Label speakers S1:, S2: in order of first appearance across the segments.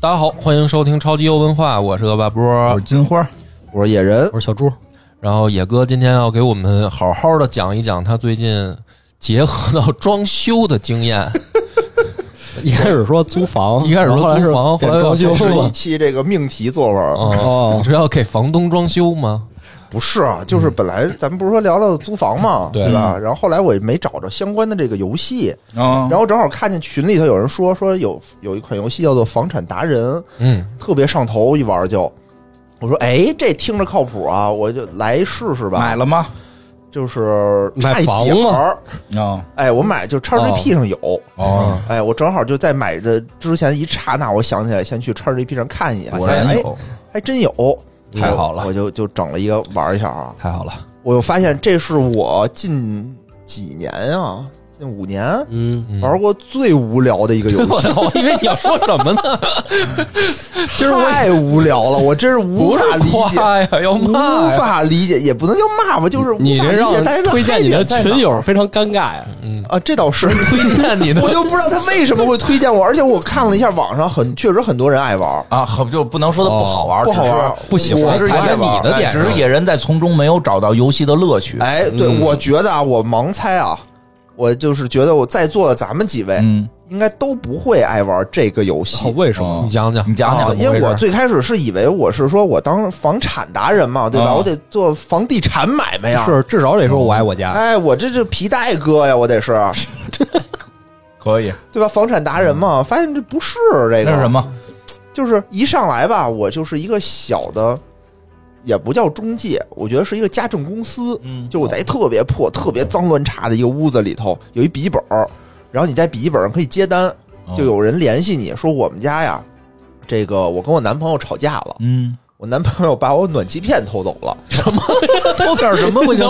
S1: 大家好，欢迎收听超级优文化，我是恶霸
S2: 哦
S1: 波
S3: 我是，金花，我是野人，
S1: 我是小猪。然后野哥今天要给我们好好的讲一讲他最近结合到装修的经验。
S4: 一开始说租 房，
S1: 一开始说
S4: 然后后来是
S1: 租房
S4: 变
S1: 后来
S4: 装
S1: 又
S4: 修
S3: 是一
S4: 了，
S3: 期这个命题作文，
S1: 哦，是要给房东装修吗？
S3: 不是啊，就是本来咱们不是说聊聊租房嘛，
S1: 对
S3: 对吧？然后后来我也没找着相关的这个游戏，
S2: 啊
S3: 然，后正好看见群里头有人说说有有一款游戏叫做《房产达人》，
S1: 嗯，
S3: 特别上头，一玩就。我说，哎，这听着靠谱啊，我就来试试吧。
S2: 买，了吗？
S3: 就是
S4: 买
S3: 差一
S4: 房
S3: 点
S4: 吗
S3: 儿
S2: 啊，
S3: 哎，我买就 XGP 上有，
S2: 哦，
S3: 哎，我正好就在买的之前一刹那，我想起来先去 XGP 上看一眼，
S2: 果
S3: 我发现
S2: 然
S3: 哎，
S2: 有，
S3: 还真有，
S1: 太好了
S3: 我就就整了一个玩一下啊。
S1: 太好了，
S3: 我又发现这是我近几年啊，近五年
S4: 嗯，
S1: 嗯
S3: 玩过最无聊的一个 游
S1: 我
S3: 戏，
S1: 操！我以为你要说什 么呢？
S3: 就是太无聊了，我真是无
S1: 不
S3: 法
S1: 是
S3: 理解。
S1: 夸啊哎呀，要
S3: 无
S1: 骂呀。
S3: 法理解，也不能叫骂吧，就是无法
S4: 你这
S3: 理
S4: 让
S3: 解大家的
S4: 推荐你的
S3: 嗨点在哪
S4: 群友非常尴尬呀。
S3: 啊，这倒是，
S1: 推荐你的
S3: 我就不知道他为什么会推荐我，而且我看了一下网上很，确实很多人爱玩，
S2: 啊，很就不能说它
S4: 哦
S2: 不好玩，
S3: 不好玩
S2: 只是，
S1: 不喜欢
S3: 我是
S1: 才
S3: 爱
S1: 是
S3: 玩
S1: 你的点
S2: 哎只
S1: 上
S2: 是野人在从中没有找到游戏的乐趣。
S3: 哎，对，
S2: 嗯
S3: 我觉得啊，我盲猜啊，我就是觉得我在座的咱们几位
S2: 嗯，
S3: 应该都不会爱玩这个游
S1: 哦
S3: 戏。
S4: 为
S2: 什么
S1: 你讲讲哦
S2: 你，讲
S3: 啊
S2: 讲，
S3: 因为我最开始是以为我是说我当房产达人嘛，对吧？
S2: 啊
S3: 我得做房地产买卖呀。，
S4: 是至少得说我爱我家，
S3: 啊哎，我这就皮带哥呀，我得 是，
S2: 可以，
S3: 对吧？房产达人嘛，发现这不是
S2: 那
S3: 这个
S2: 是什？么？
S3: 就是一上来吧，我就是一个小的，也不叫中介，我觉得是一个家政公司。
S2: 嗯
S3: 就我在一特别破、特别脏乱差的一个屋子里头，有一笔记本儿，然后你在笔记本上可以接单，
S4: 哦
S3: 就有人联系你说我们家呀，这个我跟我男朋友吵架了，
S2: 嗯，
S3: 我男朋友把我暖气片偷走了，
S1: 偷点什么不行？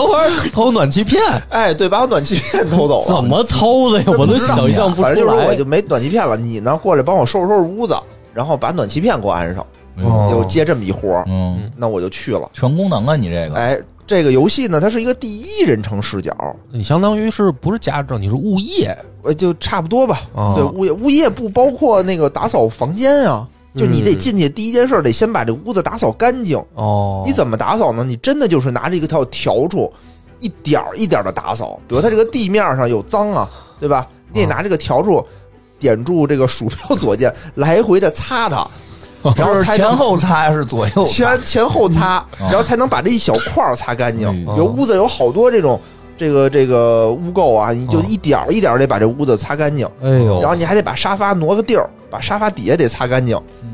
S1: 偷暖气片，
S3: 哎，对，把我暖气片偷走了，
S4: 怎么偷的呀？我都想象不
S3: 反正
S4: 出
S3: 就是
S4: 来
S3: 我就。没暖气片了，你呢过来帮我收拾收拾屋子，然后把暖气片给我安上，
S1: 哦
S3: 就接这么一活儿，
S2: 哎嗯，
S3: 那我就去了。
S2: 全功能啊，你这个，
S3: 哎，这个游戏呢，它是一个第一人称视角，
S1: 你相当于是不是家政？你是物业，
S3: 呃，就差不多吧。
S1: 哦
S3: 对，物业物业不包括那个打扫房间啊，就你得进去第一件事儿得先把这屋子打扫干净。
S1: 哦，
S3: 你怎么打扫呢？你真的就是拿着一个条笤帚，一点儿一点的打扫。比如它这个地面上有脏啊，对吧？你得拿这个笤帚点住这个鼠标左键，来回的擦它，然后
S2: 是
S3: 才
S2: 前
S3: 能
S2: 后擦还是左右擦？
S3: 前前后擦，然后才能把这一小块儿擦干净。
S2: 嗯
S3: 比如屋子有好多这种这个这个污垢啊，你
S2: 嗯
S3: 就一点儿一点儿得把这屋子擦干净。
S4: 哎
S2: 哦
S3: 然
S4: 呦，
S3: 后你还得把沙发挪个地儿，把沙发底下得擦干净。
S2: 嗯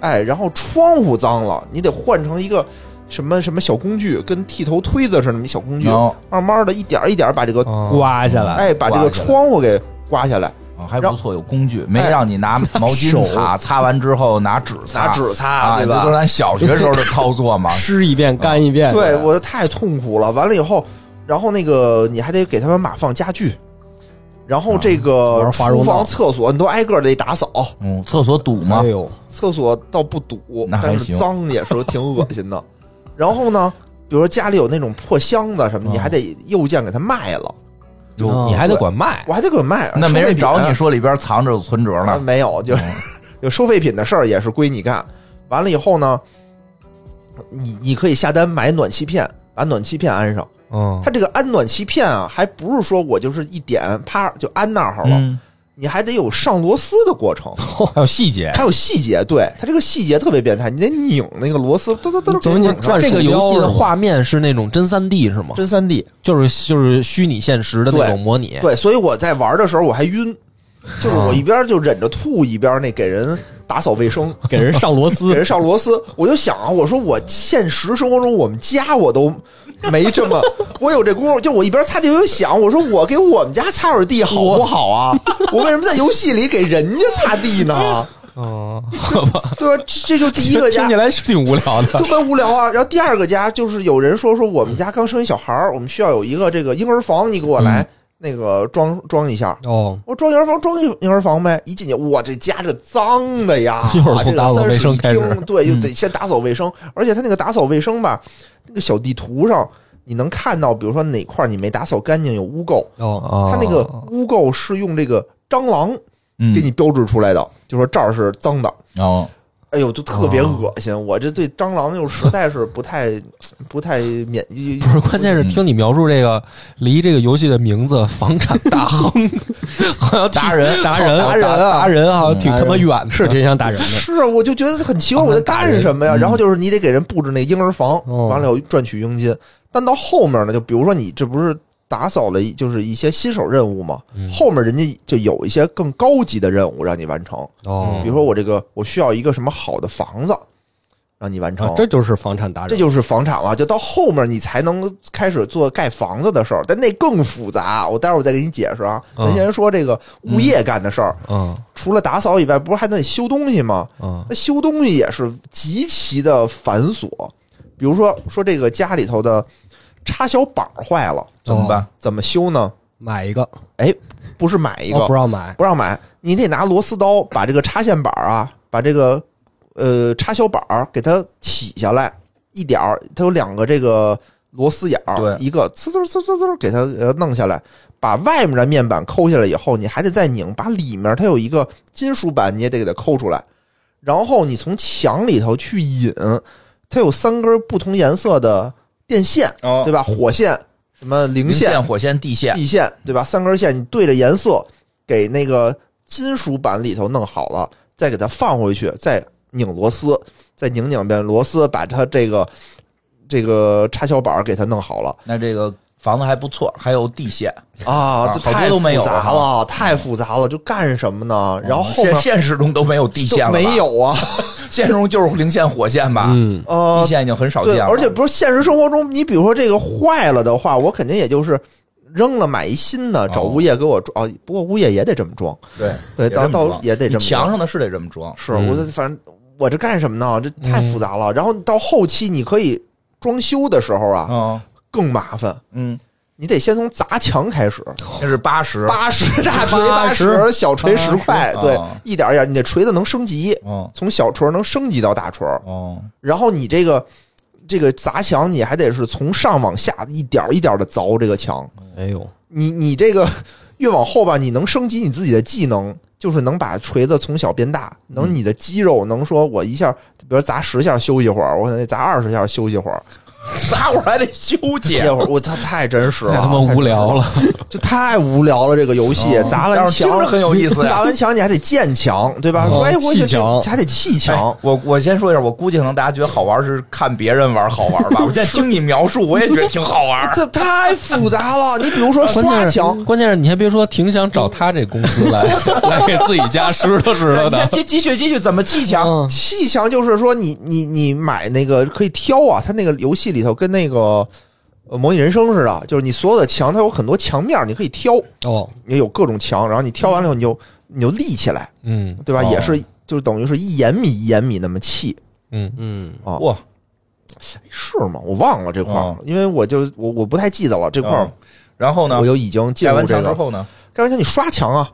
S3: 哎，然后窗户脏了，你得换成一个什么什么小工具，跟剃头推子似的那么一小工具，
S2: 哦
S3: 慢慢的一点儿一点儿把这个、
S1: 哦
S4: 刮下来，
S3: 哎把这个
S2: 刮下来
S3: 窗户给刮下来，
S2: 啊还
S3: 然
S2: 不
S3: 后
S2: 错，有工具，没
S3: 哎
S2: 让你拿毛巾
S4: 手。
S2: 擦， 擦完之后拿纸擦，
S3: 拿纸擦，
S2: 啊，
S3: 对
S2: 这都
S3: 吧
S2: 是？咱小学时候的操作嗯嘛
S4: 湿一遍干一遍。
S2: 哎啊
S3: 对，我太痛苦了。完了以后，然后那个你还得给他们码放家具，然
S2: 啊
S3: 后这个
S4: 玩花
S3: 厨
S4: 荣
S3: 房、
S4: 道
S3: 厕所你都挨个儿得打扫。
S2: 嗯，厕所堵吗
S4: 哎？呦，
S3: 厕所倒不堵，
S2: 那还
S3: 但是
S2: 行
S3: 脏也是挺恶心的。 然后呢，比如说家里有那种破箱子什
S2: 啊
S3: 么，你还得右键给它卖了，
S1: 就你还得管卖，
S3: 我还得给它卖。
S2: 那没人
S3: 收
S2: 找
S3: 废
S2: 你
S3: 品
S2: 说里边藏着有存折
S3: 啊？
S2: 呢？
S3: 没有，就 有收废品的事儿也是归你干。完了以后呢，你你可以下单买暖气片，把暖气片安上。
S1: 嗯
S3: 它这个安暖气片啊，还不是说我就是一点啪就安那儿了，
S2: 嗯，
S3: 你还得有上螺丝的过程，
S1: 还有细节。
S3: 还有细节。对它这个细节特别变态，你得拧那个螺丝，噔噔噔，
S4: 怎么拧转
S1: 这个
S4: 鼠标
S1: 游戏
S4: 是
S1: 的
S4: 吗
S1: 画面是那种真三 D 是吗？
S3: 真三 D。
S1: 就是就是虚拟现实的那种模拟。
S3: 对，所以我在玩的时候我还晕，就是
S4: 哦
S3: 我一边就忍着吐，一边那给人打扫卫生，
S4: 给人上螺
S3: 给
S4: 丝，
S3: 人上螺丝。我就想啊，我说我现实生活中我们家我都没这么，我有这功夫，就我一边擦地我就想，我说我给我们家擦会儿地好不好啊？我为什么在游戏里给人家擦地呢？
S1: 嗯，
S3: 对吧？这这就第一个
S1: 听
S3: 家
S1: 起。来是挺无聊的。
S3: 特别无聊啊。然后第二个家就是有人说说我们家刚生一小孩儿，我们需要有一个这个婴儿房，你给我
S1: 嗯
S3: 来、那个装装一下。
S4: 哦，
S3: 我装婴儿房，装婴婴儿房呗。一进去，我这家这脏
S1: ！
S3: 的呀
S1: 一会儿从
S3: 这个
S1: 打扫卫生开始嗯
S3: 三室一厅对，又得先打扫卫生。而且他那个打扫卫生吧，那个小地图上你能看到，比如说哪块儿你没打扫干净有污垢，
S4: 哦，
S1: 他
S3: 它那个污垢是用这个蟑螂
S2: 嗯
S3: 给你标志出来的，就说这儿是脏的。
S2: 哦，
S3: 哎呦，就特别
S1: 哦
S3: 恶心。我这对蟑螂又实在是不太不太免 疫。
S1: 不是，关键是听你描述这个，离这个游戏的名字“房产大亨”好像挺
S2: 达人
S4: 达人
S1: 达人啊，达人好像挺他妈远的，
S4: 是挺想打人 的。
S3: 是啊，我就觉得很奇怪，
S4: 啊
S3: 我在干什么呀？然后就是你得给人布置那婴儿房，
S4: 哦
S3: 完了要赚取佣金。但到后面呢，就比如说你这不是打扫了一就是一些新手任务嘛，
S4: 嗯
S3: 后面人家就有一些更高级的任务让你完成，
S4: 哦
S3: 比如说我这个我需要一个什么好的房子，让你完成。
S4: 啊，这就是房产达人，
S3: 这就是房产啊了，就到后面你才能开始做盖房子的事儿，但那更复杂。啊我待会儿再给你解释啊。
S1: 嗯
S3: 咱先说这个物业干的事儿，
S1: 嗯
S3: 除了打扫以外，不是还得修东西吗？
S1: 嗯
S3: 那修东西也是极其的繁琐，比如说说这个家里头的插销板儿坏了，
S2: 怎么办？
S3: 怎么修呢？
S4: 买一个，
S3: 哎，不是买一个，
S4: 哦不让买，
S3: 不让买，你得拿螺丝刀把这个插线板儿啊，把这个呃插销板儿给它起下来一点儿，它有两个这个螺丝眼儿
S2: 对，
S3: 一个呲呲呲呲呲给它呃弄下来，把外面的面板抠下来以后，你还得再拧，把里面它有一个金属板，你也得给它抠出来，然后你从墙里头去引，它有三根不同颜色的电线，
S2: 哦
S3: 对吧？火线、什么零
S2: 零
S3: 线
S2: 线、、火线、地线，
S3: 地线，对吧？三根线你对着颜色给那个金属板里头弄好了，再给它放回去，再拧螺丝，再拧两遍螺丝，把它这个这个插销板儿给它弄好了
S2: 那这个房子还不错，还有地线，
S3: 啊
S2: 好
S3: 这
S2: 多
S3: 太
S2: 都没有
S3: 复杂
S2: 啊
S3: 了，太复杂了，就干什么呢？然后后面
S2: 现现实中都没有嗯地线
S3: 都
S2: 了吧，
S3: 没有啊，
S2: 现实中就是零线、火线吧，
S4: 嗯，
S3: 呃
S2: 地，线已经很少
S3: 对，
S2: 见了，
S3: 而且不是现实生活中，你比如说这个坏了的话，我肯定也就是扔了买一新的，找
S1: 哦
S3: 物业给我装。哦，不过物业也得这么装，
S2: 对
S3: 对，
S2: 也这
S3: 到
S2: 么
S3: 到
S2: 装
S3: 也得这
S2: 你
S3: 么装
S2: 墙上的是得这么装，
S3: 是，
S1: 嗯
S3: 我就反正我这干什么呢？这太复杂了。然后到后期你可以装修的时候啊，
S2: 嗯
S3: 更麻烦，
S2: 嗯，
S3: 你得先从砸墙开始，
S2: 那是八十，
S3: 八 十大锤八
S4: 八十
S3: 十，小锤十块，
S2: 八十
S3: 对
S2: 啊，
S3: 一点一点，你这锤子能升级，
S2: 嗯
S3: 从小锤能升级到大锤，
S2: 哦，
S3: 然后你这个。这个砸墙，你还得是从上往下一点一点的凿这个墙。
S4: 哎呦，
S3: 你你这个越往后吧，你能升级你自己的技能，就是能把锤子从小变大，
S2: 嗯
S3: 能你的肌肉能说我一下，比如砸十下休息会儿，我可能得砸二十下休息 会儿，
S2: 撒会儿还得休
S3: 歇
S2: 息。
S3: 会儿，我操，太真实了，
S1: 太他妈无聊了，
S3: 就太无聊了。这个游戏
S2: 哦
S3: 砸完
S2: 但是
S3: 墙
S2: 听着很有意思呀
S3: 砸完墙你还得建墙，对吧？
S4: 哦
S3: 说哎，我
S4: 砌墙
S3: 还得砌墙
S2: 哎，我我先说一下，我估计可能大家觉得好玩是看别人玩好玩吧。我现在听你描述，我也觉得挺好玩。
S3: 这太复杂了。你比如说
S1: 关
S3: 刷
S1: 键
S3: 墙
S1: 是，关键是你还别说，挺想
S3: 嗯
S1: 找他这公司来 来给自己家拾掇拾掇
S2: 你看
S1: 的。
S2: 继继续继续怎么技巧？
S4: 嗯
S3: 砌墙就是说你你你买那个可以挑啊，它那个游戏里头跟那个呃模拟人生似的，就是你所有的墙它有很多墙面儿，你可以挑，
S4: 哦，
S3: 也有各种墙，然后你挑完了以后你就你就立起来，
S1: 嗯
S3: 对吧？
S2: 哦
S3: 也是就是等于是一眼米一眼米那么砌，
S1: 嗯，
S4: 嗯，
S2: 哇，
S3: 是吗？我忘了这块儿
S2: 哦，
S3: 因为我就我我不太记得了这
S2: 这
S3: 块儿，
S2: 嗯然后呢
S3: 我？就已经进
S2: 盖
S3: 入
S2: 完
S3: 这
S2: 墙之
S3: 个。
S2: 后呢，
S3: 盖完墙你刷墙啊，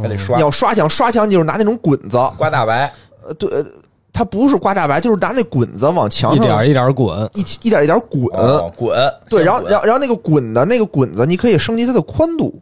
S2: 还得刷
S3: 你要刷墙，刷墙你就是拿那种滚子，
S2: 刮大白，
S3: 呃，对，呃它不是刮大白，就是拿那滚子往墙
S4: 一
S3: 上
S4: 点儿一点儿滚，
S3: 一一点一点滚。
S2: 哦滚，
S3: 呃对，
S2: 先
S3: 然后
S2: 滚
S3: 然后然后那个滚的那个滚子，你可以升级它的宽度。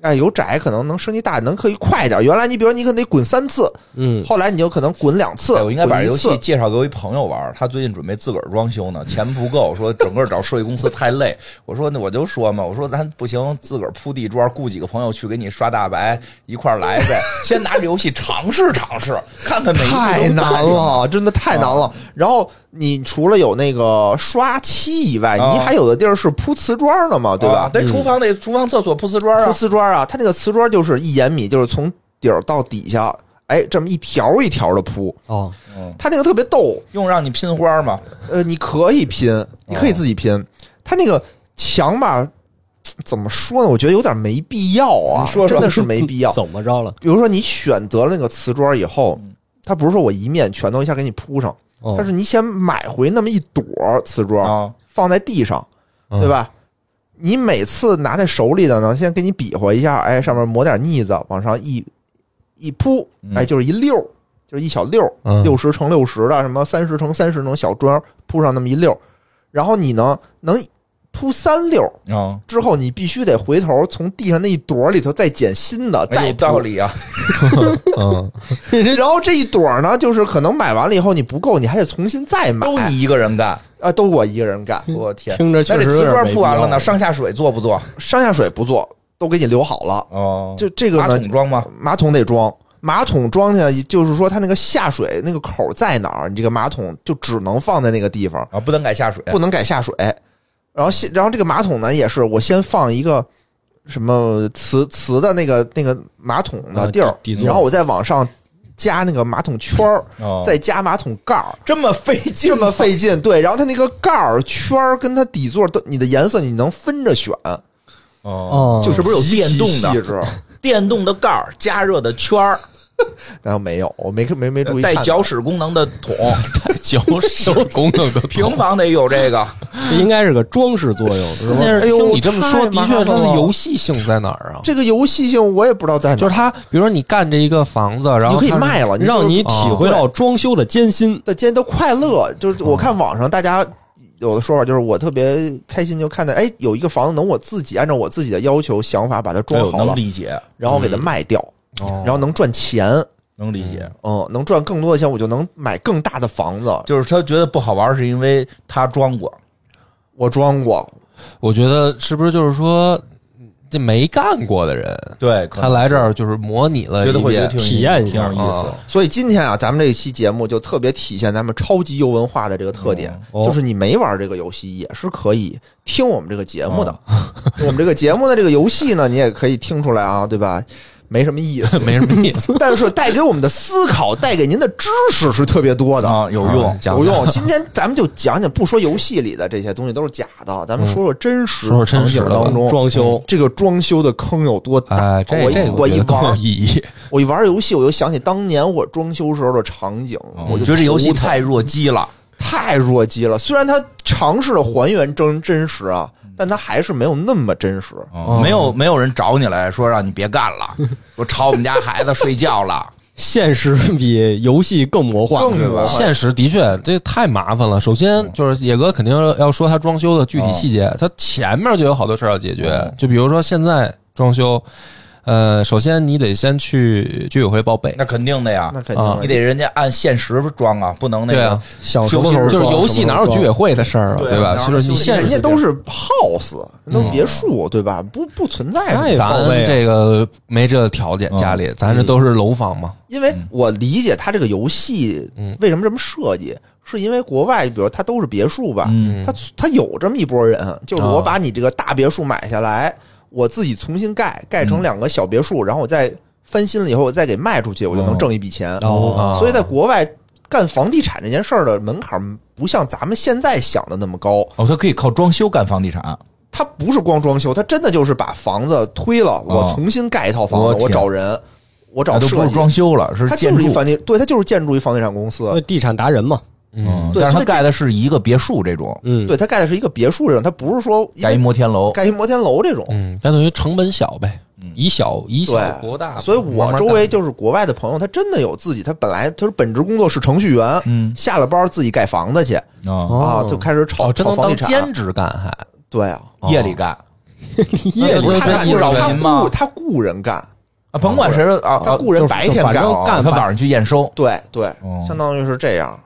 S3: 哎，有窄可能能升级大，能可以快一点。原来你比如你可能得滚三次，
S4: 嗯，
S3: 后来你就可能滚两次。
S2: 哎我应该把
S3: 滚
S2: 这
S3: 一
S2: 游戏
S3: 次
S2: 介绍给我一朋友玩儿，他最近准备自个儿装 修呢，钱不够，说整个找设计公司太累。 我说那我就说嘛，我说咱不行，自个儿铺地砖，雇几个朋友去给你刷大白，一块儿来呗， 先拿这游戏尝试尝 试，看看哪一步啊
S3: 太
S2: 能
S3: 难
S2: 干什么。
S3: 了，真的太难了。然后你除了有那个刷漆以外，
S2: 啊
S3: 你还有的地儿是铺瓷砖的嘛，对吧
S2: 啊？对，厨房那厨房厕所铺瓷砖
S3: 铺
S2: 啊，
S3: 瓷砖啊，它那个瓷砖就是一眼米，就是从底儿到底下，哎，这么一条一条的铺。
S4: 哦，
S3: 它那个特别逗，
S2: 用让你拼花嘛，
S3: 呃，你可以拼，你可以自己拼。它那个墙吧，怎么说呢？我觉得有点没必要啊，
S2: 你说说
S3: 真的是没必 要。
S4: 怎么着了？
S3: 比如说你选择了那个瓷砖以后，
S2: 嗯
S3: 它不是说我一面全都一下给你铺上，
S4: 哦
S3: 但是你先买回那么一朵瓷砖，
S2: 啊
S3: 放在地上，
S1: 嗯
S3: 对吧？你每次拿在手里的呢，先给你比划一下，哎，上面抹点腻子，往上一一铺，
S2: 嗯
S3: 哎，就是一溜儿，就是一小溜儿，
S1: 嗯
S3: 六十乘六十的，什么三十乘三十那种小砖儿铺上那么一溜儿，然后你呢能铺三溜儿
S2: 啊，
S3: 之后，你必须得回头从地上那一朵里头再捡新的，
S2: 哎
S3: 再
S2: 有
S3: 铺
S2: 道。理啊，
S1: 嗯，
S3: 然后这一朵呢，就是可能买完了以后你不够，你还得重新再买。
S2: 都你一个人干，
S3: 啊，都我一个人干，
S2: 我天，
S4: 听着确
S2: 那这
S4: 实有
S2: 瓷
S4: 点
S2: 砖
S4: 没
S2: 铺完
S4: 必
S2: 了
S4: 要
S2: 呢，上下水做不做？
S3: 上下水不做，都给你留好了。
S2: 哦，
S3: 就这个
S2: 马
S3: 呢
S2: 桶，装吗？
S3: 马桶得装，马桶装下就是说它那个下水那个口在哪儿，你这个马桶就只能放在那个地方，
S2: 啊，不能改下水，
S3: 不能改下水。然后先，然后这个马桶呢也是我先放一个什么瓷瓷的那个那个马桶的地儿
S4: 啊，底底座
S3: 然后我再往上加那个马桶圈儿，
S2: 哦
S3: 再加马桶盖儿。
S2: 这么费劲
S3: 这么费劲，对，然后它那个盖儿圈儿跟它底座的你的颜色你能分着选，
S2: 哦，
S4: 哦，
S2: 就是不是有
S3: 极其
S2: 电动的
S3: 细致？
S2: 电动的盖儿、加热的圈儿、
S3: 然后没有，我没没没注意
S2: 呃带
S3: 看
S2: 搅屎功能的桶，
S1: 脚手功能的
S2: 平房得有这 个。
S4: 这应该是个装饰作用，是吧？
S1: 但是
S3: 哎呦
S1: 听你这么说，
S3: 太麻
S1: 的
S3: 烦
S1: 确它的
S3: 了
S1: 游戏性在哪儿啊？
S3: 这个游戏性我也不知道在哪儿，
S1: 就是它，比如说你干这一个房子，然后
S3: 你可以
S1: 它是
S3: 卖了，
S4: 让
S3: 你
S4: 你
S3: 就是
S4: 体会到哦装修的艰辛。
S3: 的今天的快乐。
S1: 嗯
S3: 就是我看网上大家有的说法，就是我特别开心，就看到哎有一个房子能我自己按照我自己的要求想法把它装好
S2: 能
S3: 了，
S2: 理解，
S3: 然后给它卖掉，
S1: 哦
S3: 然后能赚钱，
S2: 能理解。
S3: 嗯，能赚更多的钱，我就能买更大的房子。
S2: 就是他觉得不好玩，是因为他装过。
S3: 我装过，
S1: 我觉得是不是就是说，这没干过的人，
S2: 对，
S1: 他
S2: 可
S3: 嗯
S2: 能
S1: 来这儿就是模拟了
S2: 觉得
S1: 一
S2: 会觉得
S1: 遍
S2: 挺有意
S4: 体验一
S2: 挺
S4: 下
S2: 有意
S1: 哦
S2: 思。
S3: 所以今天啊，咱们这一期节目就特别体现咱们超级优文化的这个特点，
S1: 嗯
S4: 哦
S3: 就是你没玩这个游戏也是可以听我们这个节目的。
S1: 哦
S3: 我们这个节目的这个游戏呢，你也可以听出来啊，对吧？没什么意 思，
S1: 没什么意思。
S3: 但是带给我们的思考、带给您的知识是特别多的。哦
S2: 啊，有用
S1: 啊。讲
S3: 有用，今天咱们就讲讲，不说游戏里的这些东西都是假的，咱们说说真实
S1: 嗯说说
S3: 场
S1: 真实
S3: 景
S1: 的
S3: 当中
S4: 装修
S3: 这个装修的坑有多大？
S1: 哎，这
S3: 啊我一
S1: 这个
S3: 我一
S1: 觉得更有
S3: 玩
S1: 意义。
S3: 我一玩游戏，我就想起当年我装修时候的场景，
S1: 哦
S3: 我
S2: 我
S3: 就
S2: 觉得这游戏
S3: 头疼
S2: 太弱鸡了，
S3: 太弱鸡了。虽然它尝试了还原真真实啊，但它还是没有那么真实。
S1: 嗯
S2: 没有没有人找你来说让你别干 了，说吵我们家孩子睡觉了。
S4: 现实比游戏更魔幻，
S3: 更
S4: 是吧
S3: 魔幻
S1: 现实的确，这太麻烦了。首先就是野哥肯定要说他装修的具体细节，他前面就有好多事儿要解决
S2: 嗯。
S1: 就比如说现在装修，呃，首先你得先去居委会报备，
S2: 那肯定的呀，
S3: 那肯定
S1: 啊
S3: 的，
S2: 你得人家按现实装啊，不能那
S1: 对
S2: 个
S1: 啊。
S4: 想什么时候
S1: 就是
S4: 装
S1: 游戏哪有居委？会的事儿啊，
S2: 对
S1: 对吧？
S2: 哪有
S1: 就是嗯你
S2: 休息
S1: 现
S3: 人
S1: 实
S3: 家都是 house，都是别墅，对吧？不不存在什
S4: 那
S3: 么
S4: 也
S1: 咱
S4: 报备啊
S1: 这个没这个条件，
S2: 嗯
S1: 家里咱这都是楼房嘛，
S3: 因为我理解它这个游戏
S4: 嗯
S3: 为什么这么设计，是因为国外，比如它都是别墅吧，
S2: 嗯
S3: 它它有这么一拨人，就是
S1: 啊
S3: 我把你这个大别墅买下来，我自己重新盖，盖
S2: 嗯
S3: 成两个小别墅，然后我再翻新了以后，我再给卖出去，我就能挣一笔钱。
S4: 哦，
S1: 啊
S3: 所以在国外干房地产这件事儿的门槛不像咱们现在想的那么高，
S2: 哦，他可以靠装修干房地产，
S3: 它不是光装修，它真的就是把房子推了，我重新盖一套房
S2: 哦我
S3: 子，
S2: 天
S3: 我找人，我
S2: 那
S3: 找
S2: 都不
S3: 设
S2: 是
S3: 计，
S2: 装修了，是
S3: 它
S2: 建
S3: 就是一
S2: 筑。
S3: 房地，对，它就是建筑一房地产公司
S4: 那。地产达人嘛，
S2: 嗯，
S3: 对
S2: 但是他
S3: 所以这
S2: 盖的是一个别墅这种，
S4: 嗯，
S3: 对，它盖的是一个别墅这种，它不是说因
S2: 盖
S3: 为
S2: 一摩天楼。
S3: 盖一摩天楼这种。
S1: 嗯，相当于成本小呗，以小以小哦
S3: 对
S1: 博大嘛，
S3: 啊所以我周围就是国外的朋友，他真的有自己，他本来他是本职工作是程序员，
S2: 嗯
S3: 下了班自己盖房子去
S2: 啊，
S3: 啊，就开始炒
S1: 哦，真
S3: 炒
S1: 能
S3: 房
S1: 当
S3: 地产
S1: 兼。职干还。
S3: 对啊，
S2: 夜里干
S4: 夜里
S1: 不是
S3: 他干
S1: 这
S3: 就是
S1: 意思
S3: 他
S2: 您吗
S3: 雇他雇人干，
S2: 啊，甭管谁啊，啊
S3: 他雇人
S4: 就是
S3: 白天
S4: 反
S3: 干啊
S4: 正，
S2: 哦
S4: 干
S2: 他
S4: 吧
S2: 晚上去验收。
S3: 对对
S2: 哦，
S3: 相当于是这样。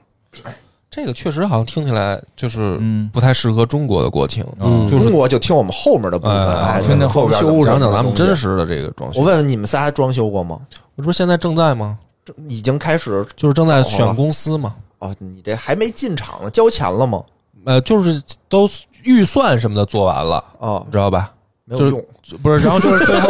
S1: 这个确实好像听起来就是
S2: 嗯
S1: 不太适合中国的国情，
S4: 啊
S2: 嗯
S1: 就是
S3: 中国就听我们后面的部分，
S1: 哎
S3: 哎，
S2: 听听后边的
S3: 装修
S1: 讲
S3: 什么
S1: 讲咱们
S3: 东西
S1: 真。实的这个装修。
S3: 我问问你们仨装修过吗？
S1: 我这不是现在正在吗？
S3: 这已经开始
S1: 就是正在选公司嘛，
S3: 哦，你这还没进场呢，交钱了吗？
S1: 呃，就是都预算什么的做完了，
S3: 啊
S1: 你，知道吧？
S3: 没
S1: 就
S3: 有
S1: 是
S3: 用。
S1: 不是，然后就是最后，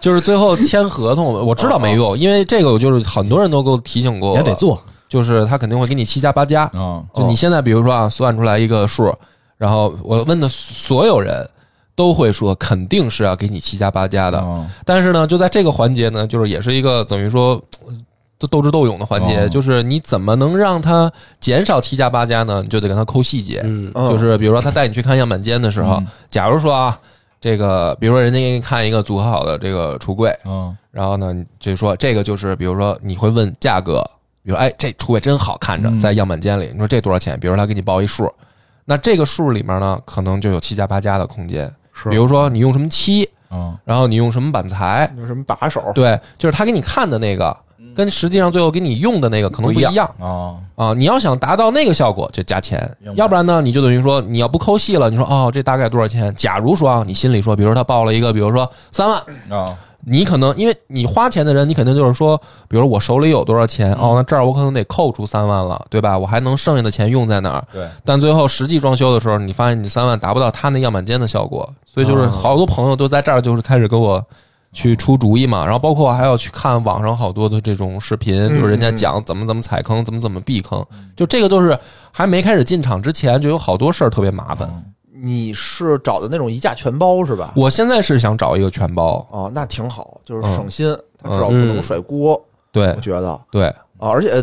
S1: 就是最后签合同，我知道没用，因为这个我就是很多人都给我提醒过，
S4: 也得，做，
S1: 就是他肯定会给你七加八加，
S2: 嗯，
S1: 就你现在比如说啊，算出来一个数，然后我问的所有人都会说肯定是要给你七加八加的，
S2: 嗯
S1: 但是呢，就在这个环节呢，就是也是一个等于说。呃斗斗智斗勇的环节，
S2: 哦
S1: 就是你怎么能让他减少七加八加呢？你就得跟他抠细节，
S4: 嗯
S3: 嗯
S1: 就是比如说他带你去看样板间的时候，
S2: 嗯
S1: 假如说啊，这个比如说人家给你看一个组合好的这个橱柜，
S2: 嗯，
S1: 然后呢，你就说这个就是，比如说你会问价格，比如哎，这橱柜真好看着，在样板间里，你说这多少钱？比如他给你报一数，那这个数里面呢，可能就有七加八加的空间。
S3: 是
S1: 比如说你用什么漆，
S2: 嗯，
S1: 然后你用什么板材，
S3: 有什么把手？
S1: 对，就是他给你看的那个，
S2: 嗯
S1: 跟实际上最后给你用的那个可能不一样
S2: 啊，
S1: 啊。你要想达到那个效果，就加钱
S2: 明白；
S1: 要不然呢，你就等于说你要不抠细了，你说哦，这大概多少钱？假如说啊，你心里说，比如说他报了一个，比如说三万，
S2: 啊，
S1: 你可能因为你花钱的人，你肯定就是说，比如我手里有多少钱，哦，那这儿我可能得扣除三万了，对吧？我还能剩下的钱用在哪儿？
S2: 对，
S3: 嗯
S1: 但最后实际装修的时候，你发现你三万达不到他那样板间的效果，所以就是
S4: 啊
S1: 好多朋友都在这儿就是开始给我去出主意嘛，然后包括还要去看网上好多的这种视频，就是人家讲怎么怎么踩坑，怎么怎么避坑，就这个就是还没开始进场之前就有好多事儿特别麻烦。
S2: 嗯
S3: 你是找的那种一价全包是吧？
S1: 我现在是想找一个全包，
S3: 哦，那挺好，就是
S1: 嗯
S3: 省心，他至少不能甩锅，
S1: 对
S3: 我觉得啊，
S1: 对
S3: 而且。呃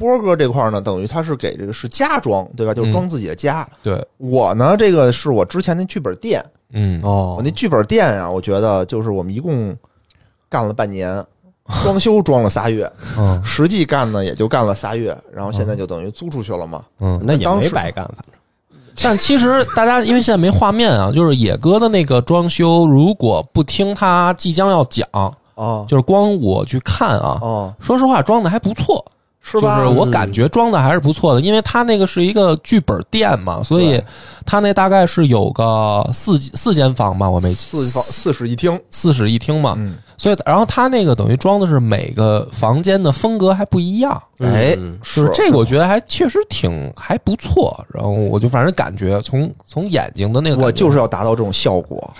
S3: 波哥这块儿呢，等于他是给这个是家装，对吧？
S1: 嗯
S3: 就是装自己的家。
S1: 对，
S3: 我呢，这个是我之前那剧本店，
S1: 嗯，
S3: 我
S4: 哦
S3: 那，剧本店啊，我觉得就是我们一共干了半年，装修装了仨月，
S1: 嗯
S3: 实际干呢也就干了仨月，然后现
S1: 哦
S3: 在就等于租出去了嘛。
S1: 嗯，
S4: 那也
S3: 当
S4: 没
S3: 时
S4: 白干，反正
S1: 但其实大家因为现在没画面啊，就是野哥的那个装修，如果不听他即将要讲，
S3: 啊
S1: 就是光我去看啊，
S3: 啊，
S1: 说实话装的还不错，
S3: 是吧？
S1: 就是我感觉装的还是不错的，因为他那个是一个剧本店嘛，所以他那大概是有个四四间房吧，我啊没
S3: 四房四室一厅，
S1: 四室一厅嘛，
S3: 嗯，
S1: 所以然后他那个等于装的是每个房间的风格还不一样，
S3: 哎，
S1: 就是这个，我觉得还确实挺还不错。然后我就反正感觉从从眼睛的那个感觉，
S3: 我就是要达到这种效果，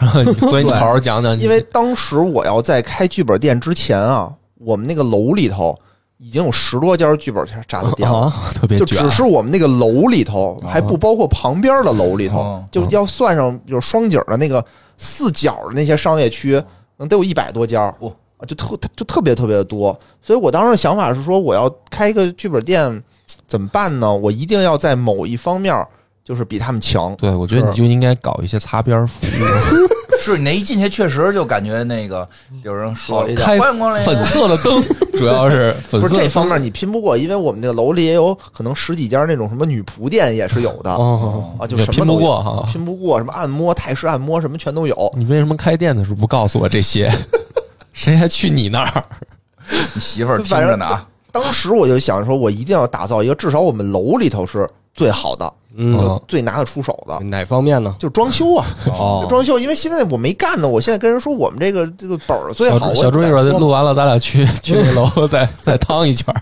S1: 所以你好好讲讲你，
S3: 因为当时我要在开剧本店之前啊，我们那个楼里头已经有十多家剧本杀的店了。
S1: 啊特别
S3: 就
S1: 卷
S3: 只是我们那个楼里头，还不包括旁边的楼里头
S2: 哦，
S3: 就要算上就是双井的那个四角的那些商业区，能得有一百多家，
S2: 哇
S3: 啊就特就特别特别的多。所以我当时的想法是说，我要开一个剧本店，怎么办呢？我一定要在某一方面就是比他们强。
S1: 对，我觉得
S3: 是
S1: 你就应该搞一些擦边服务，
S2: 是你那一进去，确实就感觉那个有人说
S3: 好一
S1: 开
S2: 欢迎光临，啊
S1: 粉色的灯，主要是粉
S3: 不
S1: 色
S3: 是
S1: 的
S3: 这
S1: 灯
S3: 方面你拼不过，因为我们那个楼里也有可能十几家那种什么女仆店也是有的
S4: 哦，
S3: 啊，就
S1: 也
S3: 什么
S1: 拼
S3: 都
S1: 不
S3: 有
S1: 过嗯哈。
S3: 拼不过，什么按摩、泰式按摩什么全都有。
S1: 你为什么开店的时候不告诉我这些？谁还去你那儿？
S2: 你媳妇儿听着呢啊，
S3: 当时我就想说，我一定要打造一个至少我们楼里头是最好的，
S4: 嗯，
S3: 就最拿得出手
S1: 嗯
S3: 的，
S4: 哪方面呢？
S3: 就装修啊，
S4: 哦
S3: 装修。因为现在我没干呢，我现在跟人说我们这个这个本儿最
S1: 小
S3: 好。
S1: 朱小朱一会
S3: 我
S1: 儿
S3: 也不敢
S1: 录
S3: 说
S1: 完了，咱俩去去那楼再再趟一圈儿。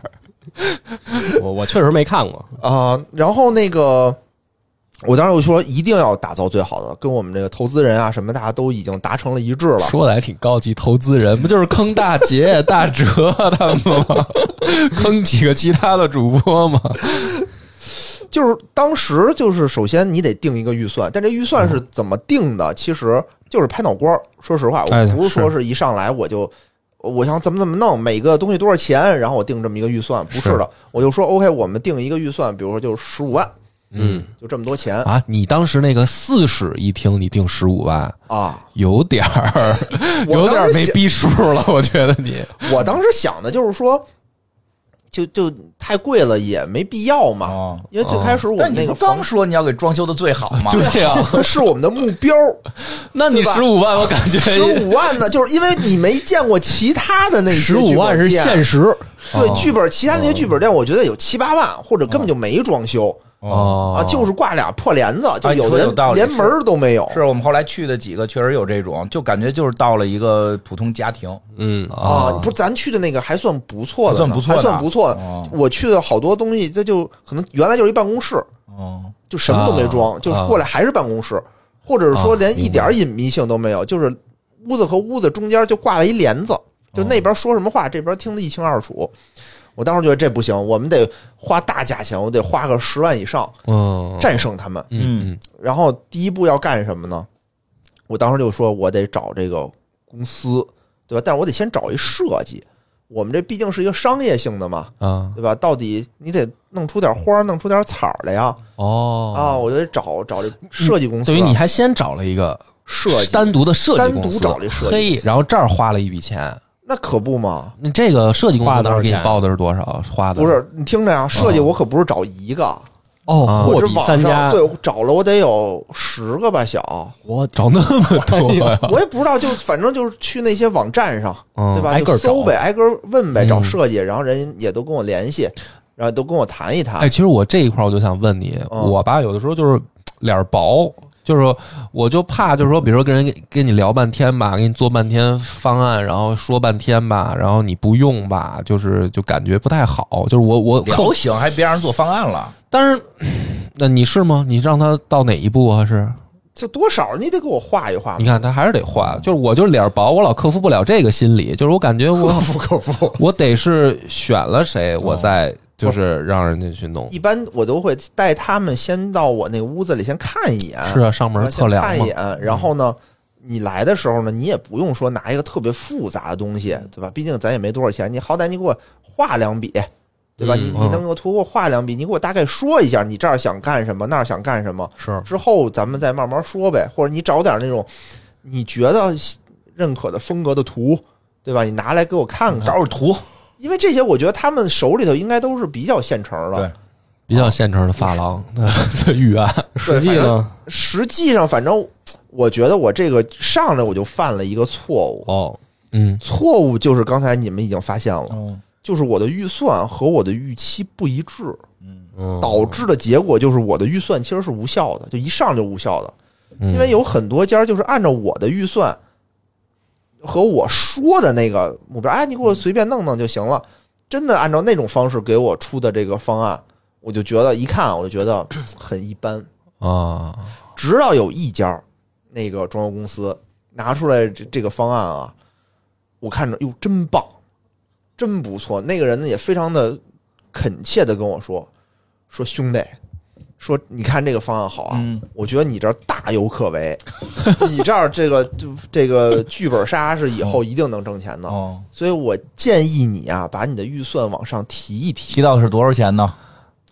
S4: 我我确实没看过，
S3: 啊，然后那个。我当时我说一定要打造最好的，跟我们这个投资人啊什么，大家都已经达成了一致了。
S1: 说的还挺高级，投资人不就是坑大 杰、大哲他们吗？坑几个其他的主播吗？
S3: 就是当时就是首先你得定一个预算，但这预算
S1: 嗯
S3: 是怎么定的？其实就是拍脑瓜儿。说实话，
S1: 哎
S3: 我不是
S1: 是
S3: 说是一上来我就我想怎么怎么弄，每个东西多少钱，然后我定这么一个预算，不是的，我就说 OK，我们定一个预算，比如说就是十五万，
S1: 嗯
S3: 就这么多钱
S1: 啊，你当时那个四室一厅，你定十五万，
S3: 啊。
S1: 有点儿，
S3: 我
S1: 有点儿
S3: 当时
S1: 没
S3: 想
S1: 逼数了，我觉得你。
S3: 我当时想的就是说，就就太贵了也没必要嘛，
S2: 哦
S3: 因为最开始我
S2: 但
S3: 们
S2: 你
S3: 那个
S2: 不
S3: 房
S2: 刚说你要给装修的最好吗？
S1: 对呀、
S3: 是我们的目标。
S1: 那你
S3: 啊对吧
S1: 十五万，我感觉
S3: 十五万呢， 就是因为你没见过其他的那些
S4: 十五万是
S3: 剧本店
S4: 限时，
S2: 哦
S3: 对剧本，其他那些剧本店，我觉得有七八万，或者根本就没装修
S1: 哦
S3: 啊，就是挂俩破帘子，就有
S2: 哎你
S3: 的
S2: 说有道
S3: 人
S2: 理
S3: 连门儿都没有啊
S2: 是我们后来去的几个确实有这种，就感觉就是到了一个普通家庭，
S4: 嗯，
S3: 啊
S1: 啊，。
S3: 不是，咱去的那个还算不错的呢，
S2: 哦还算不错的
S3: 还算不错的
S2: 哦。
S3: 我去的好多东西，这就可能原来就是一办公室，
S2: 哦，
S3: 就什么都没装，
S1: 啊
S3: 就是过来还是办公室，或者是说
S1: 啊
S3: 连一点隐秘性都没有，就是屋子和屋子中间就挂了一帘子，就
S1: 哦
S3: 那边说什么话，这边听得一清二楚。我当时觉得这不行，我们得花大价钱，我得花个十万以上
S1: 嗯，
S3: 战胜他们。
S1: 嗯
S3: 然后第一步要干什么呢？我当时就说，我得找这个公司，对吧？但是我得先找一设计。我们这毕竟是一个商业性的嘛，
S1: 嗯啊
S3: 对吧？到底你得弄出点花儿，弄出点彩儿来呀！
S1: 哦嗯
S3: 啊，我就得找找这设计公司
S1: 等
S3: 啊，
S1: 于你还先找了一个
S3: 设计
S1: 单独的设计
S3: 单
S1: 公司，
S3: 独找这设计，
S1: 嘿，然后这儿花了一笔钱。
S3: 那可不嘛？
S1: 那这个设计公
S4: 花
S1: 司
S4: 了
S3: 啊
S1: 当时给你
S4: 多少钱
S1: 报的是多少？花的哦
S3: 不是，你听着呀，设计我可不是找一个，
S4: 哦，
S1: 啊
S3: 我
S4: 货
S3: 这
S4: 比
S3: 网
S4: 三
S3: 上
S4: 家，
S3: 对我找了我得有十个吧，
S1: 啊
S3: 小，
S4: 我
S1: 找那么
S3: 哎
S1: 多呀？
S3: 我也不知道，就反正就是去那些网站上，
S1: 嗯
S3: 对吧？
S4: 挨个
S3: 就
S4: 儿
S3: 搜
S4: 找
S3: 呗，挨个儿问呗，
S1: 嗯
S3: 找设计，然后人也都跟我联系，然后都跟我谈一谈。
S1: 哎，其实我这一块儿我就想问你，
S3: 嗯
S1: 我吧有的时候就是脸儿薄，就是我就怕就是说，比如说跟人跟你聊半天吧，给你做半天方案，然后说半天吧，然后你不用吧，就是就感觉不太好。就是我我
S2: 聊行，还别让人做方案了。
S1: 但是那你是吗？你让他到哪一步啊？是？
S3: 就多少你得给我画一画
S1: 你，看他还是得画，就是我就是脸儿薄，我老克服不了这个心理，就是我感觉我
S3: 服可服。
S1: 我得是选了谁，我再就是让人家去弄。
S3: 一般我都会带他们先到我那屋子里先看一眼，
S1: 是啊，上
S3: 然
S1: 门
S3: 后
S1: 测
S3: 先
S1: 量
S3: 看一
S1: 嘛。
S3: 眼，然后呢，你来的时候呢，你也不用说拿一个特别复杂的东西，对吧？毕竟咱也没多少钱，你好歹你给我画两笔，对吧？
S4: 嗯
S3: 你你能给我图给我画两笔，你给我大概说一下你这儿想干什么，那儿想干什么，
S4: 是
S3: 之后咱们再慢慢说呗。或者你找点那种你觉得认可的风格的图，对吧？你拿来给我看看
S2: 找，找图，
S3: 因为这些我觉得他们手里头应该都是比较现成的
S2: 对。
S1: 比较现成的发廊 的预案，
S4: 实际
S3: 反正
S4: 呢，
S3: 实际上，反正我觉得我这个上来我就犯了一个错误，
S4: 哦，
S1: 嗯，
S3: 错误就是刚才你们已经发现了，
S2: 嗯
S3: 就是我的预算和我的预期不一致，
S2: 嗯，
S4: 嗯
S3: 导致的结果就是我的预算其实是无效的，就一上就无效的，
S1: 嗯
S3: 因为有很多家就是按照我的预算和我说的那个目标，哎，你给我随便弄弄就行了，真的按照那种方式给我出的这个方案，我就觉得一看我就觉得很一般。
S1: 啊，
S3: 直到有一家那个装修公司拿出来这这个方案啊，我看着哟，真棒，真不错。那个人呢也非常的恳切的跟我说，说兄弟，说你看这个方案好啊，
S2: 嗯
S3: 我觉得你这儿大有可为，你这儿这个就这个剧本杀是以后一定能挣钱
S1: 嗯
S3: 的，
S2: 哦，
S3: 所以我建议你啊，把你的预算往上提一提。
S2: 提到的是多少钱呢？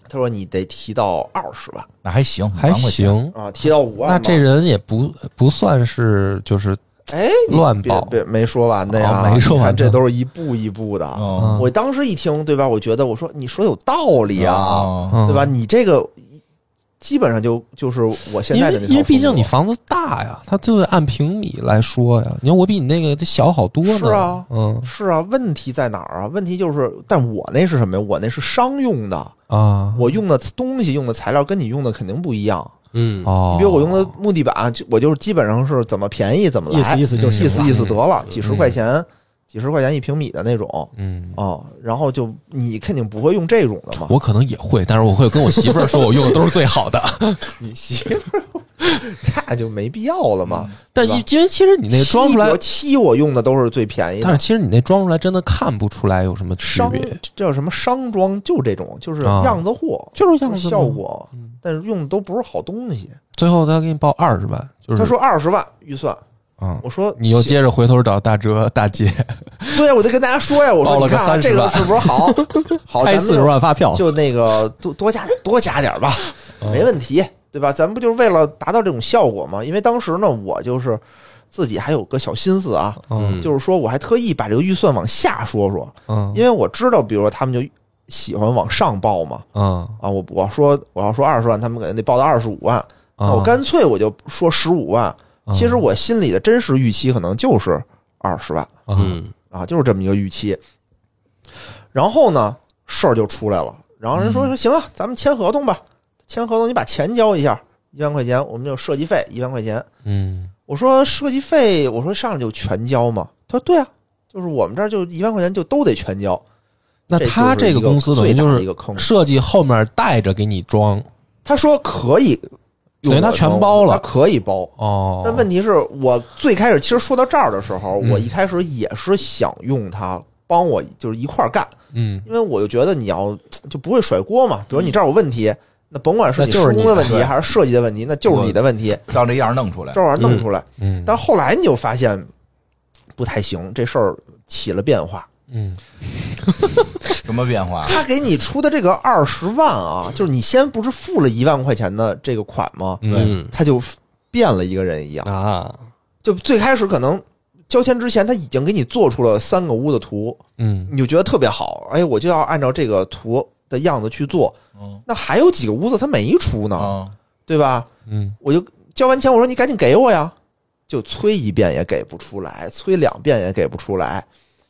S3: 他说你得提到二十万
S2: 那还行，
S1: 还
S2: 蛮会钱。哦
S1: 行。
S3: 啊，提到五万吧。
S1: 那这人也不不算是就是
S3: 哎，你
S1: 乱
S3: 别
S1: 报，
S3: 别没说完的呀，
S1: 哦没说完
S3: 你看这
S1: 呢
S3: 都是一步一步的。
S2: 哦
S1: 嗯
S3: 我当时一听，对吧？我觉得我说你说有道理啊，
S2: 哦
S1: 嗯
S3: 对吧？？你这个基本上就就是我现
S1: 因
S3: 在的
S1: 为
S3: 那套
S1: 因为毕竟
S3: 风
S1: 你
S3: 格
S1: 房子大呀，它就得按平米来说呀。你看我比你那个得小好多呢。
S3: 是啊
S1: 嗯
S3: 是啊，问题在哪儿啊？问题就是，但我那是什么呀？我那是商用的，
S1: 啊，
S3: 我用的东西、用的材料跟你用的肯定不一样。
S4: 嗯，
S1: 哦
S3: 你，比如我用的木地板，就我就是基本上是怎么便宜怎么来，
S4: 意思意思就
S1: 嗯
S4: 行
S3: 意思
S4: 了
S3: 意思得了，几十块
S1: 嗯
S3: 钱，几十块钱一平米的那种。
S1: 嗯，
S3: 哦，然后就你肯定不会用这种的嘛。
S1: 我可能也会，但是我会跟我媳妇儿说，我用的都是最好 的。
S3: 你媳妇儿， 那就没必要了嘛。
S1: 但
S3: 对吧
S1: 因因为其嗯实你那个装出来
S3: 七我，七我用的都是最便宜
S1: 但
S3: 的
S1: 是，其实你那装出来真的看不出来有什么区
S3: 商
S1: 别，
S3: 这叫什么商装，就这种，就是
S1: 啊
S3: 样子货，
S1: 就是
S3: 就
S1: 样
S3: 是
S1: 子嘛
S3: 效。果
S1: 嗯，
S3: 但是用的都不是好东西。
S1: 最后他给你报二十万，就是
S3: 他说二十万预算，
S1: 啊，
S3: 我说
S1: 你又
S3: 行
S1: 接着回头找大哲大姐，
S3: 对，啊我就跟大家说呀，我
S1: 报
S3: 说
S1: 了
S3: 你
S1: 个
S3: 看啊，
S1: 30
S3: 这个是不 是好？好，
S4: 开
S3: 咱们
S4: 四十
S3: 就
S4: 万发票，
S3: 就那个多多加点多加点吧，
S1: 嗯
S3: 没问题，对吧？咱们不就是为了达到这种效果吗？因为当时呢，我就是自己还有个小心思啊，
S1: 嗯
S3: 就是说我还特意把这个预算往下说说，
S1: 嗯
S3: 因为我知道，比如说他们就喜欢往上报嘛，
S1: 嗯，
S3: 啊，我我说我要说二十万，他们肯定得报到二十五万，
S1: 嗯
S3: 那
S1: 啊
S3: 我干脆我就说十五万。其实我心里的真实预期可能就是二十万
S1: 嗯
S4: 嗯，
S3: 啊，就是这么一个预期。然后呢，事儿就出来了，然后人说
S1: 嗯
S3: 说行啊，咱们签合同吧，签合同你把钱交一下，一万块钱，我们就设计费一万块钱。
S1: 嗯
S3: 我说设计费，我说上来就全交嘛。他说对啊，就是我们这儿就一万块钱就都得全交。
S1: 那
S3: 这
S1: 他
S3: 就是
S1: 这
S3: 一
S1: 个
S3: 个
S1: 公司等于
S3: 最
S1: 就
S3: 大的一
S1: 是
S3: 个坑。
S1: 设计后面带着给你装
S3: 他说可以用
S1: 等于
S3: 我的
S1: 他
S3: 装，
S1: 全包了
S3: 他可以包。
S1: 哦，
S3: 但问题是我最开始其实说到这儿的时候，
S1: 嗯
S3: 我一开始也是想用它帮我就是一块儿干，
S1: 嗯
S3: 因为我就觉得你要就不会甩锅嘛。比如你这儿有问题，那甭管是
S4: 那
S3: 你
S4: 就是
S3: 施
S4: 你
S3: 工的问题
S2: 对
S3: 还是设计的问题，那就是你的问题，
S2: 照这样弄出来
S3: 这，玩意儿弄出来。
S1: 嗯，
S3: 但后来你就发现不太行，这事儿起了变化。
S1: 嗯
S2: 什么变化？
S3: 他给你出的这个二十万啊，就是你先不是付了一万块钱的这个款吗？
S1: 嗯
S4: 嗯
S3: 他就变了一个人一样。
S4: 啊，
S3: 就最开始可能交钱之前，他已经给你做出了三个屋的图，
S1: 嗯
S3: 你就觉得特别好，哎，我就要按照这个图的样子去做。
S2: 嗯
S3: 那还有几个屋子他没出呢，
S2: 啊，
S3: 对吧？
S1: 嗯，
S3: 我就交完钱，我说你赶紧给我呀，就催一遍也给不出来，催两遍也给不出来，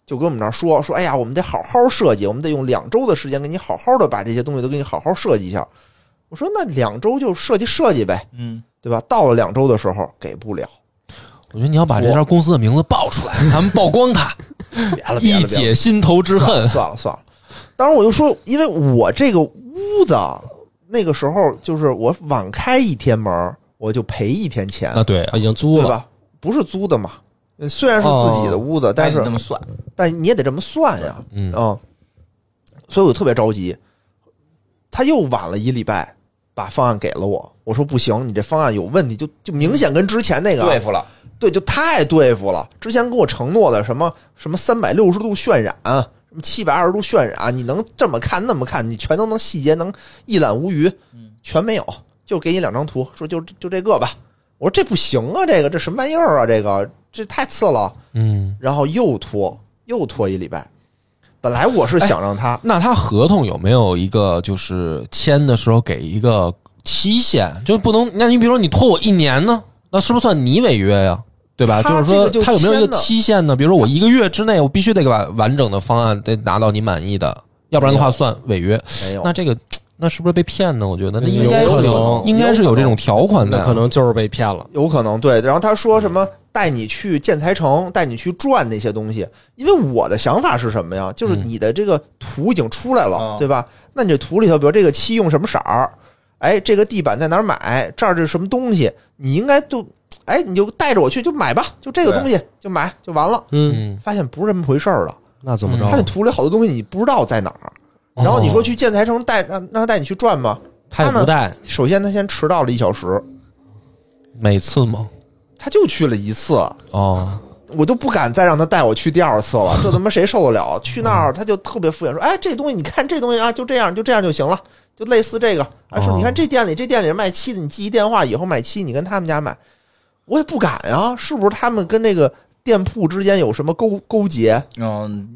S3: 就跟我们那儿说说，哎呀，我们得好好设计，我们得用两周的时间给你好好的把这些东西都给你好好设计一下。我说那两周就设计设计呗，
S2: 嗯，
S3: 对吧？到了两周的时候给不了，
S1: 我觉得你要把这家公司的名字报出来，咱们曝光 它，
S3: 别了别了，别
S1: 一
S3: 了
S1: 解心头之恨。
S3: 算了算了。当时我就说，因为我这个屋子啊那个时候就是我晚开一天门儿，我就赔一天钱，
S1: 啊，对啊
S4: 已，经租
S3: 对
S4: 了，
S3: 吧？不是租的嘛，呃虽然是自己的屋子，但
S2: 哎
S3: 是
S2: 你这么算，
S3: 但你也得这么算呀，
S1: 嗯
S3: 啊、所以我就特别着急。他又晚了一礼拜把方案给了我，我说不行，你这方案有问题，就就明显跟之前那个
S2: 对付了，
S3: 对，就太对付了。之前跟我承诺的什么什么三百六十度渲染，什么七百二十度渲染，你能这么看那么看，你全都能细节能一览无余，全没有，就给你两张图，说就就这个吧。我说这不行啊，这个这什么玩意儿啊，这个这太次了。
S1: 嗯，
S3: 然后又拖，又拖一礼拜。本来我是想让他，
S1: 那他合同有没有一个就是签的时候给一个期限，就不能？那你比如说你拖我一年呢，那是不是算你违约呀？对吧？
S3: 他
S1: 是说
S3: 这个就
S1: 他有没有一个
S3: 签了
S1: 期限呢？比如说我一个月之内我必须得把完整的方案得拿到你满意的，要不然的话算违约。
S3: 没有
S1: 那这个那是不是被骗呢？我觉得那
S4: 有
S1: 应该是
S4: 可能
S1: 应该是有这种条款的
S4: 那
S1: 呀，
S4: 可能就是被骗了。
S3: 有可能对。然后他说什么带你去建材城，带你去转那些东西。因为我的想法是什么呀？就是你的这个图已经出来了，
S2: 嗯
S3: 对吧？那你这图里头，比如这个漆用什么色儿，哎，这个地板在哪儿买，这儿这是什么东西，你应该就哎，你就带着我去就买吧，就这个
S2: 对
S3: 东西就买就完了。
S4: 嗯，
S1: 嗯，
S3: 发现不是这么回事儿了。
S4: 那怎么着
S1: 哦
S3: 它？的图里好多东西你不知道在哪儿，然后你说去建材城带让让他带你去转吗？
S4: 他
S3: 他
S4: 也
S3: 呢
S4: 不带，
S3: 首先他先迟到了一小时，
S1: 每次吗？
S3: 他就去了一次，
S1: 哦，
S3: 我都不敢再让他带我去第二 次了，这他妈谁受得了？去那儿他就特别敷衍说：“哎，这东西你看这东西啊，就这样就这样就行了，就类似这个啊。”说
S1: 哦
S3: 你看这店里这店里是卖漆的，你记一电话，以后买漆你跟他们家买。我也不敢啊，是不是他们跟那个店铺之间有什么勾勾结，
S2: 嗯，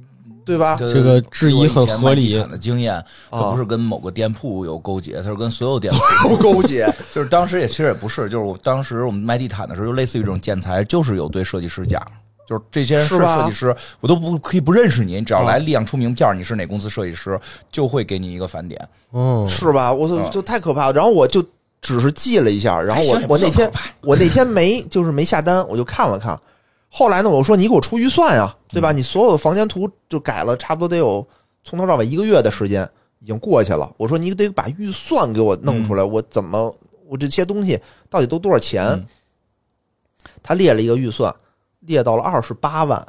S3: 对吧？
S4: 这个质疑很合理
S2: 我以前卖地毯的经验，
S3: 啊
S2: 它不是跟某个店铺有勾结，它是跟所有 店铺。
S3: 不勾结，
S2: 就是当时也其实也不是，就是我当时我们卖地毯的时候，就类似于这种建材，就是有对设计师讲，就是这些人
S3: 是吧
S2: 设计师，我都不可以不认识你，你只要
S3: 啊
S2: 来立上出名片，你是哪公司设计师，就会给你一个返点。
S4: 嗯，
S3: 是吧？我操，
S2: 嗯
S3: 就太可怕了。然后我就只是记了一下，然后我
S2: 哎行
S3: 我那
S2: 也不算
S3: 天我那天没就是没下单，我就看了看。后来呢，我说你给我出预算呀，对
S2: 嗯
S3: 吧？你所有的房间图就改了，差不多得有从头到尾一个月的时间已经过去了。我说你得把预算给我弄出来，我怎么我这些东西到底都多少钱？
S2: 嗯
S3: 他列了一个预算，列到了二十八万。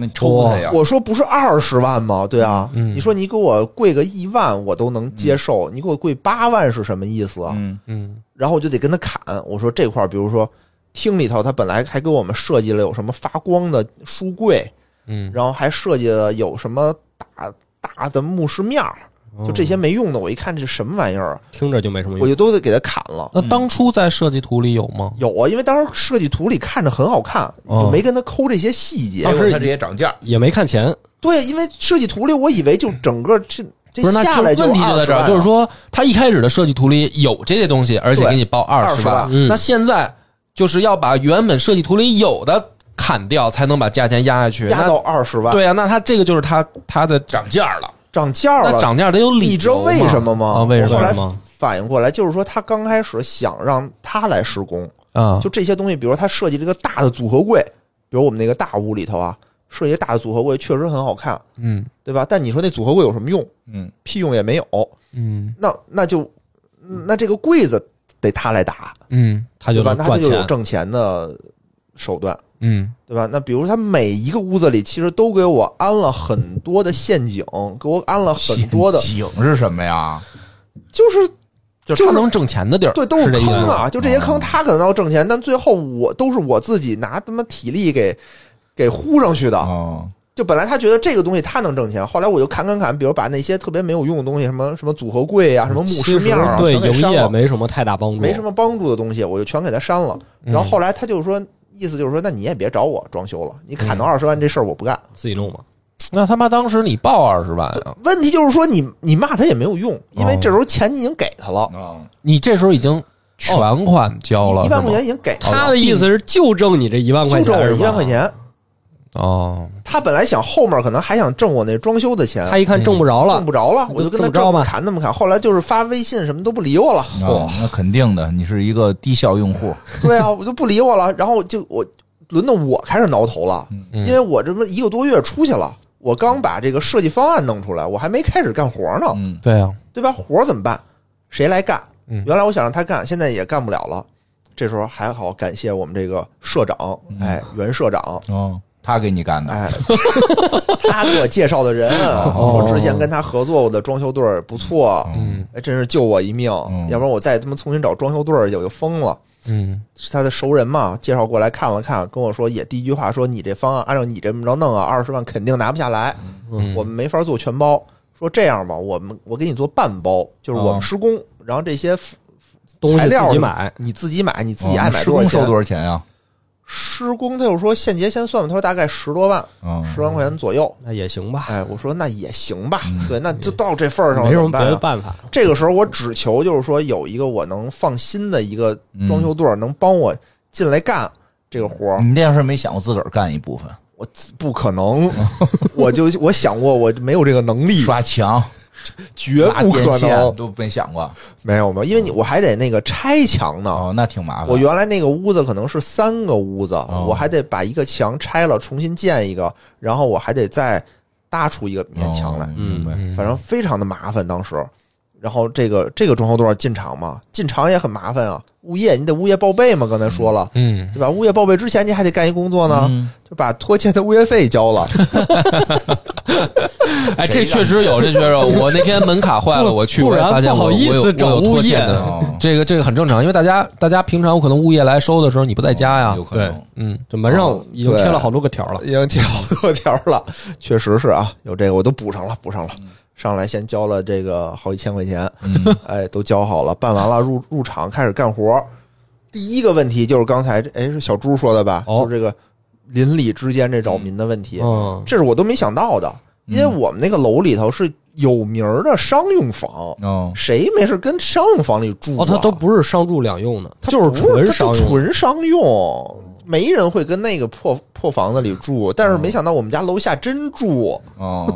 S2: 那你抽他哎呀，
S3: 我说不是二十万吗？对啊，
S1: 嗯
S3: 你说你给我贵个一万，我都能接受。你给我贵八万是什么意思啊？
S2: 嗯
S1: 嗯
S3: 然后我就得跟他砍。我说这块儿，比如说厅里头，他本来还给我们设计了有什么发光的书柜，
S1: 嗯，
S3: 然后还设计了有什么大大的木饰面儿，
S1: 哦
S3: 就这些没用的。我一看这什么玩意儿啊，
S4: 听着就没什么
S3: 我
S4: 用。
S3: 就都得给他砍了。
S1: 那当初在设计图里有吗？
S3: 有啊，因为当时设计图里看着很好看，
S1: 哦
S3: 就没跟他抠这些细节
S2: 结。
S4: 当
S2: 果
S4: 时
S2: 他这也涨价，
S4: 也没看钱，
S3: 对，因为设计图里我以为就整个这这
S1: 不是，那
S3: 下来
S1: 就问题就在这
S3: 20万
S1: 儿，
S3: 了
S1: 就是说他一开始的设计图里有这些东西，而且
S3: 对
S1: 给你报二
S3: 20
S1: 十
S3: 万
S1: 万，
S4: 嗯
S1: 那现在就是要把原本设计图里有的砍掉，才能把价钱压下去。
S3: 压
S1: 那
S3: 到二十万，
S1: 对啊呀、那他这个就是他他的
S2: 涨价了，
S3: 涨价
S1: 那
S3: 了。
S1: 涨价得有理由
S3: 你知道为什么吗？
S1: 啊，为什
S3: 我后来
S1: 么？
S3: 反应过来，就是说他刚开始想让他来施工，
S1: 啊，
S3: 就这些东西，比如他设计这个大的组合柜，比如我们那个大屋里头啊，设计大的组合柜确实很好看，
S1: 嗯
S3: 对吧？但你说那组合柜有什么用？
S2: 嗯，
S3: 屁用也没有。
S1: 嗯
S3: 那那就那这个柜子得他来打，
S1: 嗯
S4: 他
S3: 对
S4: 就
S3: 吧？
S4: 能
S3: 那他
S4: 赚
S3: 就有
S4: 钱。
S3: 挣钱的手段。
S1: 嗯
S3: 对吧？那比如他每一个屋子里，其实都给我安了很多的陷阱，给我安了很多的，
S2: 景是什么呀？
S3: 就是
S1: 就是
S3: 就
S1: 他
S3: 是
S1: 能挣钱的地儿，
S3: 对，都是
S1: 这意思
S3: 坑
S1: 吗
S3: 啊！就这
S4: 哦
S3: 些坑，
S2: 嗯
S3: 他可能要挣钱，但最后我都是我自己拿他妈体力给给呼上去的。
S2: 哦，
S3: 就本来他觉得这个东西他能挣钱，后来我就砍砍砍，比如把那些特别没有用的东西，什么什么组合柜啊，什么木
S4: 其
S3: 饰
S4: 实
S3: 面啊，
S4: 对
S3: 全给
S4: 营
S3: 删
S4: 业
S3: 了，
S4: 没什么太大帮助，
S3: 没什么帮助的东西，我就全给他删了。
S4: 嗯
S3: 然后后来
S4: 嗯
S3: 他就说，意思就是说，那你也别找我装修了，你砍到二十万这事儿我不干。
S4: 自己弄吧。
S1: 那他妈当时你报二十万啊，
S3: 问题就是说你，你骂他也没有用，因
S4: 哦
S3: 为这时候钱你已经给他了，
S2: 啊，
S1: 你这时候已经全款交了，
S3: 一万
S1: 是吗
S3: 块钱已经给他了，
S4: 他的意思是就挣你这一万块
S3: 就
S4: 钱
S3: 挣我
S4: 是吧
S3: 一万块，钱。
S1: 哦，
S3: 他本来想后面可能还想挣我那装修的钱，
S4: 他一看挣不着了
S3: 挣，不着了，
S4: 就
S3: 我就跟他
S4: 这么着吧
S3: 砍那么砍。后来就是发微信什么都不理我了，
S2: 哦那肯定的，你是一个低效用户，
S3: 对啊，我就不理我了。然后就我轮到我开始挠头了，
S1: 嗯
S3: 因为我这不一个多月出去了，我刚把这个设计方案弄出来，我还没开始干活呢，
S2: 嗯，
S1: 对啊，
S3: 对吧？活儿怎么办？谁来干？
S1: 嗯
S3: 原来我想让他干，现在也干不了了。这时候还好，感谢我们这个社长，
S2: 嗯
S3: 哎，袁社长，
S2: 哦，他给你干的，
S3: 哎， 他给我介绍的人，
S2: 哦
S3: 说之前跟他合作过的装修队儿不错，
S1: 嗯
S3: 哎，真是救我一命，
S2: 嗯
S3: 要不然我再他妈重新找装修队儿去，我就疯了。
S1: 嗯
S3: 是他的熟人嘛，介绍过来看了看，跟我说也第一句话说你这方案按照你这么着弄啊，二十万肯定拿不下来，
S1: 嗯，
S3: 我们没法做全包。说这样吧，我们我给你做半包，就是我
S2: 哦
S3: 们施工，然后这些
S4: 东
S3: 材
S4: 西
S3: 料
S4: 自己
S3: 什么
S4: 买，
S3: 你自己买，你自己
S2: 哦
S3: 爱
S2: 那
S3: 买
S2: 施
S3: 多
S2: 工
S3: 少
S2: 收
S3: 钱。啊
S2: 多少钱啊呀？
S3: 施工他又说现结先算吧，他说大概十多万，
S2: 嗯，
S3: 十万块钱左右。
S4: 那也行吧，
S3: 哎，我说那也行吧
S2: 嗯，
S3: 对，那就到这份儿上了，
S4: 没什
S3: 怎
S4: 么
S3: 么
S4: 别
S3: 办
S4: 的
S3: 啊？
S4: 办法。
S3: 这个时候我只求就是说有一个我能放心的一个
S2: 嗯
S3: 装修队儿能帮我进来干这个活儿。
S2: 你那要是没想过自个儿干一部分，
S3: 我自不 可能，我就我想过，我没有这个能力，
S2: 刷墙、
S3: 绝
S2: 拉
S3: 不可
S2: 电线
S3: 能，啊
S2: 都没想过，
S3: 没有没有，因为你我还得那个拆墙呢。
S2: 哦，那挺麻烦。
S3: 我原来那个屋子可能是三个屋子，
S2: 哦
S3: 我还得把一个墙拆了，重新建一个，然后我还得再搭出一个面墙来，
S2: 哦
S4: 嗯
S2: 明白
S1: 嗯
S3: 反正非常的麻烦当时。然后这个这个装修队儿进场嘛，进场也很麻烦啊，物业你得物业报备嘛，刚才说了。
S1: 嗯
S3: 对吧？物业报备之前，你还得干一工作呢，
S2: 嗯
S3: 就把拖欠的物业费交了。
S1: 哎，这确实有，这确实有。我那天门卡坏了，我去，
S4: 不
S1: 我也
S4: 然
S1: 发现
S4: 不好
S1: 我
S4: 意
S1: 我有
S4: 思
S1: 我
S4: 找
S1: 有拖
S4: 物业
S1: 欠的，
S2: 哦
S1: 这个这个很正常，因为大家大家平常有可能物业来收的时候你不在家呀
S2: 哦有，可能
S4: 对
S1: 嗯，
S4: 这门
S3: 哦
S4: 上已经贴了好多个条了，
S3: 已经贴好多条了，确实是啊，有这个我都补上了，补上了。上来先交了这个好几千块钱，
S2: 嗯
S3: 哎，都交好了，办完了入入场开始干活。第一个问题就是刚才哎是小朱说的吧，
S4: 哦
S3: 就是这个邻里之间这扰民的问题，
S4: 嗯，
S3: 这是我都没想到的，因为我们那个楼里头是有名儿的商用房，
S2: 哦，
S3: 谁没事跟商用房里住、啊？
S4: 哦，它都不是商住两用的，
S3: 它
S4: 就是
S3: 不是
S4: 纯
S3: 它
S4: 商
S3: 就
S4: 用。
S3: 纯商用，没人会跟那个破破房子里住。但是没想到我们家楼下真住，
S2: 哦，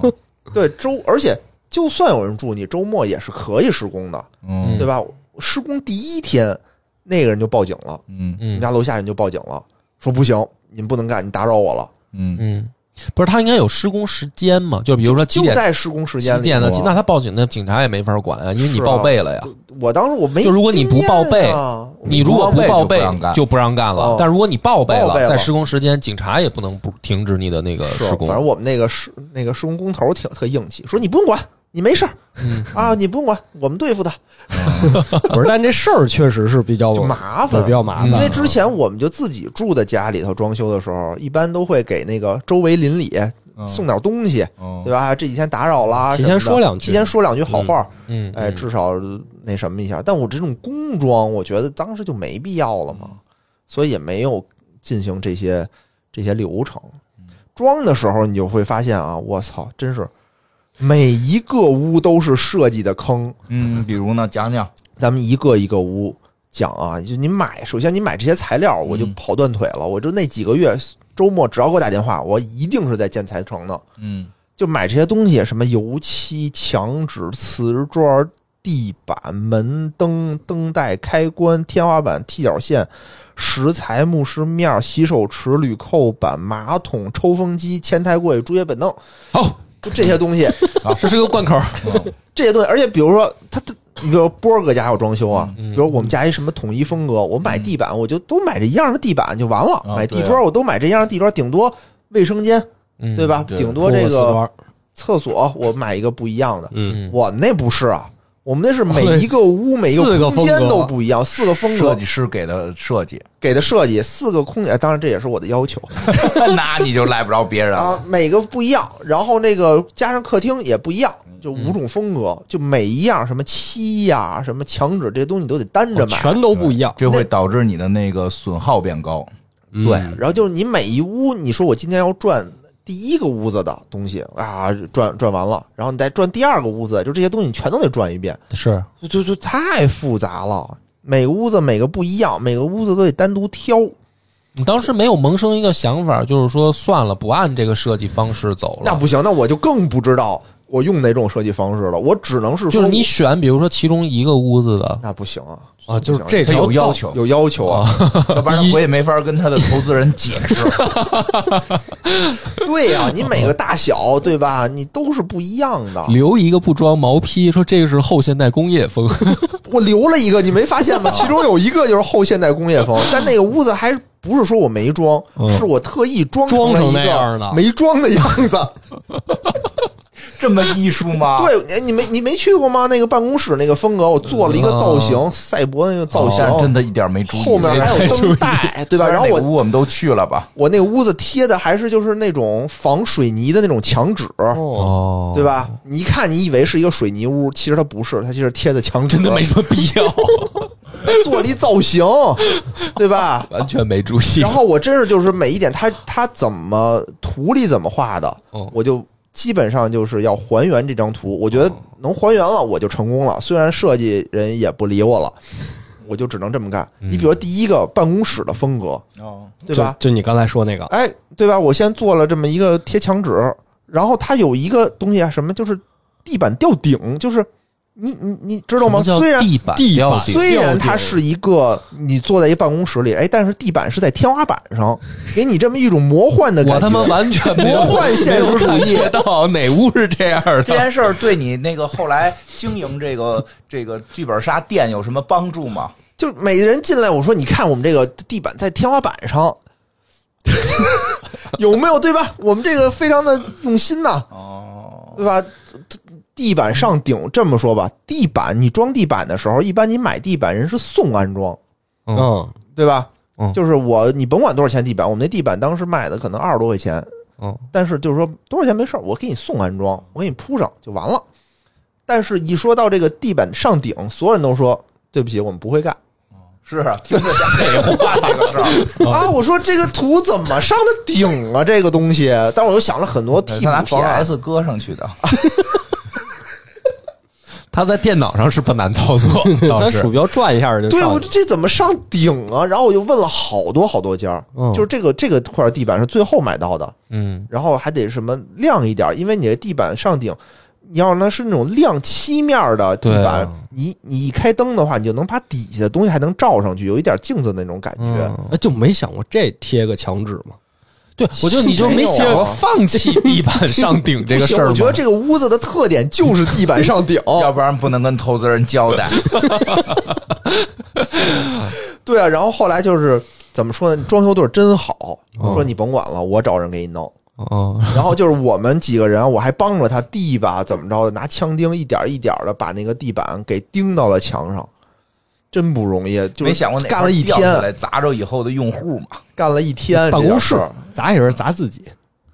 S3: 对周，而且就算有人住，你周末也是可以施工的，
S2: 嗯
S3: 对吧？施工第一天，那个人就报警了，
S2: 嗯
S1: 嗯
S3: 我们家楼下人就报警了，说不行，你们不能干，你打扰我了。
S2: 嗯，
S1: 嗯，不是，他应该有施工时间嘛？就比如说几
S3: 就
S1: 点
S3: 在施工时
S1: 几
S3: 间里
S1: 点
S3: 头
S1: 到
S3: 啊，
S1: 几？那他报警，那警察也没法管啊，因为你
S3: 是啊
S1: 报备了呀。
S3: 我当时我没
S1: 就
S3: 经验啊，啊
S1: 如果你不报备你如果不报备
S2: 就不让干
S1: 就不让干了
S3: 哦，
S1: 但如果你报备
S3: 报备
S1: 了，
S3: 了
S1: 在施工时间，警察也不能不停止你的那个
S3: 是啊
S1: 施工
S3: 反。正我们那个施那个施工工头挺特硬气，说你不用管，你没 事儿、
S1: 嗯
S3: 啊，你不用管，我们对付他，
S4: 不是，但这事儿确实是比较
S3: 就麻烦
S4: 比较麻
S3: 因为
S4: 烦。
S3: 之前我们就自己住的家里头装修的时候，一般都会给那个周围邻里
S2: 嗯
S3: 送点东西，
S2: 哦
S3: 对吧？这几天打扰啦，
S4: 提前
S3: 什么的
S4: 说两句
S3: 提前说两句好话，
S1: 嗯，
S3: 哎，
S1: 嗯
S3: 至少那什么一下。但我这种工装，我觉得当时就没必要了嘛，所以也没有进行这些这些流程。装的时候，你就会发现啊，我操，真是每一个屋都是设计的坑。
S2: 嗯，比如呢，讲讲，
S3: 咱们一个一个屋讲啊，就你买，首先你买这些材料，我就跑断腿了。我就那几个月周末只要给我打电话，我一定是在建材城呢。
S2: 嗯
S3: 就买这些东西，什么油漆、墙纸、瓷砖、地板、门灯、灯带、开关、天花板、踢脚线、石材、木饰面、洗手池、铝扣板、马桶、抽风机、前台柜、竹节板凳，
S1: 好，
S3: 就这些东西。
S1: 这是个贯口。
S2: 哦
S3: 这些东西，而且比如说他他，你比如说波儿哥家有装修啊，比如我们家一什么统一风格，我买地板我就都买这一样的地板就完了，
S2: 啊
S3: 买
S2: 对啊
S3: 地砖我都买这样的地砖，顶多卫生间
S1: 嗯
S3: 对吧？
S2: 对
S3: 顶多这
S4: 铺瓷砖
S3: 个厕所我买一个不一样的。
S4: 嗯，
S3: 我们那不是啊，我们那是每一个屋每一
S4: 四个
S3: 空间
S4: 风格
S3: 都不一样，四个风
S2: 设
S3: 格
S2: 计师给的设 计，
S3: 给的设计，四个空间，当然这 也是我的要求。
S2: 那你就赖不着别人
S3: 啊
S2: 了。，
S3: 每个不一样，然后那个加上客厅也不一样，
S4: 嗯
S3: 就五种风格，就每一样什么漆呀、什么墙纸这些东西你都得单着买。
S4: 哦全都不一样。
S2: 这会导 致你的那个损耗变高。
S3: 嗯对，然后就是你每一屋，你说我今天要赚第一个屋子的东西啊转转完了，然后你再转第二个屋子，就这些东西你全都得转一遍，
S1: 是
S3: 就就就太复杂了。每个屋子每个不一样，每个屋子都得单独挑。
S1: 你当时没有萌生一个想法，就是说算了，不按这个设计方式走了。
S3: 那不行，那我就更不知道我用哪种设计方式了。我只能是说
S1: 就是你选，比如说其中一个屋子的
S3: 那不行啊，
S4: 啊，就是
S3: 不行
S4: 这
S2: 他
S4: 条
S2: 有要
S4: 道，
S2: 求，
S3: 有要求啊。
S2: 要不然我也没法跟他的投资人解释。
S3: 对呀、你每个大小对吧？你都是不一样的。
S1: 留一个不装毛坯，说这个是后现代工业风。
S3: 我留了一个，你没发现吗？其中有一个就是后现代工业风，但那个屋子还不是说我没装，
S1: 嗯
S3: 是我特意装
S4: 装
S3: 了
S4: 成
S3: 一
S4: 那样
S3: 个
S4: 的
S3: 没装的样子。
S2: 这么艺术吗？，
S3: 对，哎你你没你没去过吗？那个办公室那个风格，我做了一个造型，赛博那个造型，
S2: 嗯哦但真的一点没注意。
S3: 哦后面还有灯带，对吧？然后
S2: 虽哪
S3: 我
S2: 个屋我们都去了吧，
S3: 我那个屋子贴的还是就是那种防水泥的那种墙纸，
S4: 哦，
S1: 哦
S3: 对？吧？你一看，你以为是一个水泥屋，其实它不是，它就是贴的墙纸，
S1: 真的没什么必要，
S3: 做了一 造型，对吧？
S1: 完全没注意
S3: 然后我真是就是每一点它，它怎么图里怎么画的
S1: 哦，
S3: 我就基本上就是要还原这张图。我觉得能还原了，我就成
S1: 哦
S3: 功了。虽然设计人也不理我了， 我就只能这么干。
S1: 嗯
S3: 你比如第一个办公室的风格，
S2: 哦，
S3: 对吧？
S4: 就？就你刚才说那个，
S3: 哎，对吧？我先做了这么一个贴墙纸，然后它有一个东西啊，什么就是地板吊顶，就是你你你知道吗？
S1: 什么叫
S3: 虽然
S1: 地板
S4: 地
S1: 吊
S4: 板
S1: 顶
S3: 啊虽然
S4: 吊顶
S3: 它是一个你坐在一办公室里，哎，但是地板是在天花板上，给你这么一种魔幻的感觉。
S1: 我他妈完全没有
S3: 魔幻现实主义
S1: 没有感觉到哪屋是这样
S2: 这
S1: 的？
S2: 件事儿对你那个后来经营这个这个剧本杀店有什么帮助吗？
S3: 就是每个人进来，我说你看我们这个地板在天花板上， 有没有对吧？我们这个非常的用心呐、
S2: 哦，
S3: 对吧？地板上顶，这么说吧，地板你装地板的时候，一般你买地板人是送安装，
S1: 嗯
S4: 嗯，
S3: 对吧？
S1: 嗯
S3: 就是我你甭管多少钱地板，我们那地板当时卖的可能二十多块钱，
S1: 嗯，
S3: 但是就是说多少钱没事儿，我给你送安装，我给你铺上就完了。但是，一说到这个地板上顶，所有人都说对不起，我们不会干、
S2: 是啊，听着像废话这个事儿。
S3: 啊！我说这个图怎么上的顶啊？这个东西，但我又想了很多替
S2: 他
S3: 补
S2: 拿
S3: 方案。
S2: PS 搁上去的，
S1: 他在电脑上是不难操 作，倒
S4: 咱
S1: 是
S4: 鼠标转一下就
S3: 对，
S4: 上
S3: 我
S4: 去
S3: 这这怎么上顶啊？然后我就问了好多好多家，
S4: 嗯
S3: 就是这个这个块地板是最后买到的，
S1: 嗯
S3: 然后还得什么亮一点，因为你的地板上顶，你要让它是那种亮漆面的地
S1: 对
S3: 板
S1: 啊，
S3: 你你一开灯的话，你就能把底下的东西还能照上去，有一点镜子那种感觉。
S1: 嗯，
S4: 哎，就没想过这贴个墙纸 嘛，
S1: 对，我就你就没想过放弃地板上顶这
S3: 不
S1: 个
S3: 行
S1: 事儿吗？
S3: 我觉得这个屋子的特点就是地板上顶。
S2: 要不然不能跟投资人交代。
S3: 对啊，然后后来就是怎么说呢？装修队真好，
S4: 哦
S1: 嗯
S3: 说你甭管了，我找人给你弄。
S1: 嗯
S3: 然后就是我们几个人，我还帮着他地吧，怎么着的，拿枪钉一点一点的把那个地板给钉到了墙上，真不容易。 就是
S2: 没想过哪
S3: 干了一
S2: 块掉下
S3: 天，
S2: 来砸着以后的用户嘛？
S3: 干了一天
S4: 办公室
S3: 这件事儿
S4: 砸也是砸自己，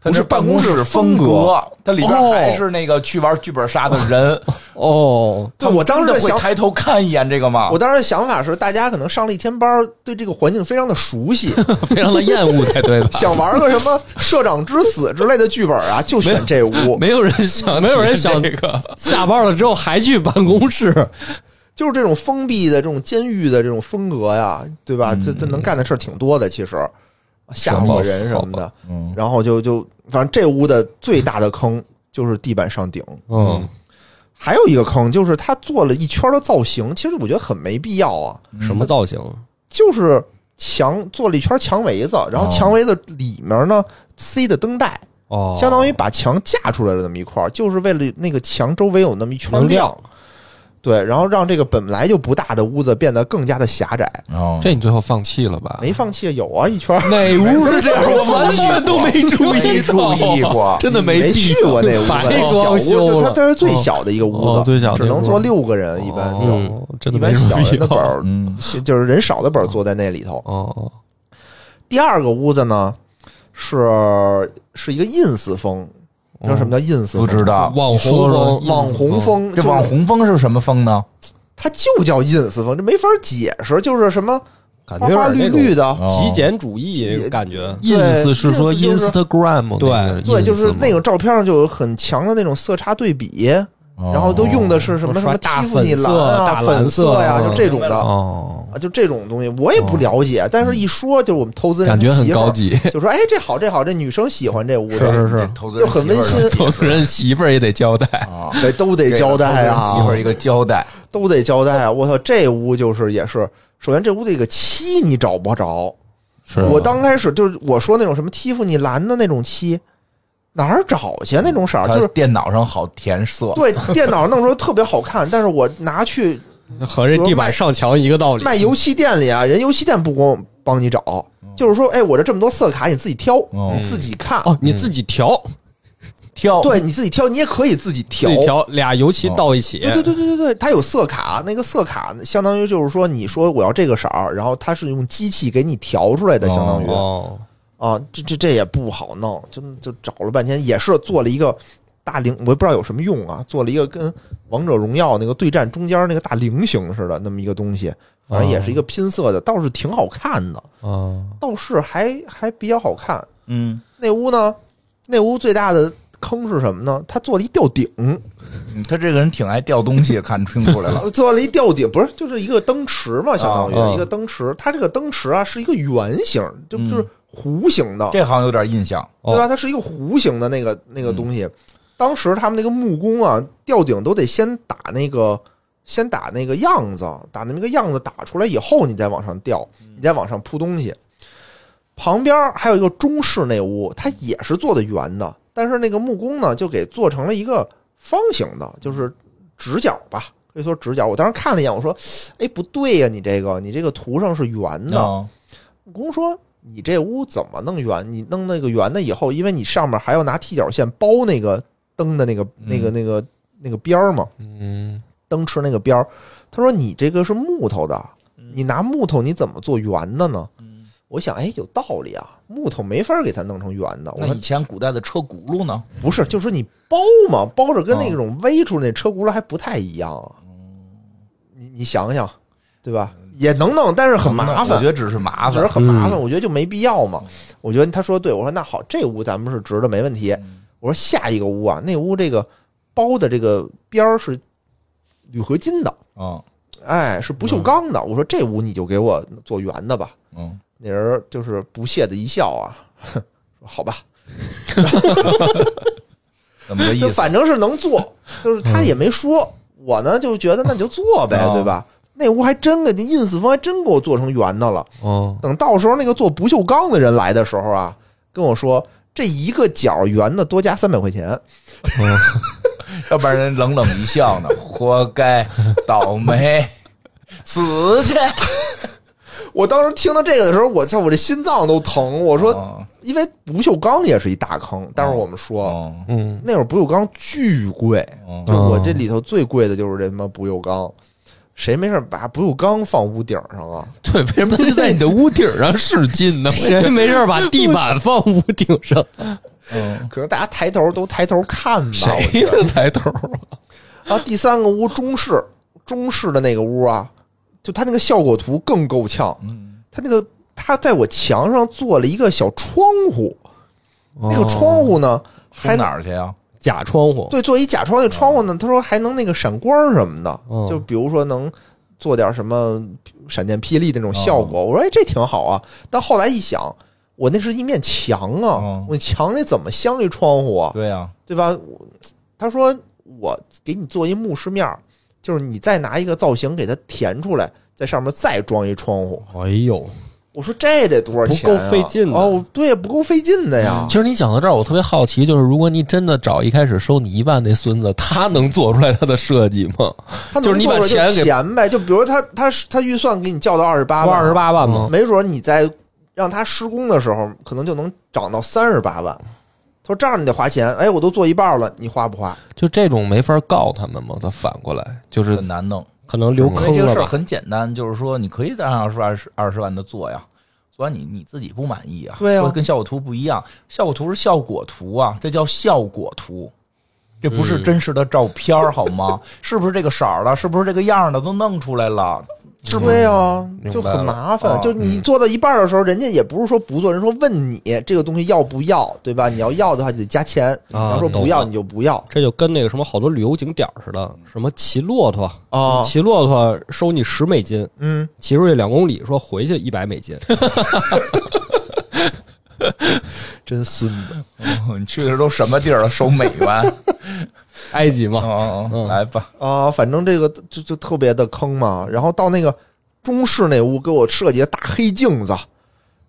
S2: 他
S3: 不是
S2: 那办
S3: 办公室
S2: 风
S3: 风格，哦
S2: 它里边还是那个去玩剧本杀的人。
S4: 哦，
S3: 对我当时
S2: 他们
S3: 的
S2: 真的
S3: 想
S2: 会，抬头看一眼这个
S4: 啊
S2: 吗？
S3: 我当时的想法是，大家可能上了一天班，对这个环境非常的熟 悉，
S1: 非常的厌恶才对吧？
S3: 想玩个什么社长之死之类的剧本啊，就选这屋，
S1: 没有人想，
S4: 没有人想
S1: 这个，
S4: 下班了之后还去办公室，
S3: 就是这种封闭的、这种监狱的这种风格呀，对吧？
S2: 嗯
S3: 这这能干的事儿挺多的，其实吓唬人什么的。
S2: 嗯，
S3: 然后就就反正这屋的最大的坑就是地板上顶，
S4: 嗯，
S3: 还有一个坑就是他做了一圈的造型，其实我觉得很没必要啊，
S4: 嗯什么造型？
S3: 就是墙做了一圈墙围子，然后
S2: 哦
S3: 墙围子里面呢塞的灯带，
S4: 哦，
S3: 相当于把墙架出来的那么一块儿，就是为了那个墙周围有那么一圈
S4: 能
S3: 亮
S4: 亮，
S3: 对，然后让这个本来就不大的屋子变得更加的狭窄。
S2: 哦
S1: 这你最后放弃了吧？
S3: 没放弃，有啊，一圈儿
S1: 哪屋是这样，我完全都没注
S2: 没
S1: 意
S2: 注
S1: 到，
S2: 意 过。
S1: 真的
S3: 没
S1: 必
S3: 去过那屋子，
S4: 白
S3: 小
S4: 装
S3: 屋
S4: 修
S3: 就它
S4: 了
S3: 它是最小的一个屋
S1: 哦
S3: 子，
S1: 最小的
S3: 只
S1: 一个
S3: 能
S1: 屋
S3: 坐
S1: 子
S3: 六个人，一般就。
S1: 哦真
S3: 一
S1: 的
S3: 般
S1: 没什
S3: 小
S1: 么必
S3: 人的
S1: 要
S3: 本儿，
S2: 嗯，
S3: 就是人少的本儿坐在那里头。
S1: 哦，
S3: 第二个屋子呢，是是一个 ins 风，你知道什么叫 ins
S2: 不
S3: 吗？
S2: 知道
S1: 网红
S4: 说说
S3: 网红，风，
S2: 这
S3: 就是
S2: 网红风是什么风呢？
S3: 它就叫 ins 风，这没法解释，就是什么
S4: 感
S3: 花
S4: 觉有
S3: 花
S4: 点
S3: 绿
S4: 那种啊
S3: 绿的，
S4: 极简主义感觉。
S1: ins 是说
S3: 对就是
S1: Instagram
S4: 对
S1: 那个
S3: 对，就
S1: ins
S3: 是
S1: 吗
S3: 那个照片上就有很强的那种色差对比，然
S5: 然
S3: 后都用的是什么
S4: 哦
S3: 什么
S4: 刷大
S3: 蒂芙尼
S4: 粉色
S3: 蓝啊、
S4: 大蓝
S3: 粉
S4: 色哦
S3: 呀，
S4: 嗯
S3: 就这种的啊，
S1: 哦，
S3: 就这种东西我也不了解，但
S4: 嗯
S3: 是一说就是我们投资人
S1: 感觉
S3: 他
S1: 很
S3: 媳妇儿
S1: 高， 级。
S3: 就说哎这好这好，这女生喜欢这屋的，
S2: 是是，投资
S3: 就很温馨，
S1: 投资人媳妇儿也得交代，
S2: 啊，
S3: 对，都得交代啊，
S2: 媳妇儿一个交代，
S3: 都得交代啊！我操，这屋就是也是，首先这屋这个漆你找不着，
S1: 是
S3: 我刚开始就是我说那种什么蒂芙尼蓝的那种漆，哪儿找去啊那种色儿？
S2: 他
S3: 就是
S2: 电脑上好填色，
S3: 对电脑弄出来特别好看，但是我拿去
S4: 和这地板上墙一个道理。
S3: 卖油漆店里啊，人油漆店不光帮你找，就是说，哎，我这这么多色卡，你自己挑，
S5: 哦
S3: 你自己看，
S4: 哦，你自己调，
S2: 挑
S3: 对，你自己挑，你也可以自己
S4: 自
S3: 调。
S4: 己调俩油漆倒一起。
S3: 对对对对对对，它有色卡，那个色卡相当于就是说，你说我要这个色儿，然后它是用机器给你调出来的，
S5: 哦
S3: 相当于、
S4: 哦，
S3: 啊，这这这也不好弄，就就找了半天，也是做了一个大菱，我也不知道有什么用啊，做了一个跟王者荣耀那个对战中间那个大菱形似的那么一个东西，反正也是一个拼色的，倒是挺好看的，
S1: 嗯
S3: 倒是还还比较好看。
S2: 嗯，
S3: 那屋呢，那屋最大的坑是什么呢？他做了一吊顶，
S2: 嗯他这个人挺爱掉东西，看听出 来了，
S3: 呃做了一吊顶，不是就是一个灯池嘛，相当于、
S1: 啊啊
S3: 一个灯池，它这个灯池啊是一个圆形，就
S2: 嗯
S3: 就是弧形的，
S2: 这好像有点印象，
S1: 哦
S3: 对吧？它是一个弧形的那个那个东西。当时他们那个木工啊，吊顶都得先打那个，先打那个样子，打那么个样子打出来以后，你再往上吊，你再往上铺东西。旁边还有一个中式那屋，它也是做的圆的，但是那个木工呢，就给做成了一个方形的，就是直角吧，可以说直角。我当时看了一眼，我说：“哎，不对呀、你这个你这个图上是圆的。
S2: 啊
S3: 木工说：“你这屋怎么弄圆？你弄那个圆的以后，因为你上面还要拿剃脚线包那个灯的那个、那个、那个、那个边儿嘛，
S1: 嗯，
S3: 灯池那个边儿。”他说：“你这个是木头的，你拿木头你怎么做圆的呢？”我想，哎，有道理啊，木头没法给它弄成圆的。我
S2: 那
S3: 说
S2: 以前古代的车轱辘呢？
S3: 不是，就说你包嘛，包着跟那种微出那车轱辘还不太一样啊。你你想想，对吧？也嗯能弄，但是很麻
S2: 我
S3: 烦
S2: 觉。得只是麻
S3: 只
S2: 烦
S3: 是。很麻烦，我觉得就没必要嘛。我觉得他说得对，我说那好，这屋咱们是直的，没问题。
S2: 嗯
S3: 我说下一个屋啊，那屋这个包的这个边儿是铝合金的，
S2: 嗯
S3: 哎，是不锈钢的。我说这屋你就给我做圆的吧。
S2: 嗯，
S3: 那人就是不屑的一笑啊，说好吧，
S2: 怎么个意
S3: 就
S2: 思？
S3: 反正是能 做，就是他也没说。我呢就觉得那你就做呗，
S2: 嗯
S3: 对吧？那屋还真给那 ins 风还真给我做成圆的了。
S1: 哦，
S3: 等到时候那个做不锈钢的人来的时候啊，跟我说这一个角圆的多加三百块钱，
S2: 要不然人冷冷一笑呢，活该，倒霉，死去！
S3: 我当时听到这个的时候，我操，我这心脏都疼。我说，
S2: 哦
S3: 因为不锈钢也是一大坑，待会儿我们说，
S2: 哦
S1: 嗯，
S3: 那会儿不锈钢巨贵，
S2: 哦
S3: 就我这里头最贵的就是这他妈不锈钢。谁没事把不锈钢放屋顶上啊？
S1: 对，为什么他就在你的屋顶上试劲呢？
S4: 谁没事儿把地板放屋顶上？
S2: 嗯
S3: 可能大家抬头都抬头看吧。我觉
S1: 谁
S3: 得
S1: 的抬头啊？
S3: 然后第三个屋中式，中式的那个屋啊，就它那个效果图更够呛。
S2: 嗯，
S3: 他那个他在我墙上做了一个小窗户，那个
S1: 哦
S3: 窗户呢
S2: 冲
S3: 还
S2: 哪儿去啊呀？
S4: 假窗户，
S3: 对做一假窗，那窗户呢，他说还能那个闪光什么的，
S4: 哦
S3: 就比如说能做点什么闪电霹雳那种效果。我说哎，这挺好啊。但后来一想，我那是一面墙啊，
S2: 哦
S3: 我墙里怎么镶一窗户啊？
S2: 对呀，
S3: 对吧？我他说我给你做一木饰面儿，就是你再拿一个造型给它填出来，在上面再装一窗户。
S4: 哎呦，
S3: 我说这得多少钱、啊？
S4: 不够费劲的嗯
S3: 哦，对，不够费劲的呀
S1: 其。实你讲到这儿，我特别好奇，就是如果你真的找一开始收你一万那孙子，他能做出来他的设计吗？
S3: 他
S1: 就是
S3: 能
S1: 你
S3: 做
S1: 把
S3: 出来
S1: 钱
S3: 就
S1: 给
S3: 钱呗，就比如他他他预算给你叫到二十八
S4: 不
S3: 万，
S4: 二十，八万吗？
S3: 没准你在让他施工的时候，可能就能涨到三十八万。他说这样你得花钱，哎，我都做一半了，你花不花？
S1: 就这种没法告他们吗？他反过来就是
S2: 很难弄。
S4: 可能留
S2: 因为
S4: 坑
S2: 这个
S4: 了
S2: 事儿
S4: 吧？
S2: 很简单，就是说你可以再按二十二十二十万的做呀，做完你你自己不满意啊，
S3: 对啊
S2: 或者跟效果图不一样，效果图是效果图啊，这叫效果图。这 不是真实的照片儿好吗？是不是这个色儿了？是不是这个样儿的都弄出来了？
S3: 是对啊，
S1: 嗯明白哦嗯
S3: 就很麻
S2: 了
S3: 烦。
S2: 啊
S3: 就你做到一半的时候，人家也不是说不做，人说问你这个东西要不要，对吧？你要要的话就得加钱，你要说不
S1: 啊懂
S3: 要
S1: 了
S3: 你就不要
S4: 这就跟那个什么好多旅游景点儿似的，什么骑骆驼，
S3: 啊
S1: 哦
S4: 你。骑骆驼收你十美金，
S3: 嗯，
S4: 骑出去两公里，说回去一百 美金，
S3: 真孙子，
S2: 你去的都什么地儿了？收美元？
S4: 埃及嘛，
S2: 哦，
S4: 嗯
S2: 来吧，
S3: 啊，反正这个就就特别的坑嘛。然后到那个中式那屋，给我设计的大黑镜子，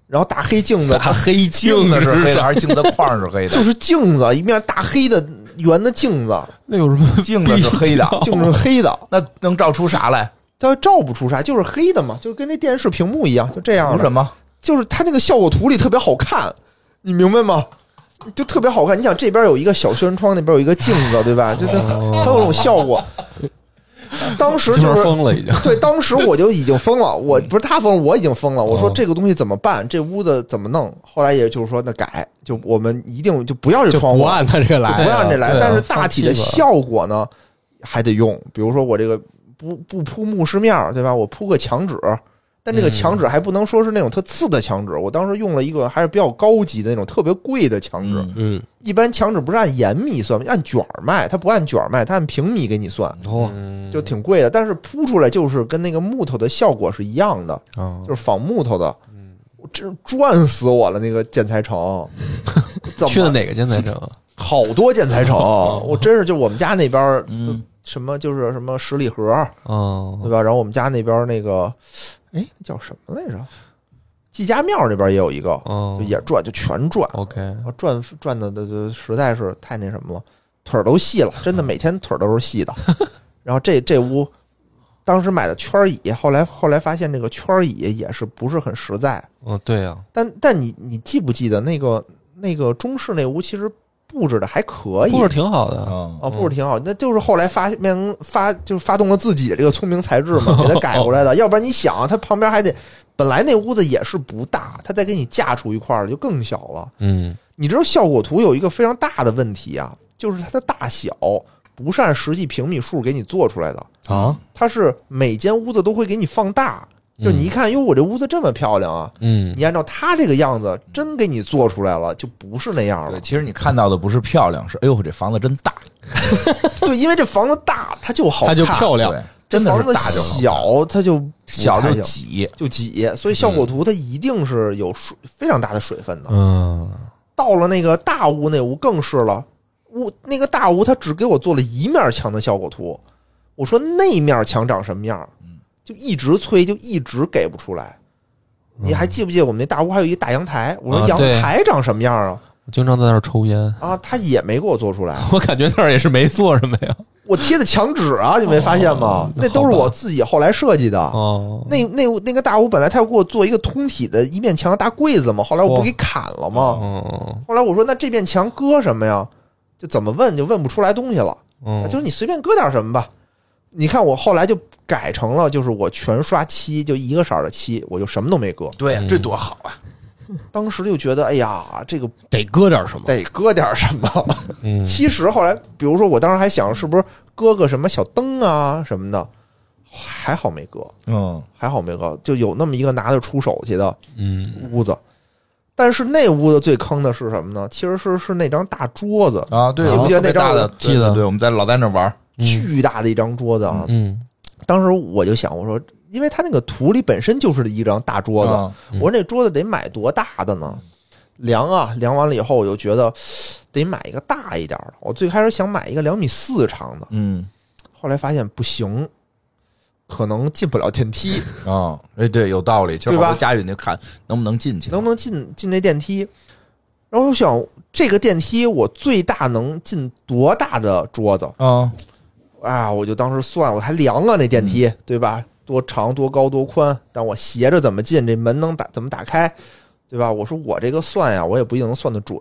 S3: 然后大黑镜 子，它
S2: 黑镜子是黑的还是镜子框是 黑的？
S3: 就是镜子，一面大黑的圆的镜子，
S1: 那有什 么？
S2: 镜子是黑的，
S3: 镜子是黑的，
S2: 那能照出啥来？
S3: 它照不出啥，就是黑的嘛，就是跟那电视屏幕一样，就这样
S2: 图
S3: 的
S2: 什。么？
S3: 就是它那个效果图里特别好看，你明白吗？就特别好看。你想这边有一个小轩窗，那边有一个镜子，对吧？就是很有种效果。当时
S1: 基本
S3: 就
S1: 上
S3: 是
S1: 疯了已经。
S3: 对，当时我就已经 疯了，我不是他疯，我已经疯了。我说
S1: 哦
S3: 这个东西怎么办？这屋子怎么弄？后来也就是说，那改，就我们一定就不要这
S4: 就
S3: 窗户
S4: 不
S3: 了，
S4: 按他这个
S3: 就
S4: 来，
S3: 不要这来。
S1: 对啊
S3: 但是大体的
S1: 放弃吧
S3: 效果呢，还得用。比如说我这个不不铺木饰面儿，对吧？我铺个墙纸，但
S1: 嗯
S3: 这个墙纸还不能说是那种特次的墙纸。我当时用了一个还是比较高级的那种特别贵的墙纸。
S2: 嗯
S4: 嗯，
S3: 一般墙纸不是按盐米算吗？按卷儿卖，它不按卷儿卖，它按平米给你算。
S4: 哦，
S1: 嗯
S3: 就挺贵的，但是铺出来就是跟那个木头的效果是一样的，
S1: 啊
S3: 就是仿木头的。
S1: 嗯
S3: 我真赚死我了！那个建 材城，怎
S1: 去的
S3: 么
S1: 哪个建材城？
S3: 好多建材城？
S1: 哦
S3: 我真是就我们家那边儿
S2: 嗯
S3: 就什么就是什么十里河，对
S1: 哦，
S3: 吧？然后我们家那边儿那个，哎，那叫什么来着？季家庙这边儿也有一个，
S1: 哦
S3: 就也转，就全转，
S1: OK，
S3: 然后转转的的的实在是太那什么了，腿儿都细
S1: 哦
S3: 了，真的每天腿儿都是细的。 然后这这屋当时买的圈儿椅，后来后来发现这个圈儿椅也是不是很实在。
S1: 嗯，对呀，
S3: 但但你你记不记得那个那个中式那屋其实布置的还可以
S1: 布。置挺好的。
S2: 嗯，
S3: 啊，布置挺好，那就是后来发明发就是发动了自己的这个聪明才智嘛，给它改过来的。要不然你想，啊它旁边还得，本来那屋子也是不大，它再给你架出一块儿就更小了。
S1: 嗯，
S3: 你知道效果图有一个非常大的问题啊，就是它的大小不是按实际平米数给你做出来的，
S1: 啊，
S3: 它是每间屋子都会给你放大。就你一看，哟，我这屋子这么漂亮啊！
S1: 嗯，
S3: 你按照它这个样子，真给你做出来了，就不是那样
S2: 对，
S3: 了。
S2: 其实你看到的不是漂亮，是哎呦这房子真大，
S3: 对，因为这房子大，它就好
S4: 他
S3: 看；
S4: 就漂亮，
S2: 对，
S3: 这
S2: 真的
S3: 房子
S2: 是大就好看
S3: 小，它就不
S2: 小
S3: 太
S2: 就
S3: 行
S2: 挤，
S3: 就挤，所以效果图它一定是有水非常大的水分的。
S1: 嗯，
S3: 到了那个大屋那屋更是了，屋那个大屋他只给我做了一面墙的效果图，我说那面墙长什么样儿
S2: 嗯，
S3: 就一直催，就一直给不出来。你还记不记得我们那大屋还有一大阳台？我说
S1: 啊
S3: 阳
S1: 对
S3: 台长什么样啊？
S1: 我经常在那儿抽烟，
S3: 啊，他也没给我做出来。
S1: 我感觉那儿也是没做什么呀。
S3: 我贴的墙纸啊，你没发现
S2: 哦
S3: 吗？那都是我自己后来设计的。
S1: 哦，
S3: 啊那那那个大屋本来他要给我做一个通体的一面墙大柜子嘛，后来我不
S1: 哇
S3: 给砍了吗？
S1: 哦，
S3: 后来我说那这面墙搁什么呀？就怎么问就问不出来东西了，
S1: 嗯，
S3: 就是你随便搁点什么吧。你看我后来就改成了，就是我全刷漆，就一个色儿的漆，我就什么都没搁。
S2: 对
S1: 嗯，
S2: 这多好啊！
S3: 当时就觉得，哎呀，这个
S4: 得搁点什么，
S3: 得搁点什么。
S1: 嗯，
S3: 其实后来，比如说我当时还想，是不是搁个什么小灯啊什么的，还好没搁，
S2: 嗯，
S3: 还好没搁，就有那么一个拿得出手去的
S1: 嗯，
S3: 屋子。但是那屋子最坑的是什么呢？其实是是那张大桌子，
S2: 啊，对，
S3: 记不记得那
S2: 特别大
S3: 张
S2: 的？
S1: 记得
S2: 对对，我们在老在那玩儿，
S3: 巨大的一张桌子啊！
S1: 嗯，
S3: 当时我就想，我说，因为他那个图里本身就是一张大桌子，
S2: 啊
S1: 嗯
S3: 我说那桌子得买多大的呢？量啊，量完了以后，我就觉得得买一个大一点的。我最开始想买一个两米四长的，
S2: 嗯
S3: 后来发现不行，可能进不了电 梯，
S2: 啊，哎，对，有道理。其实
S3: 对吧
S2: 好多家里那看能不能进去，
S3: 能不能进进这电梯？然后我想，这个电梯我最大能进多大的桌子？
S2: 啊，
S3: 啊，我就当时算，我还量啊那电梯，
S4: 嗯
S3: 对吧？多长、多高、多宽，但我斜着怎么进，这门能打怎么打开，对吧？我说我这个算呀，我也不一定能算得准，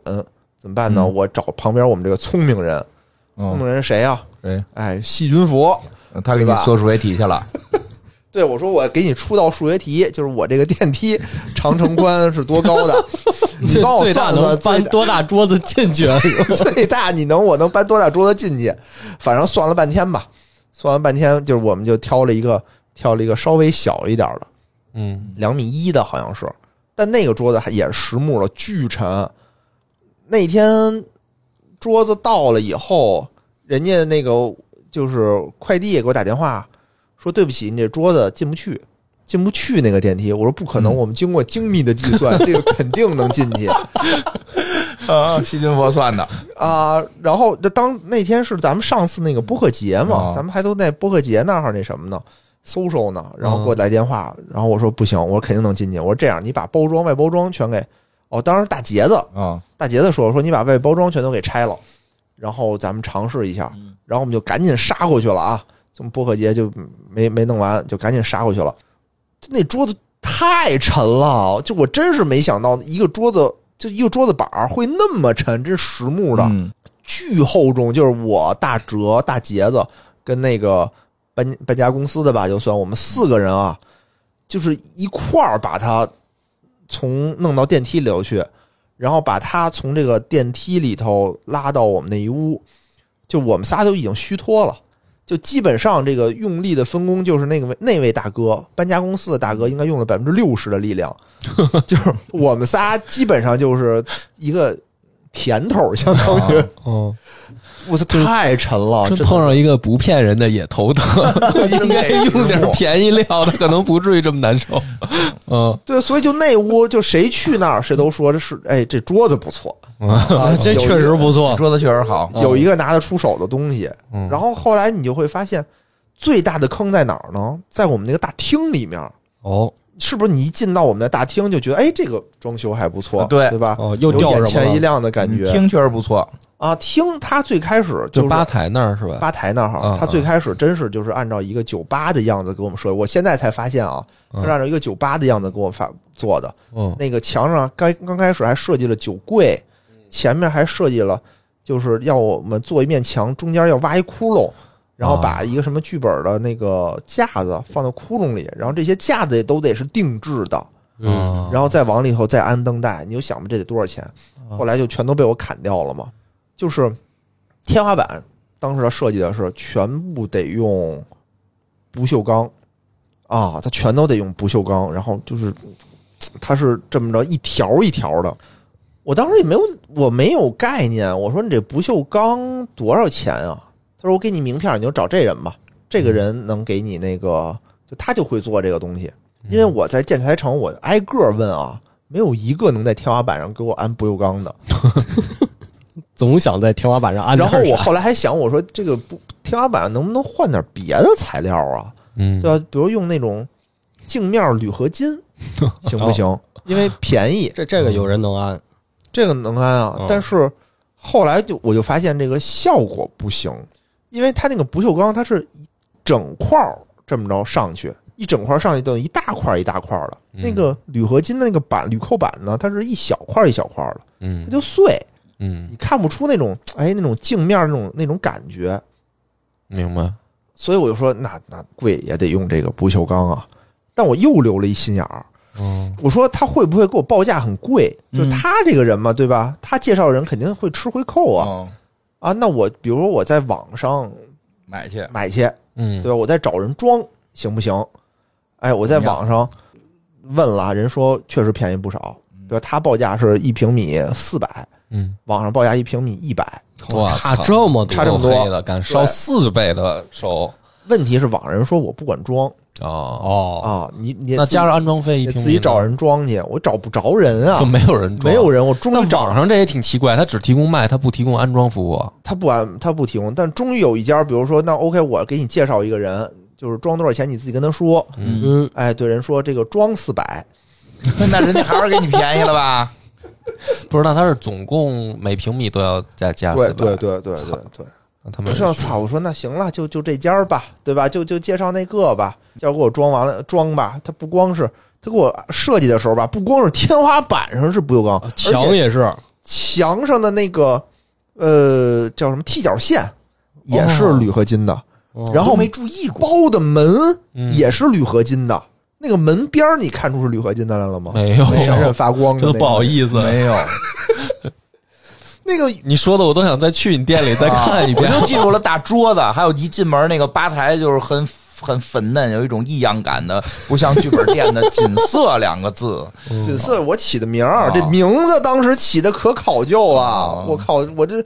S3: 怎么办呢？
S2: 嗯
S3: 我找旁边我们这个聪明人，
S4: 哦
S3: 聪明
S2: 嗯，
S3: 人谁呀？
S2: 哎，
S3: 哎，细菌佛。
S2: 他给
S3: 对
S2: 你
S3: 吧
S2: 做数学题 去了，
S3: 对，我说我给你出道数学题，就是我这个电梯长乘宽是多高 的，你
S4: 最
S3: 帮我
S4: 最大
S3: 算算
S4: 能
S3: 最
S4: 搬
S3: 大
S4: 多大桌子进去？
S3: 最大你能我能搬多大桌子进去？反正算了半天吧，算完半天就是我们就挑了一个挑了一个稍微小一点的，
S1: 嗯，
S3: 两米一的，好像是，但那个桌子还也是实木的，巨沉。那天桌子到了以后，人家那个就是快递也给我打电话说：“对不起，你这桌子进不去，进不去那个电梯。”我说：“不可能，我们经过精密的计算，这个肯定能进去
S2: 啊，西金佛 算的，
S3: 啊。”然后这当那天是咱们上次那个播客节嘛，
S2: 啊
S3: 咱们还都在播客节那儿那什么呢。搜搜呢，然
S2: 啊
S3: 后给我来电话，然后我说不行，我说肯定能进去。我说这样，你把包装、外包装全给……哦，当时大杰子，
S2: 啊，
S3: 大杰子说说你把外包装全都给拆了，然后咱们尝试一下，
S2: 嗯
S3: 然后我们就赶紧杀过去了啊！从播客节就没没弄完，就赶紧杀过去了。那桌子太沉了，就我真是没想到一个桌子就一个桌子板儿会那么沉，这是实木的，
S2: 嗯
S3: 巨厚重。就是我大哲、大杰子跟那个搬搬家公司的吧，就算我们四个人啊，就是一块儿把它从弄到电梯里头去，然后把它从这个电梯里头拉到我们那一屋，就我们仨都已经虚脱了。就基本上这个用力的分工，就是那个位那位大哥搬家公司的大哥，应该用了百分之六十的 力量，就是我们仨基本上就是一个甜头，相当于
S1: 哦，
S3: 我操，太沉了，
S1: 真
S3: 真的
S1: 碰上一个不骗人的也头疼，应该用点便宜料，他可能不至于这么难受。嗯，
S3: 对，所以就那屋，就谁去那儿，谁都说这是，哎，这桌子不错，
S1: 嗯
S3: 啊
S4: 这确实不错。
S2: 桌子确实好，
S3: 有一个拿得出手的东西。
S1: 嗯
S3: 然后后来你就会发现，最大的坑在哪儿呢？在我们那个大厅里面，
S4: 哦
S3: 是不是你一进到我们的大厅就觉得，哎，这个装修还不错，
S2: 啊对
S3: 对吧？
S4: 哦，又
S3: 有
S4: 掉
S3: 眼
S4: 什么
S3: 前一
S4: 了？
S3: 亮的感
S2: 嗯
S3: 觉
S2: 听确实不错，
S3: 啊！厅它最开始
S1: 就是吧台那儿是吧？
S3: 吧台那儿哈
S1: 嗯，
S3: 它最开始真是就是按照一个酒吧的样子给我们设计，我现在才发现啊，它
S1: 嗯
S3: 是按照一个酒吧的样子给我发做的。
S1: 嗯
S3: 那个墙上刚刚开始还设计了酒柜，前面还设计了，就是要我们做一面墙，中间要挖一窟窿，然后把一个什么剧本的那个架子放到窟窿里，然后这些架子也都得是定制的，
S4: 嗯，
S1: 哦
S3: 然后再啊往里头再安灯带，你就想吧，这得多少钱？后来就全都被我砍掉了嘛。就是天花板，当时的设计的是全部得用不锈钢啊，它全都得用不锈钢，然后就是它是这么着一条一条的。我当时也没有，我没有概念。我说你这不锈钢多少钱啊？他说我给你名片，你就找这人吧，这个人能给你那个，就他就会做这个东西。因为我在建材城，我挨个儿问啊，没有一个能在天花板上给我安不锈钢的。
S4: 总想在天花板上安点
S3: 然
S4: 啥。
S3: 后我后来还想，我说这个不天花板能不能换点别的材料啊？
S1: 嗯，
S3: 对吧、比如用那种镜面铝合金，行不行？因为便宜，
S4: 这这个有人能安，
S3: 这个能安啊
S4: 嗯。
S3: 但是后来就我就发现这个效果不行，因为它那个不锈钢它是一整块儿这么着上去，一整块儿上去等于一大块儿一大块儿的。
S1: 嗯
S3: 那个铝合金的那个板铝扣板呢，它是一小块儿一小块儿的，
S1: 嗯
S3: 它就碎，
S1: 嗯，
S3: 你看不出那种哎那种镜面儿那种那种感觉。
S1: 明白。
S3: 所以我就说，那那贵也得用这个不锈钢啊。但我又留了一心眼儿，
S1: 嗯
S3: 我说他会不会给我报价很贵？就是
S2: 嗯
S3: 他这个人嘛，对吧？他介绍人肯定会吃回扣啊。
S2: 嗯，
S3: 啊，那我比如说我在网上
S2: 买去，
S3: 买去，
S1: 嗯，
S3: 对吧？我再找人装行不行？哎，我
S1: 嗯
S3: 在网上问了，人说确实便宜不少，对吧？他报价是一平米四百，
S1: 嗯，
S3: 网上报价一平米一百。
S1: 哇，
S4: 差
S1: 操
S4: 这么多，
S3: 差这么多
S1: 够黑的，敢烧四倍的手
S3: 问题是网上人说我不管装
S1: 哦，
S4: 哦，
S3: 啊，你你也
S1: 那
S3: 自己
S1: 加上安装费一
S3: 也
S1: 平米呢，
S3: 自己找人装去，我找不着人啊
S1: 就，没有人装，
S3: 没有人，我终
S1: 那
S3: 于找
S1: 网上这也挺奇怪，他只提供卖，他不提供安装服务。
S3: 他不安，他不提供，但终于有一家，比如说，那 OK，我给你介绍一个人，就是装多少钱你自己跟他说。
S2: 嗯，
S4: 嗯，
S3: 哎，对，人说这个装四百，
S2: 那人家还是给你便宜了吧？
S1: 不知道他是总共每平米都要加加
S3: 对
S1: 四
S3: 对
S1: 百，
S3: 对对对
S1: 操
S3: 对。
S1: 那他
S3: 我
S1: 们
S3: 说操，我说那行了，就就这家吧，对吧？就就介绍那个吧，要给我装完了装吧。他不光是他给我设计的时候吧，不光是天花板上是不锈
S1: 啊
S3: 钢，而
S4: 墙
S3: 且
S4: 也是，
S3: 墙上的那个呃叫什么踢脚线也是铝合金的，
S4: 哦
S3: 然后
S2: 都没注意过，
S3: 包的门
S1: 嗯
S3: 也是铝合金的，那个门边儿你看出是铝合金的来了吗？
S1: 没有，
S3: 闪闪发光的、
S1: 真的
S3: 那个，
S1: 不好意思，
S2: 没 有，
S3: 那个
S1: 你说的我
S3: 啊
S1: 都想再去你店里再看一
S2: 我
S1: 遍。
S2: 就记住了大桌子，还有一进门那个吧台就是很很粉嫩，有一种异样感的，不像剧本店的“锦瑟”两个字。
S3: 锦瑟，我起的名儿，这名字当时起的可考究了。我靠，我这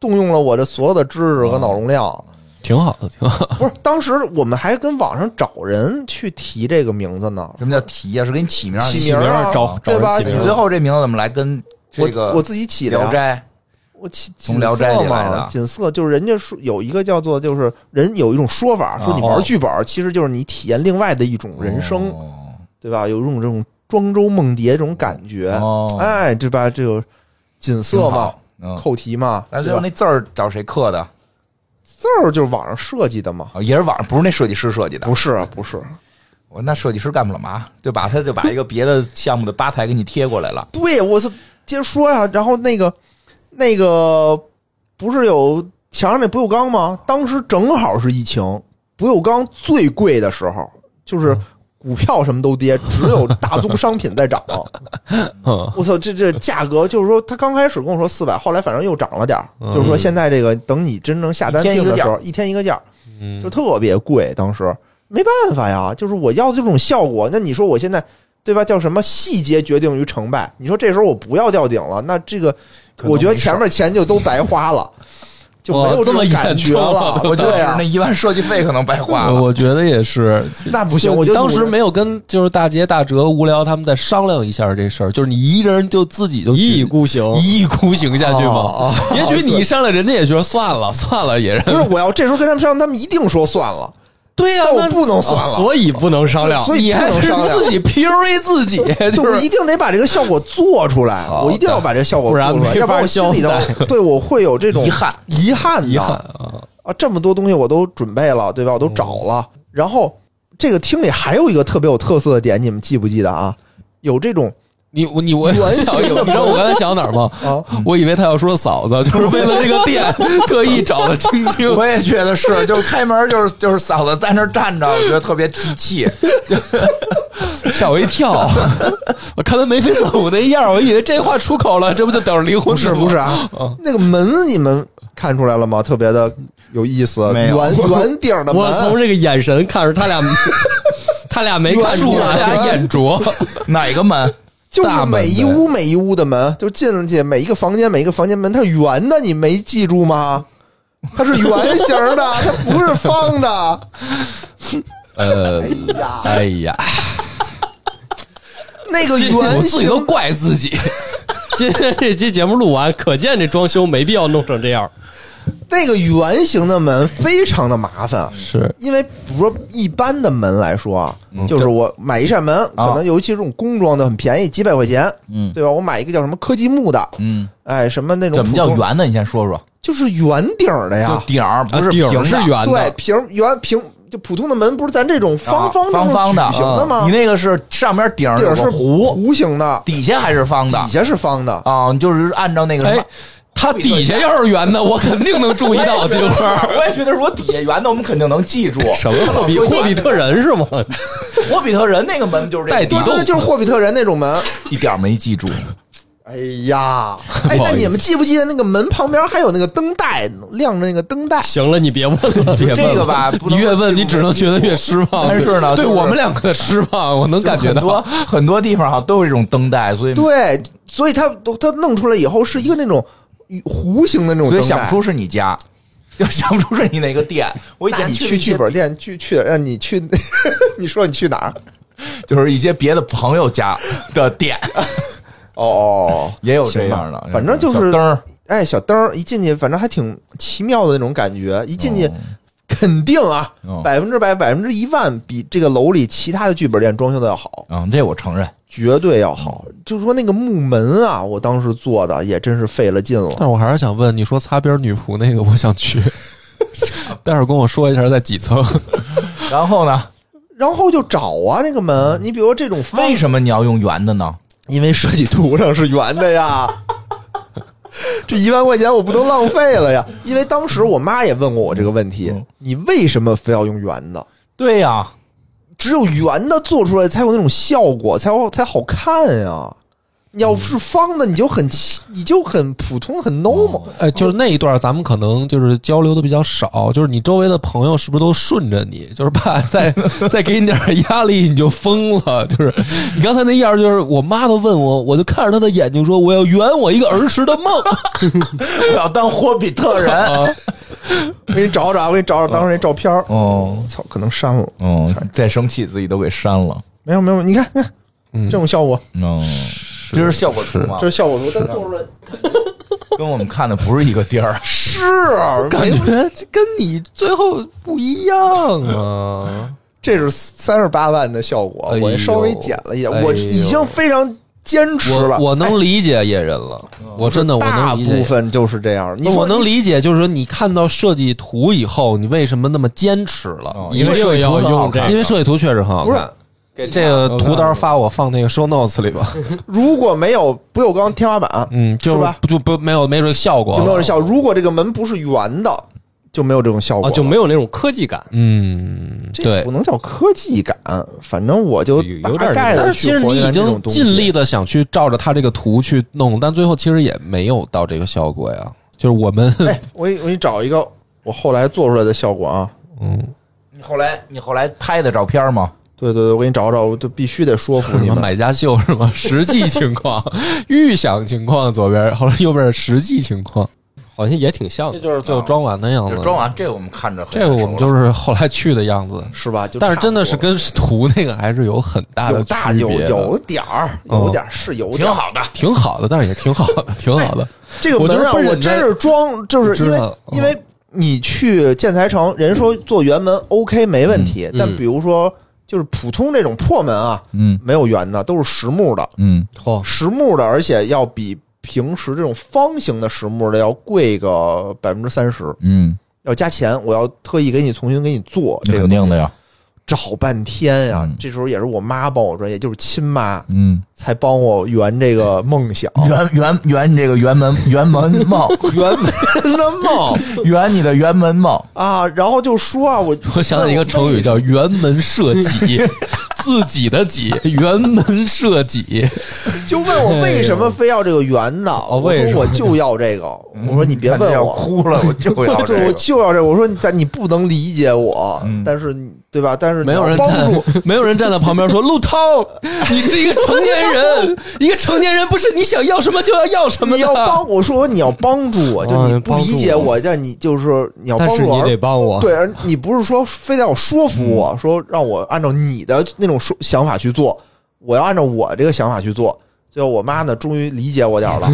S3: 动用了我这所有的知识和脑容量。
S1: 挺好的，挺好。
S3: 不是，当时我们还跟网上找人去提这个名字呢，
S2: 什么叫题呀？是给你起名儿，
S3: 起
S2: 你
S3: 名儿
S4: 起名
S3: 啊
S4: 儿找，
S3: 对吧？
S4: 找人起
S2: 你
S4: 名儿
S2: 最后这名字怎么来？跟这个
S3: 我我自己起的呀
S2: 聊斋
S3: 我起
S2: 从聊斋
S3: 锦
S2: 里
S3: 瑟
S2: 来的
S3: 嘛，锦瑟就是人家说有一个叫做就是人有一种说法，说你玩剧本儿其实就是你体验另外的一种人生，
S2: 哦
S3: 对吧？有一种这种庄周梦蝶这种感觉，
S2: 哦
S3: 哎，对吧？这有锦瑟嘛，
S2: 挺好嗯
S3: 扣题嘛，
S2: 咱
S3: 对
S2: 最后
S3: 吧？
S2: 那字儿找谁刻的？
S3: 字儿就是网上设计的嘛，
S2: 哦也是网上不是那设计师设计的
S3: 不。是啊不是，
S2: 我那设计师干不了嘛，对吧？他就把一个别的项目的吧台给你贴过来 了。
S3: 对我是接着说呀，然后那个那个不是有墙上那不锈钢吗？当时正好是疫情，不锈钢最贵的时候，
S2: 嗯
S3: 就是股票什么都跌，只有大 宗商品在涨。
S1: 嗯
S3: 我操，这这价格就是说，他刚开始跟我说四百，后来反正又涨了点儿。
S1: 嗯
S3: 就是说，现在这个等你真正下单
S2: 一天一
S3: 定
S2: 个
S3: 的时
S2: 价
S3: 候，一天一个价儿，
S1: 嗯
S3: 就特别贵。当时没办法呀，就是我要这种效果。那你说我现在对吧？叫什么细节决定于成败？你说这时候我不要吊顶了，那这个
S2: 可能
S3: 我觉得
S2: 没事儿
S3: 前面钱就都白 花了，就没
S1: 哇
S3: 有
S1: 这
S3: 种
S1: 么
S3: 感
S1: 严
S3: 觉
S1: 重
S3: 了
S1: 啊。
S3: 我觉得
S2: 就是
S3: 呀
S2: 那，一万设计费可能白花了。
S1: 我觉得也是。
S3: 那不行，我就
S1: 当时
S3: 努力
S1: 没有跟就是大杰、大哲、无聊他们再商量一下这事儿，就是你一个人就自己就
S4: 一意
S1: 举
S4: 孤行，
S1: 一意孤行下去
S3: 哦
S1: 吗？也许你
S3: 对
S1: 一上来，人家也觉得算了算了，也是
S3: 不是我要这时候跟他们商量，他们一定说算了，
S1: 对呀、
S3: 但我
S1: 那
S3: 不能算了。
S4: 所以不能商量
S3: 所。以
S1: 你
S3: 不
S1: 还
S3: 能
S1: 是
S3: 商量
S1: 自己 PUA 自己，
S3: 就
S1: 哎就是
S3: 一定得把这个效果做出来，我一定要把这个效果
S4: 不
S3: 做
S4: 然
S3: 出来，
S4: 没
S3: 要不然
S4: 法
S3: 我心里
S4: 交
S3: 头对我会有这种
S2: 遗憾
S3: 遗憾
S1: 遗憾
S3: 的
S1: 啊，
S3: 啊！这么多东西我都准备了，对吧？我都找
S1: 嗯
S3: 了，然后这个厅里还有一个特别有特色的点，你们记不记得啊？有这种
S1: 你我你我我想有，你知道我刚才想哪儿吗？
S3: 啊，
S1: 我以为他要说嫂子，就是为了这个店 特意找的青青。
S2: 我也觉得是，就是开门就是就是嫂子在那儿站着，我觉得特别提气。
S1: 吓我一 跳！我看他眉飞色舞那样，我以为这话出口 了，这不就等着离婚
S3: 不是
S1: 了吗
S3: 不是？啊，那个门你们看出来了吗？特别的有意思，
S2: 没有
S3: 圆圆顶的
S4: 我从
S3: 门，
S4: 这个眼神看着他俩， 他俩没看出
S1: 恕
S3: 原
S1: 大
S3: 来
S1: 家眼拙，
S2: 哪个门？
S3: 就是
S1: 大门
S3: 每一屋每一屋的门，就进去每一个房间每一个房间门，它是圆的，你没记住吗？它是圆形的，它不是方的。
S1: 呃，
S3: 呀，
S1: 哎呀，
S3: 那个
S1: 我
S3: 圆
S1: 自己
S3: 形
S1: 都怪自己。
S4: 今天这期节目录完，可见这装修没必要弄成这样。
S3: 那个圆形的门非常的麻烦，
S1: 是，
S3: 因为比如说一般的门来说啊，就是我买一扇门，
S2: 嗯啊
S3: 可能尤其这种工装的很便宜，几百块钱，
S2: 嗯
S3: 对吧？我买一个叫什么科技木的，
S2: 嗯，
S3: 哎，什么那种
S2: 怎么
S3: 普
S2: 叫
S3: 通？
S2: 圆的？你先说说。
S3: 就是圆顶儿的
S2: 就
S3: 呀，
S2: 顶儿不是
S4: 顶
S2: 平的，
S4: 是圆
S3: 对，
S4: 的，
S3: 平圆平就普通的门不是咱这种
S2: 啊
S3: 方方
S2: 方方
S3: 的
S2: 的
S3: 矩形的吗
S2: 你？那个是上边顶儿
S3: 顶
S2: 有
S3: 儿是
S2: 个弧，
S3: 弧形的，
S2: 底下还是方的
S3: 底下是方的，
S2: 啊？你就是按照那个什
S1: 哎
S2: 么。，
S1: 他底下要是圆的，我肯定能注意到，金花。
S2: 我也觉得，如果底下圆的，我们肯定能记住。
S4: 什么 霍比霍比特人是吗？
S2: 霍比特人那个门就是这个
S1: 带底
S3: 对
S1: 洞
S3: 对，就是霍比特人那种门。
S2: 一点儿没记住。
S3: 哎 呀，哎，
S1: 不好意
S3: 那
S1: 思
S3: 你们记不记得那个门旁边还有那个灯带，亮着那个灯带？
S4: 行了，你别问 了，别
S1: 别
S2: 这
S1: 问
S2: 个
S1: 了
S2: 吧不能
S1: 你越问你只能觉得越失望。
S2: 但是呢
S1: 对
S2: 就是
S1: 我们两个的失望，我能感觉
S2: 很多
S1: 到。
S2: 很多地方好像都有这种灯带，所以
S3: 对，所以它它弄出来以后是一个那种弧形的那种
S2: 所以
S3: 灯
S2: 想
S3: 带
S2: 不。出是你家，就想不出是你哪个店。我以
S3: 那
S2: 前
S3: 你
S2: 去了一些
S3: 去剧本店去去，让你去， 你说你去哪儿？
S2: 就是一些别的朋友家的 店，
S3: 哦哦，
S2: 也有这
S3: 行吧
S2: 样的。
S3: 反正就是
S2: 小灯儿
S3: 哎，小灯儿一进去，反正还挺奇妙的那种感觉。一进去，肯定啊
S2: 哦，
S3: 百分之百、百分之一万比这个楼里其他的剧本店装修的要好，
S2: 嗯，这我承认。
S3: 绝对要好。
S2: 嗯
S3: 就是说那个木门啊，我当时做的也真是费了劲了。
S2: 嗯
S1: 但是我还是想问，你说擦边女仆那个，我想 去，待会儿跟我说一下在几 层。
S2: 然后呢？
S3: 然后就找啊那个
S2: 嗯
S3: 门，你比如说这种方
S2: 为什么你要用圆的呢？
S3: 因为设计图上是圆的呀。 这一万块钱我不能浪费了呀！因为当时我妈也问过我这个问题
S2: 嗯，
S3: 你为什么非要用圆的？
S2: 对呀、
S3: 只有圆的做出来才有那种效果，才好才好看呀。要是方的，你就很奇你就很普通，很 normal。
S2: 嗯
S1: 哎，就是那一段，咱们可能就是交流的比较少，就是你周围的朋友是不是都顺着你？就是 怕再再给你点压力你就疯了。就是你刚才那样，就是我妈都问我，我就看着她的眼睛说，我要圆我一个儿时的梦。
S2: 我要当霍比特人。
S3: 我给你找找，我给你
S2: 嗯
S3: 找找当时那照片儿。
S2: 哦
S3: 操，可能删了。
S2: 哦，再生气自己都给删了。
S3: 没有没有，你看，看这种效果，
S2: 嗯，这是效果图吗？
S3: 这是效果图，但做出来
S2: 跟我们看的不是一个地儿。
S3: 是
S1: 感
S3: 没 有
S1: 觉哎这跟你最后不一样
S4: 嗯
S1: 啊！
S3: 这是三十八万的效果，
S1: 哎呦
S3: 我稍微减了一点，
S1: 哎呦
S3: 我已经非常坚持了。嗯哎
S1: 我我能理解野人了，我真的我
S3: 大
S1: 能理解
S3: 部。分就是这样。你
S1: 那
S3: 说
S1: 我能
S3: 你
S1: 理解，就是说你看到设计图以后，你为什么那么坚持了
S2: 哦？
S1: 因
S4: 一
S1: 为
S4: 定
S1: 设计图
S4: 要
S1: 很好
S4: 用这
S1: 看，
S4: 个
S1: 因为设计图确实很好
S3: 不是
S1: 看。给这个图单发我放那个 show notes 里吧。
S3: 如果没有不锈钢天花板，
S1: 嗯，就是
S3: 吧？
S1: 就不没有没准效果
S3: 就没有这效。如果这个门不是圆的，就没有这种效果
S1: 哦
S4: 啊，
S3: 了，
S4: 就没有那种科技感。
S1: 嗯，
S3: 这
S1: 对
S3: 不。能叫科技感，反正我就
S4: 有有
S3: 大
S4: 点
S3: 概
S1: 但
S3: 的
S1: 是其实你已经尽力的想去照着他这个图去弄，但最后其实也没有到这个效果呀。就是我们，
S3: 哎，我给我给你找一个我后来做出来的效果啊！
S1: 嗯，
S2: 你后来你后来拍的照片吗？
S3: 对对对，我给你找找，我就必须得说服
S1: 什
S3: 你
S1: 么
S3: 们。
S1: 买家秀是吗？实际情 况、预想情况左边，后来右边是实际情况，
S4: 好像也挺像
S1: 这
S4: 的。啊
S1: 就是最后装完的样
S2: 就
S1: 子。
S2: 装完这个我们看着很
S1: 这个我们
S2: 难受了
S1: 就是后来去的样子，
S3: 是吧？就
S1: 但是
S3: 差不
S1: 真的是
S3: 多
S1: 跟图那个还是啊有很大的
S3: 有大
S1: 区
S3: 有
S1: 别的哦
S3: 有点儿，有点儿是有点
S2: 挺
S3: 儿。
S2: 好的。
S1: 挺好的，但是也挺好的，挺好的。
S3: 这个
S1: 我就
S3: 门
S1: 是
S3: 啊，
S1: 奔着
S3: 我
S1: 人家
S3: 真是装，就是
S1: 我知
S3: 因为
S1: 道嗯
S3: 因为你去建材城，人说做圆门 OK 没问题，
S1: 嗯
S3: 但比如说就是普通这种破门啊，
S2: 嗯
S3: 没有圆的，都是实木的，
S2: 嗯，
S4: 嚯，
S3: 实木的，而且要比平时这种方形的实木的要贵个百分之三十，
S2: 嗯，
S3: 要加钱。我要特意给你重新给你做这
S2: 那
S3: 个
S2: 肯，定的呀。
S3: 找半天呀、
S2: 嗯
S3: 这时候也是我妈帮我转，也就是亲妈
S2: 嗯，
S3: 才帮我圆这个梦想。
S2: 圆圆圆你这个圆门圆门 梦，
S3: 圆门的梦
S2: 圆你的圆门梦。
S3: 啊，然后就说啊，我
S1: 我想起一个成语叫“辕门射己”， 自己的己，辕门射己。
S3: 就问我为什么非要这个圆的，我
S4: 为什
S3: 说
S4: 么
S3: 我就要这个，我说你别问
S2: 要
S3: 我，
S2: 哭了，我就要
S3: 对，
S2: 这
S3: 我
S2: 个。
S3: 就要这个，我说你但你不能理解我，
S2: 嗯
S3: 但是你对吧？但是你
S1: 没有
S3: 要
S1: 人
S3: 帮助，
S1: 站，没有人站在旁边说：“陆 涛，你是一个成年人，一个成年人不是你想要什么就要要什么
S3: 你要
S1: 的。
S3: 帮我说你要帮助我，就
S4: 啊
S3: 你不理解我，但你就是你要帮
S4: 但是
S3: 助
S4: 你
S3: 我，
S4: 得帮我。
S3: 对，而你不是说非得要说服我说让我按照你的那种说想法去做，我要按照我这个想法去做。最后我妈呢，终于理解我点儿了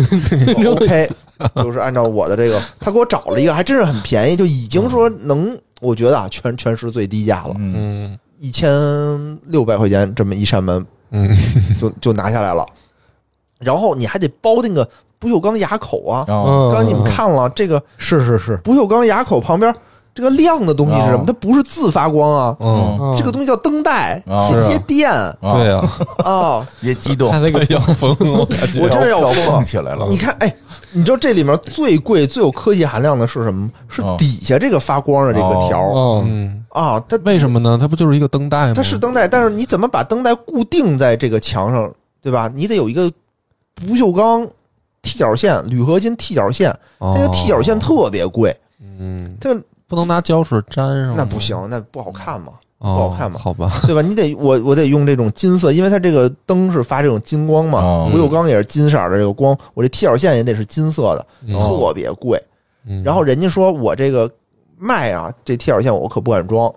S3: 我，OK，就是按照我的这个，她给我找了一个，还真是很便宜，就已经说能，我觉得啊，全全市最低价了，
S2: 嗯，
S1: 嗯
S3: 一千六百块钱这么一扇门
S1: 嗯，
S3: 就就拿下来了，然后你还得包那个不锈钢牙 口啊。
S2: 哦
S4: 嗯，
S3: 刚才你们看了这个
S4: 是是是，
S3: 不锈钢牙口旁边这个亮的东西是什么
S2: 哦？
S3: 它不是自发光啊，
S1: 嗯，
S3: 这个东西叫灯带，
S2: 哦
S3: 是接电
S1: 对啊，
S3: 啊。
S2: 别激动，
S4: 他那个
S1: 要疯了，
S3: 我 真是要疯
S2: 蹦
S3: 了！
S2: 起来了
S3: 你。看，哎，你知道这里面最贵、最有科技含量的是什么吗？是
S2: 哦
S3: 底下这个发光的这个条儿
S4: 嗯，
S1: 嗯，
S3: 啊，它
S1: 为什么呢？它不就是一个灯带吗？
S3: 它是灯带，但是你怎么把灯带固定在这个墙上，对吧？你得有一个不锈钢踢脚线、铝合金踢脚线，
S1: 哦
S3: 那个踢脚线，特别贵，
S1: 嗯，
S3: 它
S1: 不能拿胶水粘上吗，
S3: 那不行，那不好看嘛。
S1: 哦，
S3: 不好看嘛
S1: 好吧，
S3: 对吧？你得我我得用这种金色，因为它这个灯是发这种金光嘛
S2: 哦，
S3: 不锈钢也是金色儿的这个光，我这踢脚线也得是金色的，特别贵。
S1: 嗯
S3: 然后人家说我这个卖啊，这踢脚线我可不敢装，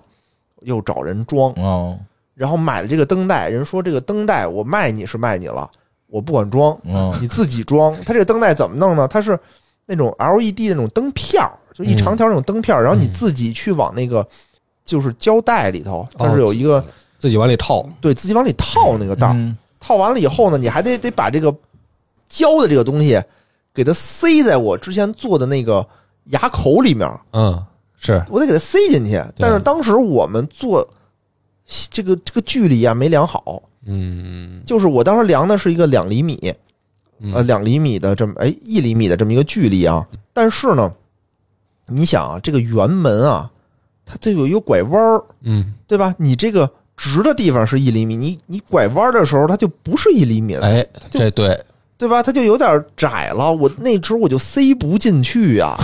S3: 又找人装，
S2: 哦，
S3: 然后买了这个灯带，人说这个灯带我卖你是卖你了，我不敢装，
S2: 嗯，
S3: 你自己装。它这个灯带怎么弄呢？它是那种 LED 那种灯片儿，就一
S2: 嗯
S3: 长条那种灯片儿，然后你自己去往那个就是胶带里头，它是有一个。
S4: 自己往里套，
S3: 对自己往里套那个袋儿，
S2: 哦嗯
S3: 套完了以后呢，你还得得把这个胶的这个东西给它塞在我之前做的那个牙口里面，
S1: 嗯是
S3: 我得给它塞进去。但是当时我们做这个这个距离啊没量好，
S1: 嗯
S3: 就是我当时量的是一个两厘米，呃，两厘米的这么哎一厘米的这么一个距离啊。但是呢，你想啊，这个圆门啊，它这有一个拐弯儿，
S1: 嗯，
S3: 对吧？你这个直的地方是一厘米，你你拐弯的时候它就不是一厘米了，
S1: 哎，
S3: 就
S1: 这对
S3: 对吧？它就有点窄了，我那只我就塞不进去呀、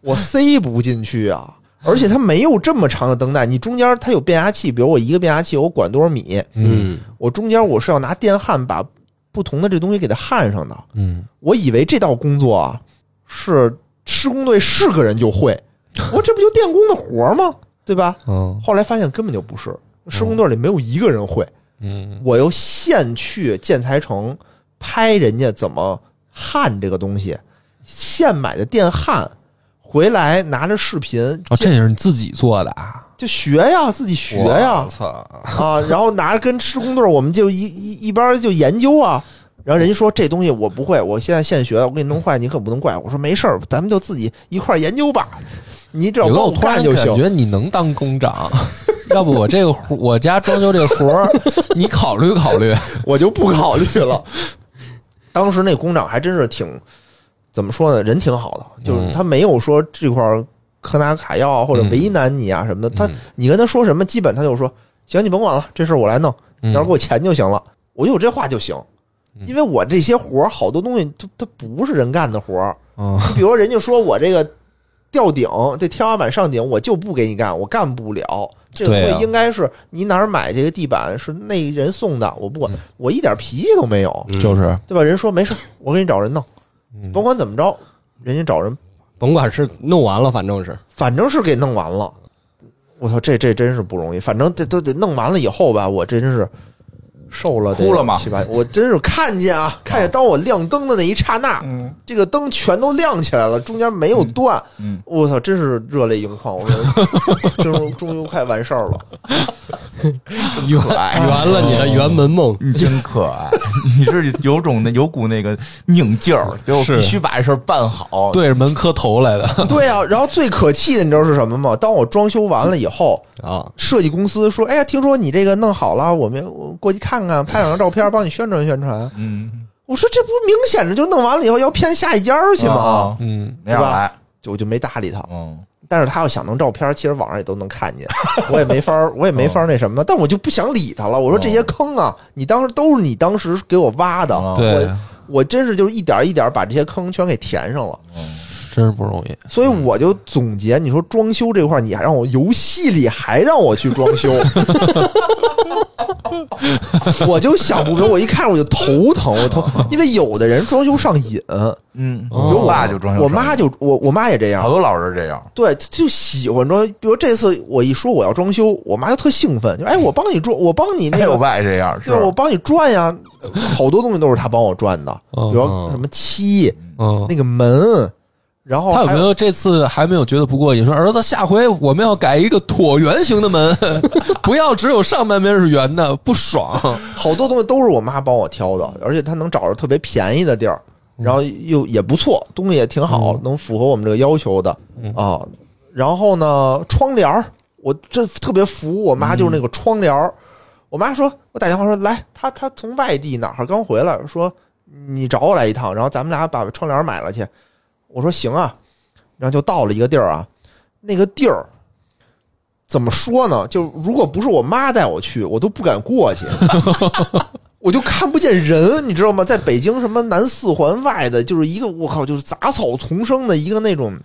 S3: 我塞不进去呀、而且它没有这么长的灯带，你中间它有变压器，比如我一个变压器我管多少米，
S4: 嗯，
S3: 我中间我是要拿电焊把不同的这东西给它焊上的。
S1: 嗯，
S3: 我以为这道工作啊是施工队是个人就会，我这不就电工的活儿吗？对吧？
S1: 嗯
S3: 后来发现根本就不是，施工队里没有一个人会。
S1: 嗯
S3: 我又现去建材城拍人家怎么焊这个东西，现买的电焊，回来拿着视频
S1: 哦，
S3: 就
S1: 这也是你自己做的啊？
S3: 就学呀，自己学呀
S1: 我操！
S3: 啊，然后拿着跟施工队儿，我们就一一一边儿就研究啊。然后人家说这东西我不会，我现在现学，我给你弄坏，你可不能怪我。我说没事儿，咱们就自己一块儿研究吧，你只要
S1: 有
S3: 帮
S1: 个我突
S3: 干
S1: 然
S3: 就
S1: 感
S3: 行。
S1: 觉你能当工长， 要不我这个活，我家装修这个活儿，你考虑考虑。
S3: 我就不考虑了。 当时那工长还真是挺怎么说呢，人挺好的，就是
S1: 嗯
S3: 他没有说这块儿柯拿卡要啊或者
S1: 嗯
S3: 为难你啊什么的。他
S1: 嗯
S3: 你跟他说什么，基本他就说行，你甭管了，这事儿我来弄，
S1: 嗯
S3: 你要是给我钱就行了，我有这话就行。因为我这些活儿，好多东西它它不是人干的活儿。
S1: 嗯
S3: 你比如人家说我这个吊顶，这天花板上顶，我就不给你干，我干不了。这个
S1: 对啊
S3: 东西应该是你哪儿买这个地板是那人送的，我
S1: 嗯
S3: 不管，我一点脾气都没有，
S4: 嗯
S1: 就是
S3: 对吧？人说没事，我给你找人弄，
S1: 嗯
S3: 甭管怎么着，人家找人，
S4: 甭管是弄完了，反正是
S3: 反正是给弄完了。我操，这这真是不容易。反正这都得弄完了以后吧，我这真是受了得
S2: 哭了吗
S3: 七八，我真是看见啊，看见当我亮灯的那一刹那，
S2: 嗯
S3: 这个灯全都亮起来了，中间没有断。
S2: 嗯，
S3: 我操，真是热泪盈眶！我 说，终终于快完事儿了。
S2: 真可 爱
S4: 圆了你的辕门梦。
S2: 你真可爱，你是有种那有股那个拧劲儿，就我
S1: 是
S2: 必须把这事儿办好。，
S1: 对着门磕头来的。
S3: 对啊，然后最可气的你知道是什么吗？当我装修完了以后，
S4: 啊，
S3: 设计公司说：“哎呀，听说你这个弄好了，我们我过去看看，拍两张照片，帮你宣传宣传。
S2: 嗯，”
S3: 我说：“这不明显着就弄完了以后要骗下一家儿去吗
S2: 啊？”
S1: 嗯，
S2: 没让来，
S3: 就我就没搭理他。
S2: 嗯，
S3: 但是他要想弄照片，其实网上也都能看见， 我也没法儿，我也没法儿那
S2: 嗯
S3: 什么，但我就不想理他了。我说这些坑啊，你当时都是你当时给我挖的，
S2: 哦
S1: 对，
S3: 我真是就是一点儿一点儿把这些坑全给填上了。
S2: 嗯
S1: 真是不容易。
S3: 所以我就总结，你说装修这块儿，你还让我游戏里还让我去装修， 我就想不明，我一看我就头疼，我头，因为有的人装修上瘾，
S2: 嗯，
S4: 哦
S2: 我爸就装修，
S3: 我妈就我我妈也这样
S2: 好，多老人这样，
S3: 对，就喜欢装。比如这次我一说我要装修，我妈就特兴奋，就哎，我帮你装，我帮你那
S2: 哎，我
S3: 个，
S2: 爸也这样，是
S3: 对，我帮你转呀，好多东西都是她帮我转的，比
S1: 嗯
S3: 如什么漆、
S1: 嗯，
S3: 那个门，然后
S1: 他有
S3: 还
S1: 没有这次还没有觉得不过瘾？说儿子，下回我们要改一个椭圆形的门， 不要只有上半边是圆的，不爽。
S3: 好多东西都是我妈帮我挑的，而且她能找着特别便宜的地儿，然后又也不错，东西也挺好，能符合我们这个要求的啊。然后呢，窗帘儿，我这特别服我妈，就是那个窗帘儿。我妈说，我打电话说来，她她从外地哪儿刚回来，说你找我来一趟，然后咱们俩把窗帘买了去。我说行啊，然后就到了一个地儿啊，那个地儿怎么说呢？就如果不是我妈带我去，我都不敢过去，我就看不见人，你知道吗？在北京什么南四环外的，就是一个我靠，就是杂草丛生的一个那种。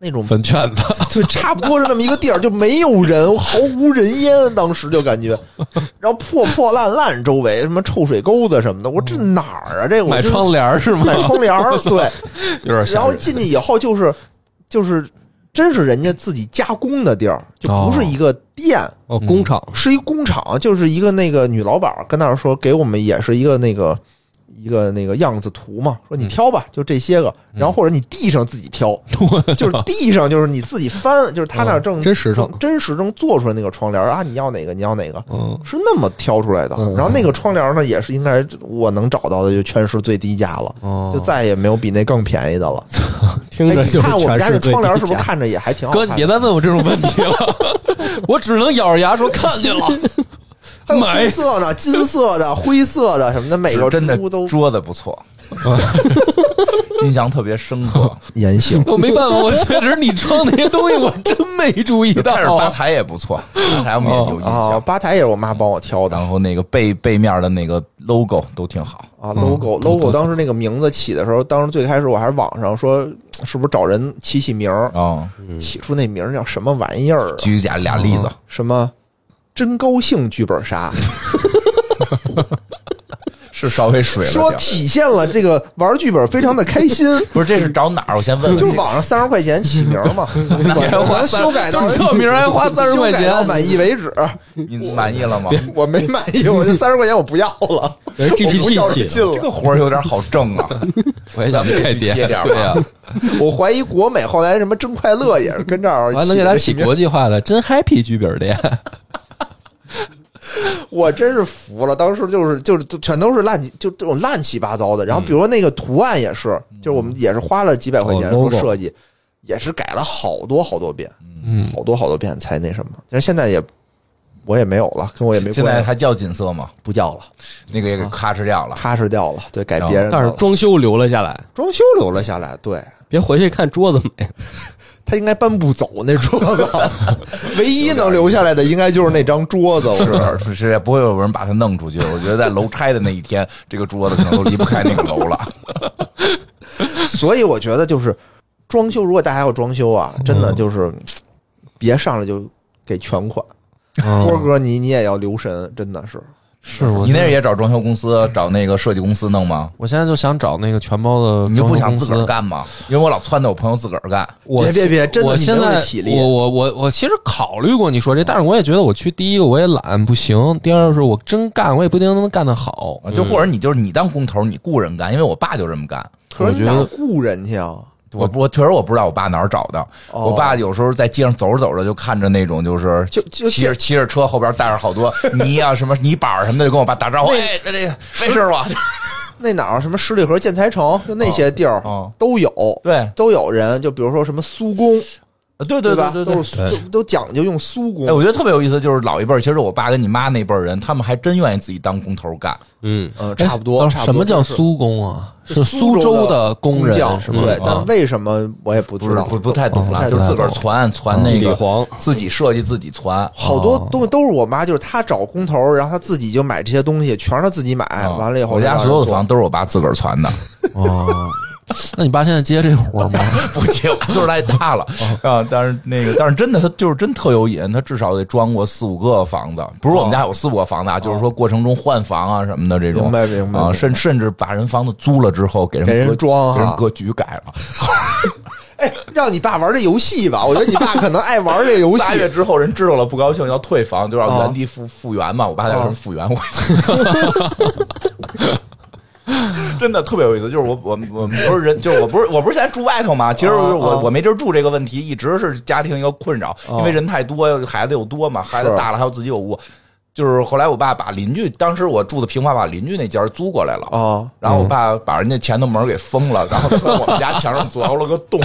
S3: 那种
S1: 坟圈子，
S3: 对，差不多是那么一个地儿，就没有人，毫无人烟，当时就感觉，然后破破烂烂，周围什么臭水沟子什么的，我说这哪儿啊？这我
S1: 买
S3: 这
S4: 哦
S1: 窗帘儿是吗？
S3: 买窗 帘儿，对，
S1: 有点
S3: 然
S1: 吓
S3: 后
S1: 人。
S3: 进去以后就是就是真是人家自己加工的地儿，就不是一个店，
S4: 哦，工厂
S3: 是一工厂，就是一个那个女老板儿跟那儿说给我们也是一个那个一个那个样子图嘛，说你挑
S4: 嗯
S3: 吧，就这些个，然后或者你地上自己 挑，就是地上就是你自己翻，就是他那儿正
S4: 哦真实诚
S3: 正真实正做出来那个窗帘儿啊，你要哪个你要哪个。
S1: 嗯，
S3: 是那么挑出来的，
S4: 嗯
S3: 然后那个窗帘儿呢，也是应该我能找到的，就全市最低价了，
S1: 哦
S3: 就再也没有比那更便宜的 了。
S4: 听着
S3: 哎
S4: 就
S3: 你
S4: 是
S3: 看我们
S4: 全
S3: 家
S4: 是
S3: 这
S4: 最
S3: 窗帘
S4: 低
S3: 是不是
S4: 价
S3: 看着也还挺好
S1: 哥，
S3: 看
S1: 你
S3: 的？
S1: 别再问我这种问题了， 我只能咬着牙说看见了，
S3: 还有
S1: 买
S3: 黑色的、金色的、灰色的什么的，每
S2: 是
S3: 个
S2: 真的
S3: 屋都
S2: 桌子不错，印象特别深刻。
S3: 言 行
S1: 我没办法，我确实你装那些东西我真没注意到
S2: 但是吧台也不错，吧台我们也有印
S3: 啊，
S2: 象。
S3: 吧台也是我妈帮我挑的
S2: 然后那个背背面的那个 logo 都挺好，
S3: 啊，logo logo 当时那个名字起的时候，当时最开始我还是网上说是不是找人起起名儿，
S2: 啊，
S1: 嗯
S3: 起出那名儿叫什么玩意儿啊？
S2: 举俩俩例子，
S3: 什么真高兴剧本杀，
S2: 是稍微水了
S3: 说
S2: 点儿。
S3: 体现了这个玩剧本非常的 开心。
S2: 不是，这是找哪儿？我先问问。
S3: 就是网上三十块钱起名儿嘛，晚上
S1: 花三
S3: 修改到
S1: 就这名儿还花30块钱
S3: 修改到满意为止。
S2: 你满意了吗？
S3: 我没满意，我这三十块钱我不要了，
S4: 人
S3: 我不较这
S4: GPT 起
S3: 劲
S4: 的，
S2: 这个
S3: 了。
S2: 活儿有点好挣 啊，
S1: 我也想开店，
S2: 接点儿吧
S1: 对呀、
S3: 我怀疑国美后来什么真快乐也是跟 这儿
S1: 我还能给他起
S3: 名
S1: 国际化的，真 happy 剧本店，
S3: 我真是服了，当时就是就是就全都是烂七，就这种乱七八糟的。然后比如说那个图案也是，就是我们也是花了几百块钱
S1: 哦
S3: 说
S1: logo
S3: 设计，也是改了好多好多遍，
S1: 嗯，
S3: 好多好多遍才那什么。但是现在也我也没有了，跟我也没
S2: 现在
S3: 关系，
S2: 还叫锦色吗？
S3: 不叫了，
S2: 那个也给咔哧掉了。
S3: 踏实掉了，对，改别人的
S4: 但是
S3: 了
S4: 装修留了下来，
S3: 装修留了下来，对。
S4: 别回去看桌子没。
S3: 他应该搬不走那桌子， 唯一能留下来的应该就是那张桌子。我觉得
S2: 是是，不会有人把它弄 出去。我觉得在楼拆的那一天，这个桌子可能都离不开那个楼 了。
S3: 所以我觉得就是装修，如果大家要装修啊，真
S1: 嗯
S3: 的就是别上来就给全款。波哥，你你也要留神，真的是
S1: 嗯是我
S2: 你那儿也找装修公司、找那个设计公司弄吗？
S1: 我现在就想找那个全包的
S2: 你就不
S1: 装修
S2: 想
S1: 公
S2: 自
S1: 司
S2: 个儿干吗？因为我老撺掇我朋友自个儿干。
S1: 我
S3: 别别别真的
S1: 我
S3: 你没
S1: 现
S3: 有
S1: 在
S3: 那体力啊
S1: 我我我我其实考虑过你说这，但是我也觉得我去第一个我也懒不行，第二是我真干我也不一定能干得好。
S2: 啊就或者
S3: 嗯
S2: 你就是你当工头，你雇人干，因为我爸就这么干。
S3: 可是你哪雇人去啊？
S2: 我我确实我不知道我爸哪儿找的，
S3: 哦
S2: 我爸有时候在街上走着走着就看着那种就是
S3: 就就
S2: 骑着骑着车后边带着好 多泥啊什么泥板儿什么的，就跟我爸打招呼，哎，这这没事吧？
S3: 那哪儿什么十里河建材城，就那些地儿
S1: 嗯
S2: 哦
S3: 都有，
S2: 对
S3: 都有人。就比如说什么苏工，
S2: 对对
S3: 吧？
S2: 对
S3: 都
S2: 对。
S3: 是苏都都讲究用苏工
S2: 哎，。我觉得特别有意思，就是老一辈儿，其实我爸跟你妈那辈儿人，他们还真愿意自己当工头干。
S4: 嗯，
S3: 嗯，差不多。
S1: 哎
S3: 差不
S1: 什
S3: 多
S1: 么叫
S3: 就是
S1: 苏工啊？是
S3: 就
S1: 苏
S3: 州
S1: 州的工人
S3: 匠
S1: 是吗？
S3: 对
S1: 啊，
S3: 但为什么我也
S2: 不
S3: 不知
S2: 是
S3: 道，
S2: 不不太懂
S3: 哦不太
S2: 了，就
S3: 懂哦
S2: 是自个儿传传那
S4: 李
S2: 个
S4: 黄
S2: 自己设计自己传，
S3: 好多东西都是我妈，就是她找工头儿，然后她自己就买这些东西，全是她自己买。哎完了以后，
S2: 哦啊我家
S3: 她
S2: 所有的
S3: 往
S2: 房
S3: 上
S2: 都是我爸自个儿传的，
S1: 哦，那你爸现在接这活儿吗？
S2: 不接，我岁数太大了
S3: 哦
S2: 啊。但是那个，但是真的，他就是真特有瘾，他至少得装过四五个房子，不是我们家有四五个房子啊，就是说过程中换房啊什么的这种，
S3: 哦明白明白
S2: 啊，
S3: 明白
S2: 甚甚至把人房子租了之后给人
S3: 给人
S2: 格
S3: 装
S2: 给人
S3: 哈
S2: 格局改了，
S3: 做哎，让你爸玩这游戏吧，我觉得你爸可能爱玩这个游 戏。
S2: 仨月之后人知道了不高兴要退房，就让
S3: 啊
S2: 原地复复原嘛。我爸在
S3: 啊
S2: 什么复原我。 真的特别有意思，就是我我我不是人，就是我不是我不是现在住外头嘛，其实
S3: 啊
S2: 我、
S3: 啊
S2: 我没地儿住这个问题一直是家庭一个困扰，因为人太多，孩子又多嘛，孩子
S3: 哦是
S2: 大了还有自己有屋，就是后来我爸把邻居，当时我住的平房，把邻居那间儿租过来了，
S3: 啊，
S2: 然
S1: 嗯
S2: 后我爸把人家前头门给封了，然后在我们家墙上凿了个 洞。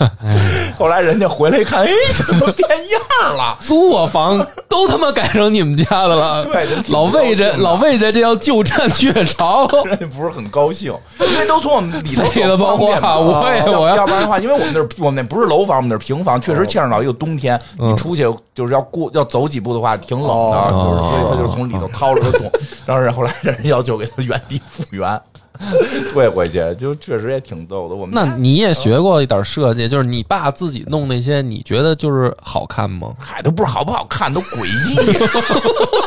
S2: 后来人家回来一看，哎，怎么变样了？
S1: 租我房都他妈改成你们家的了。
S2: 对人挺
S1: 老魏
S2: 高
S1: 这
S2: 兴的
S1: 老魏在这要旧占鹊巢，
S2: 人家 不是很高兴，因为都从我们里头
S1: 废了吧
S2: 走方便嘛
S1: 话啊我也
S2: 要
S1: 我要哦
S2: 要不然的话，因为我们那儿我们那不是楼房，我们那是平房，确实牵扯到一个冬天，
S1: 嗯
S2: 你出去就是要过要走几步的话，挺冷的，
S1: 哦
S2: 就是所以他就是从里头掏了个洞， 然后后来人家要求给他原地复原， 退回去，就确实也挺逗的。我们
S1: 那你也学过一点设计，就是你爸自己弄那些，你觉得就是好看吗？
S2: 嗨，都不是好不好看，都诡异。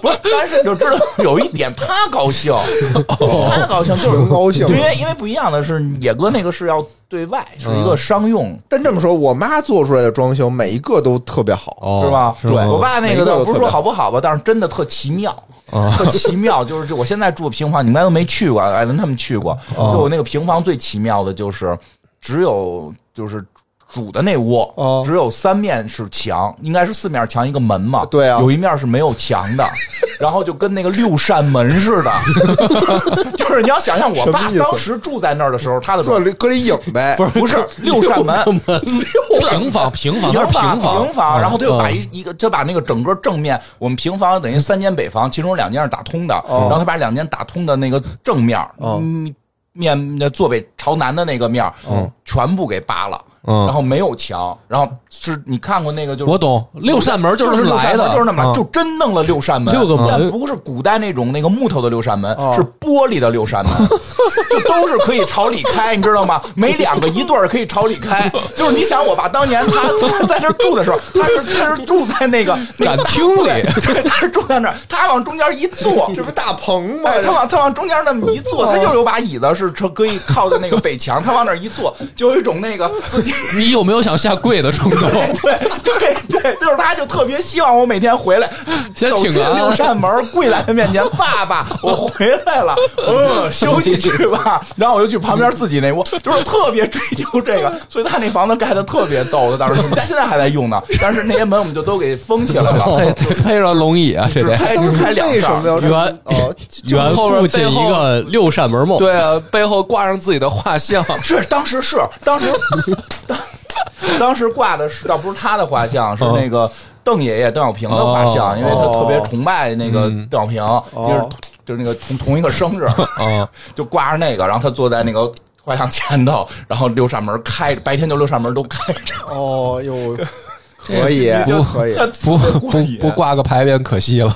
S2: 不是，但是你就知道有一点，他高兴，他高兴就是
S3: 纯高兴
S2: 因为因为不一样的是，野哥那个是要对外，是一个商用，
S3: 但这么说，我妈做出来的装修每一个都特别好。
S1: 哦
S2: 是吧？
S1: 是
S2: 对
S1: 吗
S2: 我爸那个
S3: 每一个都
S2: 倒不是
S3: 特别
S2: 说好不好吧，但是真的特奇妙，特奇妙。就是这我现在住的平房，你们应该都没去过，艾文他们去过。就我那个平房最奇妙的就是只有就是主的那屋
S3: 哦
S2: 只有三面是墙，应该是四面墙一个门嘛。
S3: 对啊
S2: 有一面是没有墙的，然后就跟那个六扇门似的。就是你要想象我
S3: 什
S2: 爸
S3: 么意思
S2: 当时住在那儿的时候，他的
S3: 做了搁里影呗，不是
S2: 不是六扇门，
S1: 平房平房，它是
S2: 平
S1: 平房，嗯
S2: 平房，然后他又把一一个，就把那个整个正面，我们平房等于三间北房，其中有两间是打通的，然后他把两间打通的那个正面，嗯，面那坐北朝南的那个面，嗯，全部给扒了，
S1: 嗯
S2: 然后没有墙，然后是你看过那个就是
S1: 我懂，六扇门
S2: 就是是六扇
S1: 来
S2: 门
S1: 的，
S2: 就是那么来，
S1: 嗯
S2: 就真弄了六扇门，
S4: 啊六个门
S2: 但不是古代那种那个木头的六扇门
S3: 哦，
S2: 是玻璃的六扇 门，就都是可以朝里开，你知道吗？每两个一对儿可以朝里开， 就是你想我爸当年他他在这儿住的时候，他是他是住在那个
S1: 展厅里，
S2: 对，他是住在那儿，他往中间一坐，
S3: 这不大棚吗？
S2: 哎，他往他往中间那么一坐，
S1: 哦
S2: 他就是有把椅子是可以靠在那个北墙，他往那儿一坐，就有一种那个自己
S1: 你有没有想下跪的冲动？
S2: 对对对，就是他，就特别希望我每天回来，
S1: 先
S2: 走
S1: 请
S2: 进
S1: 安
S2: 六扇门，跪在他面前，爸爸，我回来了，嗯，休息去吧。然后我就去旁边自己那屋，就是特别追求这个，所以他那房子盖的特别逗的，当时我们家现在还在用呢，但是那些门我们就都给封起来
S1: 配
S2: 了。
S1: 配配上龙椅啊，这
S2: 只
S1: 得。
S2: 开
S3: 当
S2: 只
S3: 时
S2: 开两
S3: 为什
S2: 扇
S3: 么，要这么
S4: 原
S3: 哦？就就
S4: 原
S1: 后边
S4: 父亲一个六扇门梦，
S1: 对啊，背后挂上自己的画像，
S2: 是当时是 当时当当时挂的是倒不是他的画像，是那个邓爷爷邓小平的画像，
S1: 哦
S2: 因为他特别崇拜那个邓小平，就是就是那个同同一个生日，
S1: 嗯，
S2: 就挂着那个，然后他坐在那个画像前头，然后六扇门开着，白天就六扇门都开着。
S3: 哦 哟，可以啊
S1: 就
S3: 可以，
S2: 他
S1: 哎不
S2: 特别过
S1: 不
S2: 瘾
S1: 不，挂个牌匾可惜了。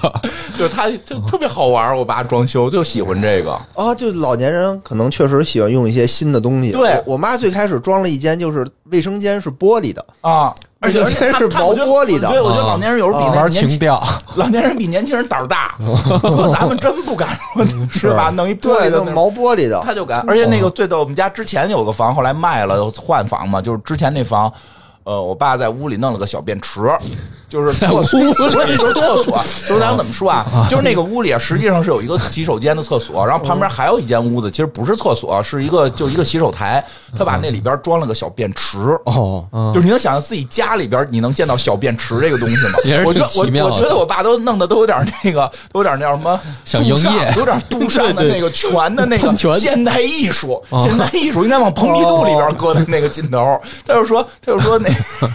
S2: 就是他就特别好玩。我爸装修就喜欢这个，
S3: 啊，就老年人可能确实喜欢用一些新的东西。
S2: 对
S3: 我我妈最开始装了一间，就是卫生间是玻璃的，
S2: 啊，而且
S3: 而且是毛玻璃的
S2: 对，我觉得老年人有时候比
S1: 啊
S2: 那
S1: 玩
S2: 年轻
S1: 情调，
S2: 老年人比年轻人胆儿大，
S1: 哦
S2: 说 咱们真不敢说，
S1: 嗯
S2: 是吧？弄一玻璃的
S3: 对，那
S2: 那
S3: 种
S2: 种
S3: 毛。玻璃的，
S2: 他就敢，而且
S1: 哦
S2: 那个最逗，我们家之前有个房，后来卖了换房嘛，就是之前那房，呃，我爸在屋里弄了个小便池，就是
S1: 在
S2: 厕所
S1: 屋里
S2: 不是就是厕所，就是咱怎么说啊？就是那个屋里啊实际上是有一个洗手间的厕所，然后
S1: 哦
S2: 旁边还有一间屋子，其实不是厕所，啊是一个就一个洗手台，他把那里边装了个小便池，
S1: 哦，
S2: 就是你能想象自己家里边你能见到小便池这个东西吗
S1: 也是？
S2: 我觉得
S1: 挺
S2: 我
S1: 奇妙的
S2: 我觉得我爸都弄得都有点那个，都有点那叫 什么，
S1: 想营业
S2: 杜尚有点杜尚 的那个全的那
S4: 喷泉
S2: 个现代艺术，
S1: 哦
S2: 现代艺术应该往蓬皮杜里边搁的那个劲头。他就说，他就说那，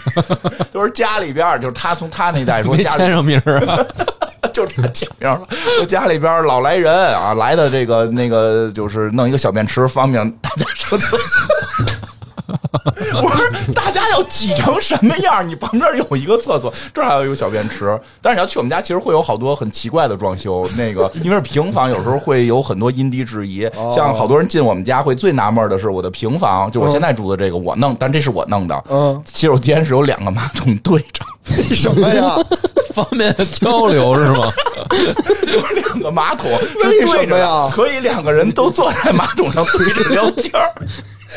S2: 就说家里边就是他从他那代说
S1: 没
S2: 家里
S1: 签上名儿啊，
S2: 就是他前面了，说家里边老来人啊，来的这个那个就是弄一个小便池，方便大家上厕所。 我说大家要挤成什么样？你旁边有一个厕所，这儿还有一个小便池。但是你要去我们家，其实会有好多很奇怪的装修。那个因为是平房，有时候会有很多因地制宜。像好多人进我们家会最纳闷的是，我的平房就我现在住的这个我弄，但这是我弄的。
S3: 嗯，
S2: 洗手间是有两个马桶对着。
S3: 什么呀？
S1: 方便交流是吗？
S2: 有两个马桶，是
S3: 为
S2: 对
S3: 什么
S2: 着
S3: 呀
S2: 的可以两个人都坐在马桶上对着聊天 儿，啊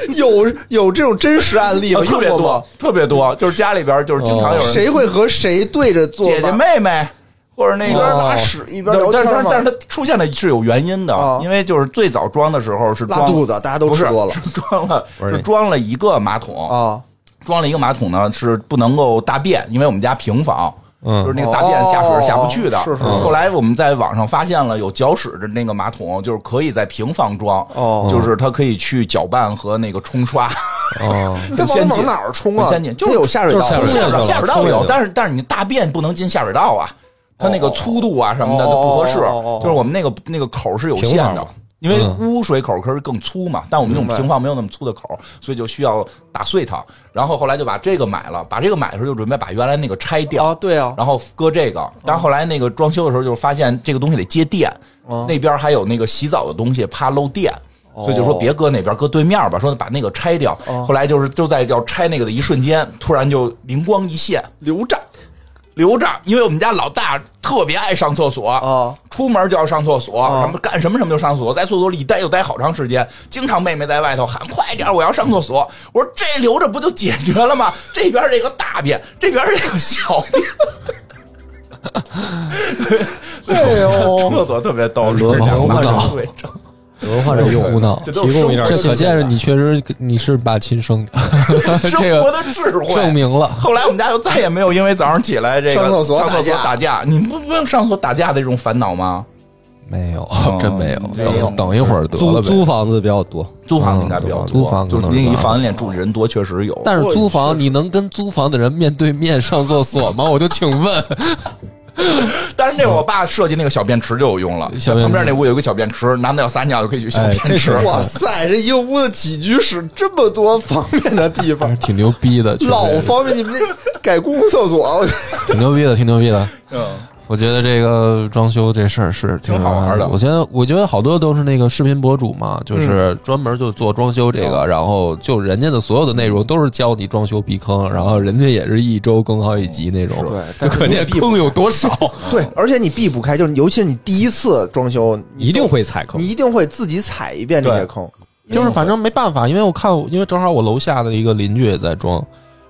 S3: 有有这种真实案例吗？
S2: 特
S3: 用
S2: 别
S3: 过吗哦
S2: 多？，特别多，就是家里边就是经常有人、
S3: 谁会和谁对着坐？
S2: 姐姐妹妹或者那
S3: 一边
S2: 个。
S3: 拉屎一边
S2: 但
S3: 聊
S2: 但
S3: 天
S2: 是
S3: 吗
S2: 但是它出现的是有原因的，
S3: 哦
S2: 因为就是最早装的时候是
S3: 拉
S2: 装
S3: 肚子，大家都
S2: 不
S3: 吃
S2: 是
S3: 多了
S2: 是装了
S1: 不是
S2: 是
S1: 那
S2: 装了一个马桶，
S3: 啊。
S2: 装了一个马桶呢是不能够大便，因为我们家平房。
S1: 嗯
S2: 就是那个大便下水
S3: 哦
S2: 是下不去的。嗯
S3: 是是
S2: 后来我们在网上发现了有搅屎的那个马桶，就是可以在平房装，
S3: 哦
S2: 就是它可以去搅拌和那个冲刷。
S1: 哦，
S3: 那
S2: 很先
S3: 往往
S2: 进
S3: 哪儿冲啊？
S2: 很先进就
S3: 它
S2: 是
S3: 有下水
S1: 就是
S3: 道
S1: 下
S3: 吗，
S1: 水道
S2: 下水道
S1: 冲下
S2: 有
S1: 去，
S2: 但是但是你大便不能进下水道啊，它那个粗度啊什么的
S3: 哦
S2: 它不合适
S3: 哦哦哦哦。
S2: 就是我们那个那个口是有限
S1: 平房
S2: 的
S1: 嘛。
S2: 因为
S1: 嗯
S2: 污水口可是更粗嘛，但我们这种
S3: 明白
S2: 平房没有那么粗的口，所以就需要打碎它。然后后来就把这个买了，把这个买的时候就准备把原来那个拆掉。
S3: 啊，对啊，
S2: 然后搁这个，但后来那个装修的时候，就是发现这个东西得接电，那边还有那个洗澡的东西，怕漏电。所以就说别搁那边，搁对面吧。说把那个拆掉。后来就是就在要拆那个的一瞬间，突然就灵光一现，
S3: 留着
S2: 留着，因为我们家老大特别爱上厕所，
S3: 啊
S2: 出门就要上厕所，
S3: 啊
S2: 什么干什么什么就上厕所，在厕所里一待就待好长时间，经常妹妹在外头喊快点，我要上厕所。我说这留着不就解决了吗？这边这个大便，这边这个小便。
S3: 哎呦，
S2: 厕所特别逗，
S3: 哎
S1: 轮
S2: 是
S3: 哦
S1: 流
S2: 两个
S1: 不
S2: 人
S1: 到
S2: 对着
S4: 文化人用
S1: 哎胡闹。
S2: 这都是
S4: 提供一点
S2: 生
S1: 这
S2: 活
S1: 可
S2: 的
S1: 见是你确实你是把亲 生的，这
S2: 生
S1: 个
S2: 活的智慧
S1: 证明了。
S2: 后来我们家就再也没有因为早上起来这个
S3: 上厕所
S2: 上厕所
S3: 打架
S2: 打架，你不不用上厕所打架的这种烦恼吗？
S1: 嗯没有， 真哦没有。
S2: 没有
S1: 等等一会儿得
S4: 租
S1: 了呗。
S4: 租房子比较多，
S2: 租房应该比较多，
S1: 租房可
S2: 啊就
S1: 能
S2: 是
S1: 是
S2: 因为
S1: 吧
S2: 一房间里住的人多，确实有。
S1: 但是租
S3: 我
S1: 房，你能跟租房的人面对面上厕所吗？我就请问，
S2: 但是那我爸设计那个小便池就有用了，
S1: 小便池哎
S2: 旁边那屋有一个小便池，男的要撒尿就可以去小便池。
S3: 哇塞，这一个屋子起居室这么多方便的 地
S1: 还
S3: 方
S1: 是，挺牛逼的，确实
S3: 老方便，你们这改公共厕所，啊 我
S1: 挺牛逼的，挺牛逼的。
S2: 嗯，
S1: 我觉得这个装修这事儿是
S2: 挺好玩的嗯
S1: 我觉得，我觉得好多都是那个视频博主嘛，就是专门就做装修这个，然后就人家的所有的内容都是教你装修避坑，然后人家也是一周更好几集那种，
S3: 对
S1: 就
S3: 但是
S1: 可见
S3: 你避
S1: 坑有多 少。
S3: 对，而且你避不开，就是尤其是你第一次装修，你
S4: 一定会踩坑
S3: 你。一定会自己踩一遍这些
S2: 对
S3: 坑，
S1: 就是反正没办法，因为我看，因为正好我楼下的一个邻居也在装，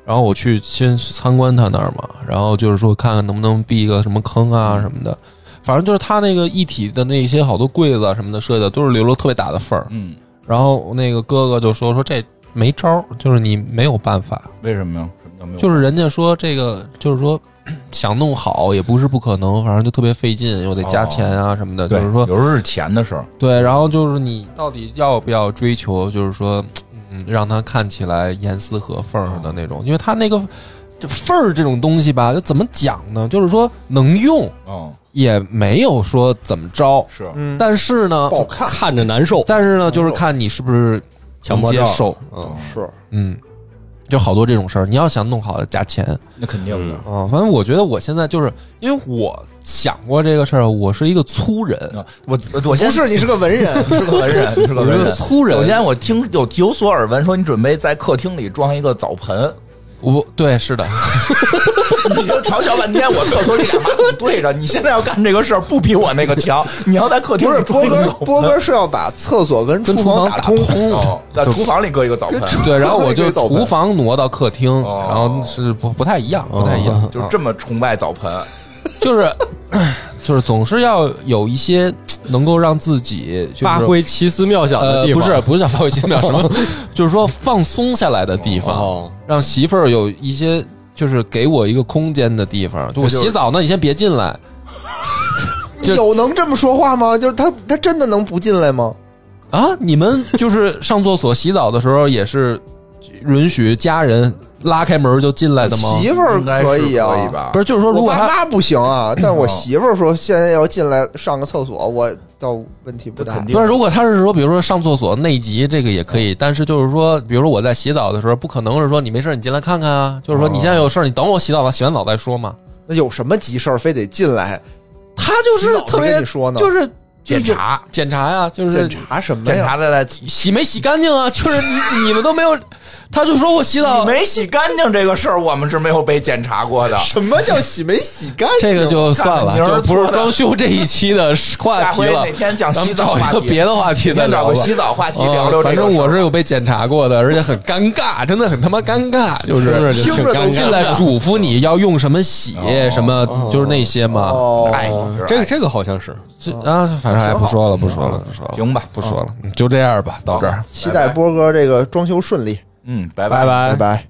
S1: 然后我去先去参观他那儿嘛，然后就是说看看能不能避一个什么坑
S2: 嗯
S1: 啊什么的，反正就是他那个一体的那些好多柜子啊什么的设计的都是留了特别大的缝儿，
S2: 嗯，
S1: 然后那个哥哥就说说这没招儿，就是你没有办法，
S2: 为什么呀？什么叫没有？
S1: 就是人家说这个就是说 想弄好也不是不可能，反正就特别费劲，又得加钱啊什么的，就
S2: 对，
S1: 是说
S2: 有时候是钱的事儿。
S1: 对，然后就是你到底要不要追求，就是说，嗯，让它看起来严丝合缝儿的那种，因为它那个这缝儿这种东西吧，就怎么讲呢？就是说能用，
S2: 嗯，
S1: 也没有说怎么着，
S2: 是
S3: 嗯，
S1: 但是呢
S3: 不，好看
S4: 看着难受，
S1: 但是呢，就是看你是不是
S4: 强
S1: 能
S4: 迫
S1: 接
S4: 症
S1: 受，
S4: 哦
S2: 嗯，
S3: 是
S1: 嗯。就好多这种事儿，你要想弄好加钱
S2: 那肯定的。
S1: 啊、反正我觉得我现在就是因为我想过这个事儿，我是一个粗人，
S2: 嗯我我我先
S3: 不是你是个文人，
S2: 你是个文人，你是个
S1: 我
S2: 文
S1: 是个
S2: 人。
S1: 粗人。
S2: 首先，我听有有所耳闻，说你准备在客厅里装一个澡盆。
S1: 我对是的，
S2: 你就嘲笑半天，我厕所里俩马桶对着。你现在要干这个事儿，不比我那个强。你要在 客厅
S3: 不
S2: 里
S3: 是
S2: 装
S3: 波
S2: 一个
S3: 哥
S2: 澡，盆
S3: 波哥是要把厕所跟
S1: 跟
S3: 厨
S1: 厨房
S3: 打
S1: 打
S3: 通，
S2: 哦，在厨房里搁一个澡盆，
S1: 对， 然后我就
S3: 走吧
S1: 厨房挪到客厅，
S2: 哦
S1: 然后是不不太一样，不太一 样，
S2: 就是这么崇拜澡盆。
S1: 就是 就是总是要有一些能够让自己就是
S4: 发挥奇思妙想的
S1: 呃
S4: 地
S1: 不
S4: 方。
S1: 是不是叫发挥奇妙什么，就是说放松下来的地方，
S4: 哦，
S1: 让媳妇儿有一些就是给我一个空间的地方。就我
S2: 就是
S1: 洗澡呢，你先别进来，这
S3: 有能这么说话吗？就是他他真的能不进来吗？
S1: 啊，你们就是上厕所洗澡的时候也是允许家人拉开门就进来的吗？
S3: 媳妇儿
S2: 应该是
S3: 可
S2: 可
S3: 以啊，
S2: 吧？
S1: 不是，就是说如
S3: 我
S1: 果他
S3: 爸
S1: 嗯
S3: 妈不行啊，但我媳妇儿说现在要进来上个厕所，我倒问题不
S2: 这
S3: 大
S2: 肯。定
S1: 不是，如果他是说，比如说上厕所内急，这个也可以，但是就是说，比如说我在洗澡的时候，不可能是说你没事儿你进来看看啊，就是说你现在有事儿你等我洗澡完洗完澡再说嘛。
S3: 那有什么急事儿非得进来？
S1: 他就是特
S3: 洗澡时候跟
S1: 别
S3: 你说呢
S1: 就是
S2: 检查
S1: 检查呀、就是
S3: 检查什么
S2: 检
S3: 呀？
S2: 查的来，
S1: 洗没洗干净啊， 就是你你们都没有，他就说我洗澡
S2: 你没洗干净这个事儿，我们是没有被检查过的。
S3: 什么叫洗没洗干净？
S1: 这个就算了，
S2: 看看明儿
S1: 就不
S2: 搓
S1: 是
S2: 的
S1: 装修这一期的话
S2: 下
S1: 题
S2: 回
S1: 了
S2: 哪。天讲
S1: 咱
S2: 洗
S1: 们
S2: 澡
S1: 找一
S2: 话
S1: 个
S2: 题，
S1: 别的话题
S2: 今
S1: 再
S2: 天找
S1: 聊
S2: 个
S1: 吧。
S2: 洗澡话题聊
S1: 啊
S2: 聊。，
S1: 反正我是有被检查过的，而且很尴尬，真的很他妈尴尬，就是
S4: 是就
S3: 听
S4: 挺
S3: 着都
S4: 尴
S1: 进
S4: 尬
S1: 来
S4: 的。
S1: 嘱咐你要用什么洗，
S2: 哦
S1: 什么就是那些嘛。
S3: 哦，
S2: 哎，你知道
S4: 嗯这个这个好像是
S1: 这啊，反正哎，
S3: 挺好
S1: 不说了，不说
S2: 哦
S1: 了，不说了，
S2: 行吧？
S1: 不说了，嗯就这样吧，到这儿。
S3: 期待波哥这个装修顺利，
S2: 嗯，拜
S4: 拜
S2: 拜。
S3: 拜拜。